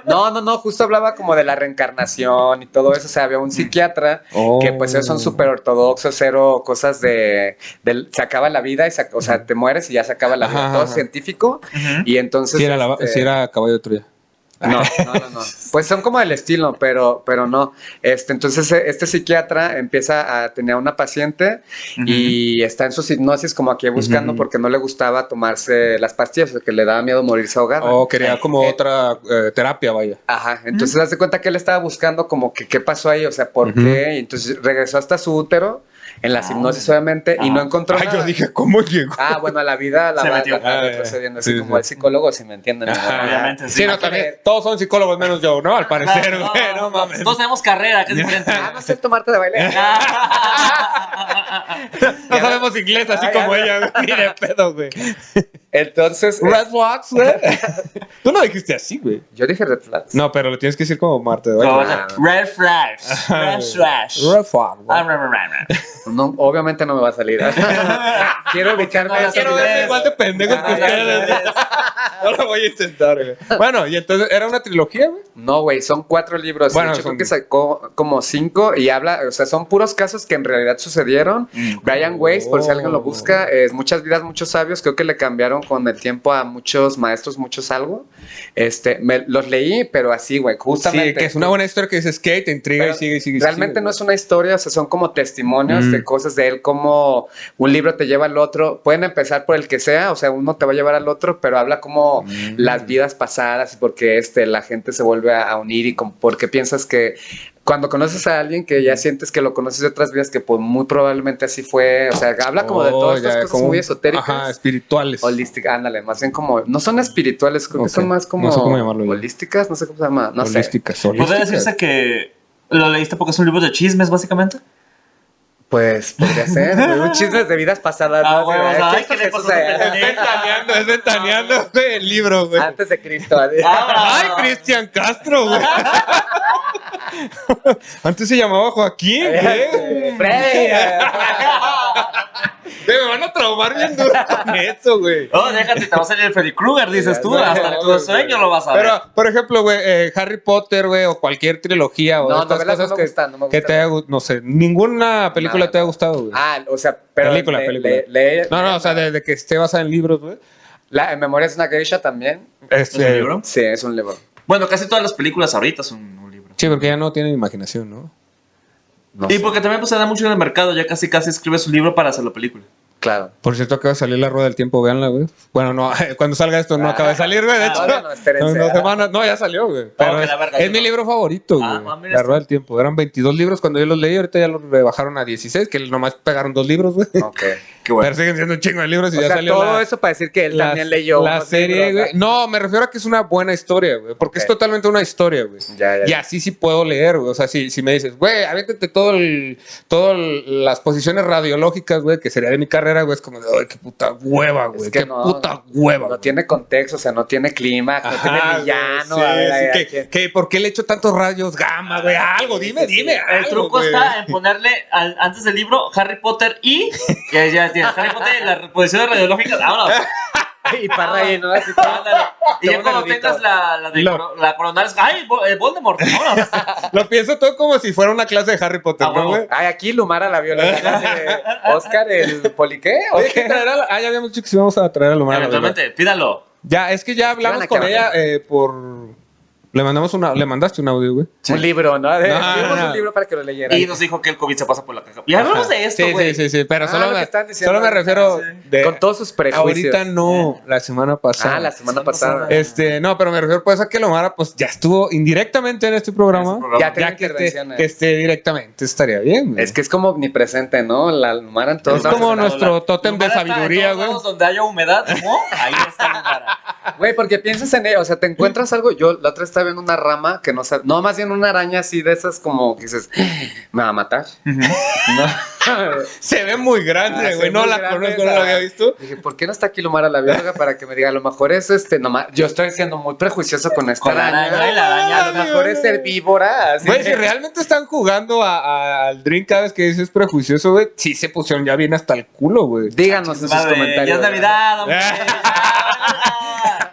Speaker 2: no, no, no. Justo hablaba como de la reencarnación y todo eso. O sea, había un psiquiatra que pues ellos
Speaker 1: Oh.
Speaker 2: son súper ortodoxos, cero cosas de, del- se acaba la vida, y se, o sea, te mueres y ya se acaba la vida,
Speaker 1: Ajá,
Speaker 2: todo
Speaker 1: ajá.
Speaker 2: científico.
Speaker 3: Ujú.
Speaker 2: Y entonces...
Speaker 1: Si era, la-
Speaker 2: este,
Speaker 1: sí era caballo de Troya.
Speaker 2: No, no, no, no. Pues son como del estilo, pero, pero no. Este, entonces e- este psiquiatra empieza a tener a una paciente y está en sus hipnosis como aquí buscando
Speaker 1: Ujú.
Speaker 2: porque no le gustaba tomarse las pastillas, porque le daba miedo morirse ahogada.
Speaker 1: O Oh, quería como
Speaker 2: Ah, Eh,
Speaker 1: otra eh, terapia, vaya.
Speaker 2: Ajá, entonces se hace cuenta que él estaba buscando como que qué pasó ahí, o sea, por
Speaker 1: Ujú.
Speaker 2: qué, y entonces regresó hasta su útero, en las
Speaker 3: Ah.
Speaker 2: hipnosis obviamente, y no
Speaker 3: Ah.
Speaker 2: encontró
Speaker 1: Ay, yo
Speaker 2: nada.
Speaker 1: dije, ¿cómo llegó?
Speaker 2: Ah, bueno, a la vida la
Speaker 3: Se
Speaker 2: va
Speaker 3: metió.
Speaker 1: Ah,
Speaker 2: a
Speaker 1: ya, ya.
Speaker 2: retrocediendo,
Speaker 1: Sí,
Speaker 2: así como
Speaker 1: sí.
Speaker 2: el psicólogo, si me entienden.
Speaker 1: Ajá.
Speaker 3: Obviamente,
Speaker 1: Sí,
Speaker 3: sí.
Speaker 1: no, también. Todos son psicólogos menos yo, ¿no? Al parecer,
Speaker 3: Claro,
Speaker 1: güey. No, mames.
Speaker 3: Todos tenemos carrera, que es diferente.
Speaker 2: Ah, no sé tomarte de baile.
Speaker 1: Ah. No sabemos inglés así
Speaker 2: Ah, ya,
Speaker 1: como
Speaker 2: ya.
Speaker 1: ella, güey. Ni de pedo, güey.
Speaker 2: Entonces, eh,
Speaker 1: Red flags, güey. Tú no dijiste así, güey.
Speaker 2: yo dije red flags.
Speaker 1: No, pero lo tienes que decir como Marte. güey.
Speaker 3: Con Red flash. Red flash.
Speaker 1: Red flag, güey.
Speaker 3: Ah, ra, ra, ra, ra.
Speaker 2: No, obviamente no me va a salir. quiero ubicarme.
Speaker 3: no
Speaker 2: en
Speaker 3: las
Speaker 1: Quiero
Speaker 2: esa
Speaker 3: ver
Speaker 1: verme
Speaker 2: idea.
Speaker 1: igual de pendejos que
Speaker 2: Ah, ya,
Speaker 1: ustedes.
Speaker 2: ya,
Speaker 1: No lo voy a intentar, güey. Bueno, y entonces, ¿era una trilogía, güey?
Speaker 2: No, güey, son cuatro libros.
Speaker 1: Bueno,
Speaker 2: de hecho,
Speaker 1: son-
Speaker 2: creo que sacó como cinco y habla, o sea, son puros casos que en realidad sucedieron.
Speaker 1: Mm.
Speaker 2: Brian Weiss, por si alguien lo busca,
Speaker 1: Oh.
Speaker 2: es Muchas vidas, muchos sabios. Creo que le cambiaron con el tiempo a muchos maestros, muchos algo. Este, me- los leí, pero así, güey, justamente.
Speaker 1: Sí, que es una buena historia que dices que te intriga
Speaker 2: Pero
Speaker 1: y sigue y sigue. y
Speaker 2: Realmente
Speaker 1: sigue,
Speaker 2: no es una historia, o sea, son como testimonios
Speaker 1: Mm.
Speaker 2: de cosas de él, como un libro te lleva al otro. Pueden empezar por el que sea, o sea, uno te va a llevar al otro, pero habla como
Speaker 1: Mm.
Speaker 2: las vidas pasadas y por qué este, la gente se vuelve a a unir y con, por qué piensas que cuando conoces a alguien que ya sientes que lo conoces de otras vidas, que pues muy probablemente así fue, o sea, habla como de
Speaker 1: Oh,
Speaker 2: todas
Speaker 1: ya,
Speaker 2: estas cosas
Speaker 1: como-
Speaker 2: muy esotéricas.
Speaker 1: Ajá, espirituales.
Speaker 2: Holística, ándale, más bien como, no son espirituales, creo
Speaker 1: Ok.
Speaker 2: que son más como
Speaker 1: No sé cómo llamarlo ya.
Speaker 2: holísticas, no sé cómo se llama, no sé.
Speaker 1: holísticas, holísticas.
Speaker 3: ¿Podría Pues decirse que lo leíste porque es un libro de chismes, básicamente?
Speaker 2: Pues podría ser, güey, un chisme de vidas pasadas.
Speaker 3: Ah,
Speaker 2: ¿no? Así,
Speaker 3: huevos,
Speaker 2: ¿qué
Speaker 3: ay,
Speaker 2: hizo
Speaker 3: ¿qué le
Speaker 2: Jesús
Speaker 3: pasó a ese
Speaker 2: allá?
Speaker 1: Es ventaneando, es ventaneando, güey, el libro, güey.
Speaker 2: Antes de Cristo. así.
Speaker 1: Ay, Cristian Castro, güey. Antes se llamaba Joaquín,
Speaker 2: Eh.
Speaker 1: güey.
Speaker 2: Freddy,
Speaker 1: Güey, Me van a traumar bien duro con eso, güey.
Speaker 3: Oh, déjate, te va a salir el Freddy Krueger, dices
Speaker 2: Ya,
Speaker 3: tú.
Speaker 2: no,
Speaker 3: Hasta
Speaker 2: no,
Speaker 3: en
Speaker 2: no,
Speaker 3: tu sueño lo vas a ver.
Speaker 1: Pero, por ejemplo, güey, eh, Harry Potter, güey, o cualquier trilogía o
Speaker 2: No,
Speaker 1: estas
Speaker 2: novelas no
Speaker 1: cosas
Speaker 2: me
Speaker 1: que,
Speaker 2: gustan, no me
Speaker 1: que te
Speaker 2: gustan.
Speaker 1: haya gustado, no sé, ninguna película
Speaker 2: Nada.
Speaker 1: te ha gustado, güey.
Speaker 2: Ah, o sea, pero.
Speaker 1: Película, película.
Speaker 2: le-
Speaker 1: no, no, o sea, desde que esté basada en libros, güey.
Speaker 2: La, en memoria es una geisha también.
Speaker 1: Este,
Speaker 3: ¿Es un libro?
Speaker 2: Sí, es un libro.
Speaker 3: Bueno, casi todas las películas ahorita son un libro.
Speaker 1: Sí, porque ya no tienen imaginación, ¿no?
Speaker 2: No
Speaker 3: Y
Speaker 2: sé.
Speaker 3: porque también pues, se da mucho en el mercado, ya casi casi escribes un libro para hacer la película.
Speaker 2: Claro.
Speaker 1: Por cierto, acaba de salir la rueda del tiempo, véanla, güey. Bueno, no, cuando salga esto no acaba de salir, güey. De
Speaker 2: Ah,
Speaker 1: hecho,
Speaker 2: bueno, no,
Speaker 1: no,
Speaker 2: espérense.
Speaker 1: no, semana- no, ya salió, güey. Pero
Speaker 3: que
Speaker 1: es,
Speaker 3: la verga,
Speaker 1: es
Speaker 3: yo
Speaker 1: mi
Speaker 3: no.
Speaker 1: libro favorito, güey.
Speaker 3: Ah, ah, mira
Speaker 1: la
Speaker 3: esto.
Speaker 1: rueda del tiempo. Eran 22 libros cuando yo los leí, ahorita ya los rebajaron a 16, que nomás pegaron dos libros, güey.
Speaker 2: Ok. Qué bueno.
Speaker 1: Pero siguen siendo un chingo de libros y
Speaker 2: O
Speaker 1: ya
Speaker 2: sea,
Speaker 1: salió
Speaker 2: todo
Speaker 1: la,
Speaker 2: eso para decir que él
Speaker 1: la-
Speaker 2: también leyó.
Speaker 1: la
Speaker 2: unos
Speaker 1: serie,
Speaker 2: libros,
Speaker 1: güey. No, me refiero a que es una buena historia, güey. Porque es
Speaker 2: Ok.
Speaker 1: totalmente una historia, güey.
Speaker 2: ¿no? Ya, ya.
Speaker 1: Y así sí puedo leer, güey. O sea, si, si me dices, güey, aviéntate todo el, todo el- las posiciones radiológicas, güey, que sería de mi carrera, güey, es como de, ay, qué puta hueva, güey.
Speaker 2: Es que
Speaker 1: qué
Speaker 2: no,
Speaker 1: puta hueva.
Speaker 2: No
Speaker 1: güey".
Speaker 2: tiene contexto, o sea, no tiene clima, no tiene
Speaker 1: Ajá,
Speaker 2: villano.
Speaker 1: güey,
Speaker 2: a
Speaker 1: sí,
Speaker 2: ver,
Speaker 1: sí,
Speaker 2: a ver,
Speaker 1: que-
Speaker 2: ¿quién?
Speaker 1: que ¿Por qué le echo tantos rayos gamma, güey? Algo, dime, dime.
Speaker 3: El
Speaker 1: algo,
Speaker 3: truco
Speaker 1: güey.
Speaker 3: está en ponerle al- antes del libro Harry Potter y. Ya, ya tienes. Harry Potter y las posiciones radiológicas. Vámonos.
Speaker 2: Y para rellenar así todo.
Speaker 3: Ándale. Y ya
Speaker 2: un
Speaker 3: cuando
Speaker 2: erudito.
Speaker 3: tengas la, la de
Speaker 1: Lo-
Speaker 3: coro- la coronal. es- ¡Ay, Vo- eh, Voldemort! vámonos.
Speaker 1: Lo pienso todo como si fuera una clase de Harry Potter,
Speaker 3: Ah,
Speaker 1: ¿no,
Speaker 3: huevo.
Speaker 1: güey?
Speaker 2: Ay, aquí Lumara la viola. Oscar, el poliqué. ¿o
Speaker 1: Oye,
Speaker 2: qué?
Speaker 1: ¿qué traer a la- Ah, ya habíamos dicho que sí íbamos a traer a Lumara. la verdad.
Speaker 3: Eventualmente, pídalo.
Speaker 1: Ya, es que ya hablamos
Speaker 2: Escriban
Speaker 1: con ella
Speaker 2: acá
Speaker 1: eh, por... Le mandamos una... Le mandaste un audio, güey.
Speaker 2: Un libro, ¿no?
Speaker 1: No,
Speaker 2: Escribimos
Speaker 1: no,
Speaker 2: un
Speaker 1: no.
Speaker 2: libro para que lo leyeran.
Speaker 3: Y nos dijo que el COVID se pasa por la caja. Y hablamos
Speaker 1: Ajá.
Speaker 3: de esto,
Speaker 1: Sí,
Speaker 3: güey.
Speaker 1: Sí, sí, sí, pero
Speaker 2: Ah,
Speaker 1: solo,
Speaker 2: lo que
Speaker 1: me,
Speaker 2: están diciendo
Speaker 1: solo me
Speaker 2: ahorita,
Speaker 1: refiero
Speaker 3: sí.
Speaker 1: de...
Speaker 2: Con todos sus prejuicios.
Speaker 1: ahorita no, la semana pasada.
Speaker 2: Ah, la semana
Speaker 3: Semana
Speaker 2: pasada.
Speaker 3: pasada.
Speaker 1: Este, no, pero me refiero pues a que Lomara pues ya estuvo indirectamente en este programa.
Speaker 3: En este programa.
Speaker 2: Ya tengo
Speaker 1: que esté,
Speaker 2: intervenciones.
Speaker 1: que esté directamente estaría bien. güey.
Speaker 2: Es que es como omnipresente, ¿no? La Lumara en todos
Speaker 1: Es
Speaker 2: lados.
Speaker 1: como
Speaker 3: Está
Speaker 1: nuestro
Speaker 3: doblada.
Speaker 1: tótem de
Speaker 3: Lumara está en
Speaker 1: sabiduría,
Speaker 3: todos
Speaker 1: güey.
Speaker 3: lados Donde haya humedad, ¿no? Ahí está Lumara.
Speaker 2: Güey, porque piensas en ello, o sea, te encuentras algo, yo la otra estaba viendo una rama que no sé, no, más bien una araña así de esas como que dices, me va a matar. No.
Speaker 1: se ve muy
Speaker 2: Ah,
Speaker 1: grande,
Speaker 2: se
Speaker 1: güey.
Speaker 2: ve
Speaker 1: No
Speaker 2: muy
Speaker 1: la
Speaker 2: grande
Speaker 1: conozco,
Speaker 2: esa.
Speaker 1: no la había visto.
Speaker 2: Dije, ¿por qué no está aquí Lumara la bióloga para que me diga, a lo mejor es este, nomás, yo estoy siendo muy prejuicioso con esta
Speaker 3: Con la
Speaker 2: araña.
Speaker 3: araña y la
Speaker 2: A lo
Speaker 3: araña.
Speaker 2: mejor es herbívora. así
Speaker 1: Güey,
Speaker 2: que-
Speaker 1: si realmente están jugando a- a- al drink cada vez que dices prejuicioso, güey, sí se pusieron ya bien hasta el culo, güey.
Speaker 2: Díganos en sus
Speaker 3: Vale,
Speaker 2: comentarios.
Speaker 3: ya es Navidad, hombre.
Speaker 1: Ya.
Speaker 3: Ya.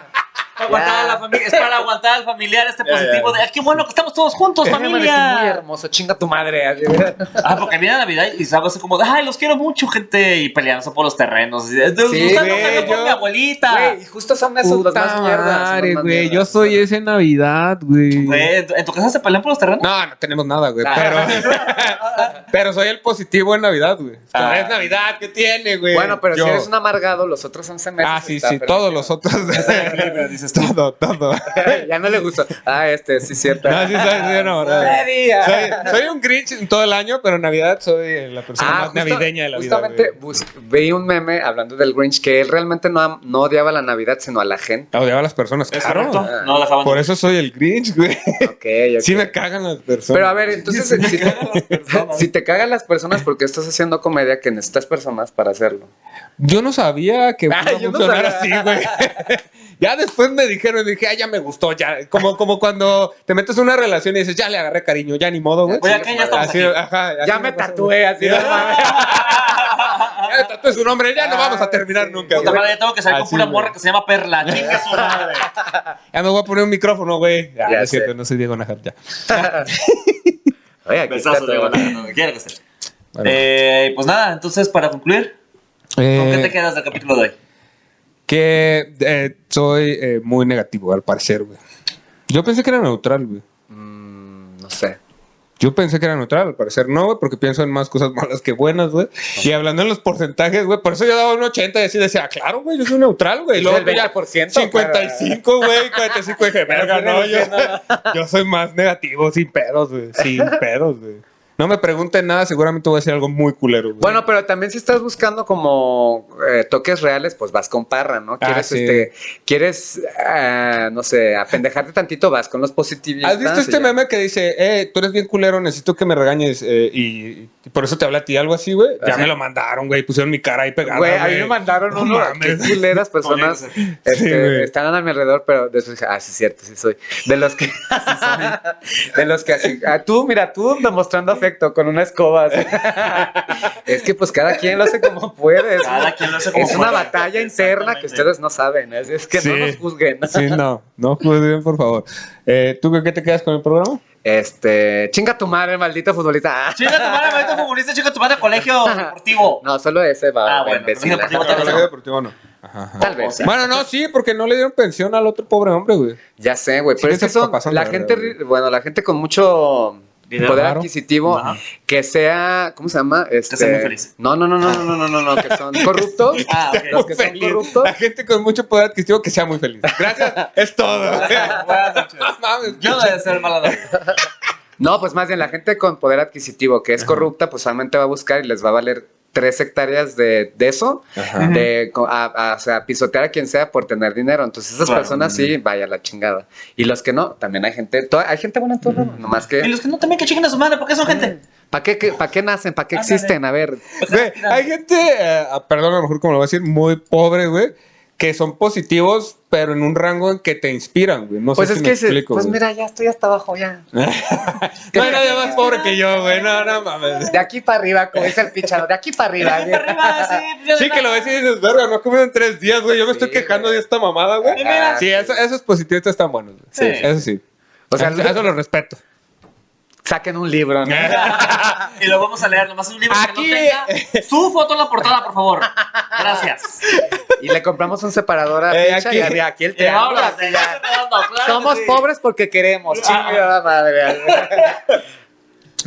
Speaker 3: Para aguantar a la familia, es para aguantar al familiar este
Speaker 1: Ya,
Speaker 3: positivo de "Ah, qué bueno que estamos todos juntos,
Speaker 2: Ay, amanecí Muy
Speaker 3: familia.
Speaker 2: hermoso, chinga tu madre. así, ¿verdad?
Speaker 3: Ah, porque viene Navidad y se va así como de, ay, los quiero mucho, gente, y peleándose por los terrenos. Y, "Usted
Speaker 2: Sí,
Speaker 3: no peleó por
Speaker 1: yo-
Speaker 3: mi abuelita.
Speaker 2: Güey, y justo son esos los
Speaker 1: Puta
Speaker 2: más mierdas.
Speaker 1: madre,
Speaker 2: los más
Speaker 1: güey.
Speaker 2: mierdas.
Speaker 1: Yo soy ese Navidad, güey.
Speaker 3: Güey, ¿en tu- ¿en tu casa se pelean por los terrenos?
Speaker 1: No, no tenemos nada, güey.
Speaker 2: Ah.
Speaker 1: Pero, pero soy el positivo en Navidad, güey.
Speaker 3: Ah.
Speaker 1: Es Navidad, ¿qué tiene, güey?
Speaker 2: Bueno, pero
Speaker 1: Yo-
Speaker 2: si eres un amargado, los otros 11 meses.
Speaker 1: Ah, sí,
Speaker 2: está
Speaker 1: sí,
Speaker 2: permitido.
Speaker 1: todos los otros.
Speaker 3: dices tú.
Speaker 1: todo, todo.
Speaker 2: ya no le gustó. Ah, este, sí, cierto.
Speaker 1: No, sí, soy, soy enamorado. Soy, soy un Grinch en todo el año, pero en Navidad soy eh, la persona
Speaker 2: Ah,
Speaker 1: más
Speaker 2: justo-
Speaker 1: navideña de la vida.
Speaker 2: justamente
Speaker 1: güey.
Speaker 2: bus- vi un meme hablando del Grinch que él realmente no, am- no odiaba la Navidad, sino a la gente.
Speaker 1: Odiaba a las personas,
Speaker 3: Es
Speaker 1: claro.
Speaker 3: correcto. No dejaban.
Speaker 1: Por eso soy el Grinch, güey.
Speaker 2: Ok, ok.
Speaker 1: Sí me cagan las personas.
Speaker 2: Pero a ver, entonces,
Speaker 3: Sí,
Speaker 2: si
Speaker 3: se
Speaker 2: te,
Speaker 3: cagan las personas.
Speaker 2: si te cagan las personas, ¿por qué estás haciendo comedia que necesitas personas para hacerlo?
Speaker 1: Yo no sabía que iba
Speaker 2: Ah,
Speaker 1: a
Speaker 2: yo no
Speaker 1: funcionar así,
Speaker 2: sabía.
Speaker 1: güey. ya después me dijeron, dije, ah, ya me gustó, ya. Como, como cuando te metes en una relación y dices, ya le agarré cariño, ya ni modo, güey.
Speaker 3: Voy acá y ya estamos
Speaker 1: Así,
Speaker 3: aquí.
Speaker 1: ajá, así
Speaker 2: Ya me
Speaker 1: pasa,
Speaker 2: tatué, así,
Speaker 1: güey.
Speaker 2: no mames.
Speaker 1: Ya me tatué su nombre, ya no
Speaker 2: Ah,
Speaker 1: vamos a terminar
Speaker 2: sí.
Speaker 1: nunca,
Speaker 3: Puta
Speaker 1: güey.
Speaker 3: madre, ya tengo que salir con
Speaker 1: Así,
Speaker 3: pura
Speaker 1: güey.
Speaker 3: morra que se llama Perla. Chinga su madre.
Speaker 1: Ya me voy a poner un micrófono, güey. Ya,
Speaker 2: Ya
Speaker 1: no es cierto,
Speaker 2: sé.
Speaker 1: no soy Diego Najar, ya.
Speaker 2: Oye, aquí está
Speaker 3: Besazos de
Speaker 2: todo.
Speaker 3: Guanajuato, donde quiera que esté.
Speaker 1: Vale.
Speaker 3: Eh, pues nada, entonces para concluir, ¿con qué
Speaker 1: Eh,
Speaker 3: te quedas del capítulo de hoy?
Speaker 1: que eh, soy eh, muy negativo, al parecer, güey. Yo pensé que era neutral, güey.
Speaker 2: Mm, no sé.
Speaker 1: Yo pensé que era neutral, al parecer no, güey, porque pienso en más cosas malas que buenas, güey. Y hablando en los porcentajes, güey, por eso yo daba un 80 y así decía, ah, claro, güey, yo soy neutral, güey. Y
Speaker 2: Es
Speaker 1: luego
Speaker 2: el
Speaker 1: veía
Speaker 2: 20%,
Speaker 1: 55, güey, 45, dije, verga, no, yo, yo soy más negativo, sin pedos, güey, sin pedos, güey. No me pregunten nada, seguramente voy a decir algo muy culero, güey.
Speaker 2: Bueno, pero también si estás buscando como eh, toques reales, pues vas con parra, ¿no?
Speaker 1: Ah,
Speaker 2: Quieres,
Speaker 1: sí.
Speaker 2: este, quieres, ah, no sé, apendejarte tantito, vas con los positivistas.
Speaker 1: ¿Has visto
Speaker 2: y
Speaker 1: este
Speaker 2: pues, ya.
Speaker 1: meme que dice, eh, tú eres bien culero, necesito que me regañes eh, y, y por eso te habla a ti algo así, güey? Ya
Speaker 2: Ajá.
Speaker 1: me lo mandaron, güey, pusieron mi cara ahí pegada,
Speaker 2: Güey, a mí
Speaker 1: Ah, güey.
Speaker 2: me mandaron
Speaker 1: No
Speaker 2: uno, qué
Speaker 1: mames.
Speaker 2: culeras personas
Speaker 3: Podría
Speaker 2: este,
Speaker 1: Sí, güey.
Speaker 2: estaban a mi alrededor, pero después dije, ah, sí, cierto, sí soy. De los que, así soy. de los que así, ah, tú, mira, tú demostrando afecto con una escoba. así. es que pues cada quien lo hace como puede. es
Speaker 3: Cada
Speaker 2: una-
Speaker 3: quien lo hace como
Speaker 2: Es una
Speaker 3: puede.
Speaker 2: batalla interna que
Speaker 3: Exactamente.
Speaker 2: ustedes no saben, es, es que no
Speaker 1: Sí.
Speaker 2: nos juzguen.
Speaker 1: Sí, no, no juzguen, por favor. Eh, ¿Tú con qué te quedas con el programa?
Speaker 2: Este, chinga tu madre, maldito futbolista. Ah,
Speaker 3: Chica tu madre, maldito futbolista, chica tu madre, colegio deportivo.
Speaker 2: No, solo ese va.
Speaker 3: Ah,
Speaker 2: va,
Speaker 3: bueno,
Speaker 2: imbécil.
Speaker 3: no, deportivo
Speaker 2: Ajá.
Speaker 3: tal vez.
Speaker 2: Tal vez.
Speaker 3: O sea,
Speaker 1: Bueno, no, sí, porque no le dieron pensión al otro pobre hombre, güey.
Speaker 2: Ya sé, güey.
Speaker 1: Sí,
Speaker 2: Pero es
Speaker 1: esos
Speaker 2: que son
Speaker 1: papás son
Speaker 2: la
Speaker 1: de
Speaker 2: gente,
Speaker 1: verdad,
Speaker 2: ri- bueno, la gente con mucho
Speaker 3: Dinero.
Speaker 2: poder
Speaker 1: Claro.
Speaker 2: adquisitivo
Speaker 3: Ajá.
Speaker 2: que sea, ¿cómo se llama? Este,
Speaker 3: sea muy feliz.
Speaker 2: No, no, no, no, no, no, no, no, que son corruptos.
Speaker 3: Ah, ok.
Speaker 2: Los que son
Speaker 1: Feliz.
Speaker 2: corruptos.
Speaker 1: La gente con mucho poder adquisitivo que sea muy feliz. Gracias, es todo.
Speaker 3: Buenas noches.
Speaker 1: Mames,
Speaker 3: Yo no voy a ser mala novia.
Speaker 2: No, pues más bien la gente con poder adquisitivo que es corrupta, pues solamente va a buscar y les va a valer tres hectáreas de, de eso,
Speaker 1: Ajá.
Speaker 2: de co- a, a- o sea, pisotear a quien sea por tener dinero. Entonces esas
Speaker 3: Claro.
Speaker 2: personas sí, vaya la chingada. Y los que no, también hay gente, to- hay gente buena en todo, lado, nomás
Speaker 3: Y
Speaker 2: que...
Speaker 3: los que no también que chiquen a su madre, porque son gente.
Speaker 2: ¿Para qué, qué- pa' qué nacen? ¿Para qué
Speaker 3: Ándale.
Speaker 2: existen? A ver,
Speaker 1: Güey, hay gente, eh, perdón, a lo mejor como lo voy a decir, muy pobre, güey, que son positivos, pero en un rango en que te inspiran, güey. No
Speaker 2: pues
Speaker 1: sé
Speaker 2: es
Speaker 1: si
Speaker 2: que,
Speaker 1: me
Speaker 2: se-
Speaker 1: explico.
Speaker 2: pues
Speaker 1: güey.
Speaker 2: mira, ya estoy hasta abajo, ya.
Speaker 1: no hay nadie más pobre que yo, güey. No, no mames.
Speaker 2: De aquí para arriba, como dice el pichado, de aquí para arriba.
Speaker 3: Arriba, arriba, sí, yo
Speaker 1: Sí,
Speaker 3: de
Speaker 1: que lo
Speaker 3: nada.
Speaker 1: ves y dices, verga, no he comido en tres días, güey. Yo me
Speaker 2: Sí,
Speaker 1: estoy quejando
Speaker 2: güey. Ah,
Speaker 1: de esta mamada, güey.
Speaker 3: Y mira,
Speaker 1: Sí, eso, esos positivistas están buenos. güey.
Speaker 3: Sí.
Speaker 1: Eso sí.
Speaker 2: O sea,
Speaker 1: eso, eso lo respeto.
Speaker 2: saquen un libro, ¿no?
Speaker 3: Y lo vamos a leer, nomás un libro
Speaker 1: Aquí-
Speaker 3: que no tenga su foto en la portada, por favor. Gracias.
Speaker 2: Y le compramos un separador a
Speaker 1: Eh,
Speaker 2: Picha
Speaker 1: aquí.
Speaker 2: y a- y aquí el
Speaker 3: Y
Speaker 2: triángulo,
Speaker 3: ahora,
Speaker 2: así
Speaker 3: te
Speaker 2: ya.
Speaker 3: vas redondo, claro
Speaker 2: Somos
Speaker 3: que sí.
Speaker 2: pobres porque queremos,
Speaker 3: Ah.
Speaker 2: chingada madre.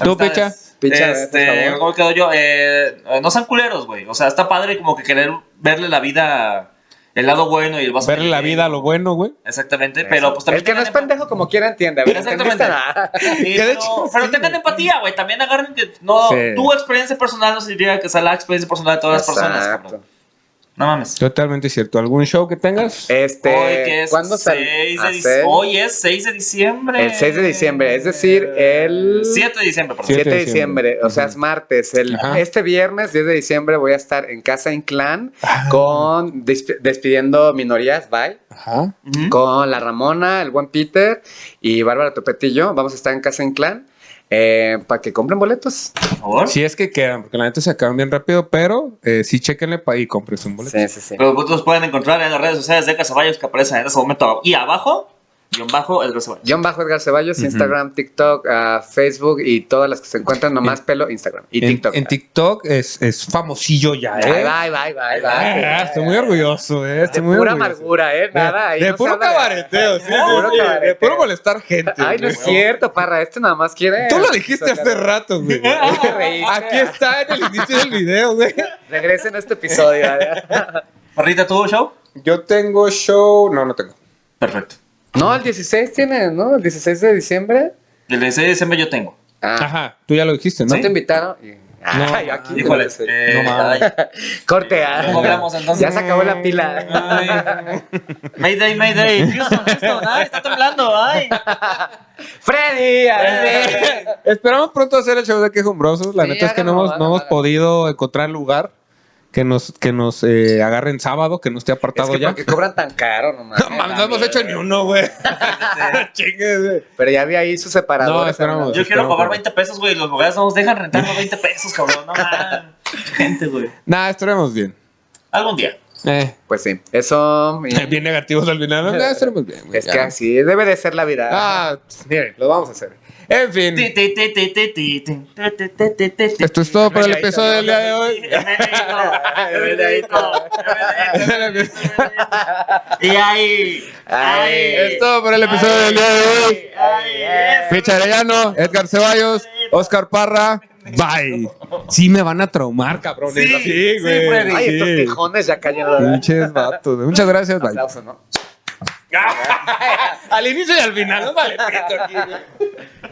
Speaker 1: ¿Tú, Picha?
Speaker 3: Amistades.
Speaker 2: Picha, por
Speaker 3: este,
Speaker 2: favor.
Speaker 3: ¿cómo quedo yo? Eh, no sean culeros, güey. O sea, está padre como que querer verle la vida, el lado bueno y el vaso.
Speaker 1: Verle la vida a lo bueno, güey.
Speaker 3: Exactamente, pero pues también.
Speaker 2: el que no es
Speaker 3: tengan
Speaker 2: pendejo como quiera entiende, ¿verdad?
Speaker 3: Exactamente.
Speaker 2: ¿Entendiste?
Speaker 3: empa- Sí,
Speaker 1: Que de
Speaker 3: pero,
Speaker 1: hecho,
Speaker 3: pero
Speaker 1: sí,
Speaker 3: tengan
Speaker 1: güey.
Speaker 3: empatía, güey. También agarren que no,
Speaker 2: Sí.
Speaker 3: tu experiencia personal no significa que sea la experiencia personal de todas las personas,
Speaker 2: Exacto.
Speaker 3: cabrón. No mames.
Speaker 1: Totalmente cierto. ¿Algún show que tengas?
Speaker 2: Este,
Speaker 3: hoy, que es
Speaker 2: ¿cuándo sal-
Speaker 3: 6 de
Speaker 2: a
Speaker 3: dic-
Speaker 2: ser?
Speaker 3: hoy es 6 de diciembre.
Speaker 2: El 6 de diciembre, es decir, el-
Speaker 3: 7 de diciembre, perdón.
Speaker 2: 7 de
Speaker 1: 7 de diciembre.
Speaker 2: diciembre, o sea,
Speaker 1: Ujú.
Speaker 2: es martes. El,
Speaker 1: Ajá.
Speaker 2: este viernes, 10 de diciembre, voy a estar en Casa Inclán
Speaker 1: Ah.
Speaker 2: con desp- despidiendo minorías, bye.
Speaker 1: Ajá.
Speaker 3: Ujú.
Speaker 2: con la Ramona, el buen Peter y Bárbara Topetillo. Vamos a estar en Casa Inclán para que compren boletos.
Speaker 3: Por favor.
Speaker 1: Si es que quedan, porque la neta se acaban bien rápido, pero eh, sí chequenle pa- y compren un boleto.
Speaker 2: Sí, sí, sí.
Speaker 3: Pero vosotros pueden encontrar en las redes sociales de Casaballos que aparecen en ese momento. Y abajo, guión bajo, el Casaballos.
Speaker 2: John Bajo Edgar Ceballos,
Speaker 1: Ujú.
Speaker 2: Instagram, TikTok, ah, Facebook y todas las que se encuentran, nomás pelo, Instagram y
Speaker 1: En-
Speaker 2: TikTok.
Speaker 1: En, TikTok es, es famosillo ya,
Speaker 2: Bye,
Speaker 1: ¿eh?
Speaker 2: bye, bye, bye,
Speaker 1: Ah,
Speaker 2: bye.
Speaker 1: estoy muy orgulloso, ¿eh? Estoy
Speaker 2: De
Speaker 1: muy
Speaker 2: pura
Speaker 1: orgulloso.
Speaker 2: amargura, ¿eh? Nada. ahí
Speaker 1: de
Speaker 2: no se
Speaker 1: puro
Speaker 2: habla de-
Speaker 1: cabareteo, sí, sí,
Speaker 2: Puro
Speaker 1: sí, de
Speaker 2: cabareteo.
Speaker 1: puro molestar gente.
Speaker 2: Ay, no es
Speaker 1: güey.
Speaker 2: cierto, parra. Este nada más quiere.
Speaker 1: Tú lo dijiste hace
Speaker 2: sacar-
Speaker 1: rato, güey.
Speaker 2: Te reíste.
Speaker 1: Aquí está en el inicio del video, güey.
Speaker 2: Regresen a este episodio. ¿eh?
Speaker 3: Marrita, ¿tú, show?
Speaker 1: Yo tengo show. No, no tengo.
Speaker 3: Perfecto.
Speaker 2: No, el 16 tiene, ¿no? El 16 de diciembre.
Speaker 3: El 16 de diciembre yo tengo.
Speaker 2: Ah,
Speaker 1: Ajá, tú ya lo dijiste, ¿no?
Speaker 2: ¿No te invitaron? Y- Ah, yo aquí.
Speaker 3: Híjole. eh,
Speaker 1: No mames.
Speaker 3: ay,
Speaker 2: Corte. ah.
Speaker 3: ¿Cómo hablamos entonces?
Speaker 2: Ya se acabó la pila.
Speaker 3: ay. Mayday, Mayday. Houston, Houston. Ay, está temblando. Ay.
Speaker 2: Freddy.
Speaker 3: Eh,
Speaker 2: Freddy.
Speaker 1: Esperamos pronto hacer el show de Quejumbrosos. La
Speaker 2: Sí,
Speaker 1: neta es que no
Speaker 2: háganlo,
Speaker 1: hemos, no
Speaker 2: háganlo,
Speaker 1: hemos
Speaker 2: háganlo.
Speaker 1: podido encontrar lugar que nos, que nos eh, agarren sábado, que no esté
Speaker 2: Es
Speaker 1: apartado
Speaker 2: que
Speaker 1: ya.
Speaker 2: porque cobran tan caro nomás.
Speaker 1: No mames, no hemos hecho ni uno, güey. Chingue, güey.
Speaker 2: Pero ya había ahí sus
Speaker 1: No,
Speaker 2: separadores.
Speaker 1: esperamos.
Speaker 3: Yo quiero
Speaker 1: Esperamos,
Speaker 3: pagar
Speaker 1: cabrón.
Speaker 3: 20 pesos, güey. Los lugares no nos dejan rentarnos 20 pesos, cabrón. No man. Gente, güey.
Speaker 1: Nah, estaremos bien.
Speaker 3: Algún día.
Speaker 1: Eh,
Speaker 2: Pues sí, eso. y-
Speaker 1: bien negativos al final. Nah, estaremos bien, güey.
Speaker 2: es
Speaker 1: ya.
Speaker 2: que así debe de ser la vida.
Speaker 1: Ah,
Speaker 2: miren, lo vamos a hacer.
Speaker 1: en fin.
Speaker 3: Ti, ti, ti, ti, ti, ti, ti, ti, ti, ti, ti, ti.
Speaker 1: Esto es todo para Este el
Speaker 2: Venga, ahí
Speaker 1: episodio del día de hoy.
Speaker 3: Y ahí.
Speaker 2: Ay,
Speaker 1: Es todo para Este el episodio del día de hoy. Ficha Arellano, Edgar Ceballos, Oscar Parra. Bye. Sí me van a traumar, cabrón.
Speaker 3: Sí, sí, Freddy.
Speaker 2: Ay, estos
Speaker 1: Sí.
Speaker 2: tejones ya cayeron.
Speaker 1: Pinches vatos. Muchas gracias. Bye.
Speaker 2: Aplauso, ¿no?
Speaker 1: al inicio y al final. No vale pito aquí, güey.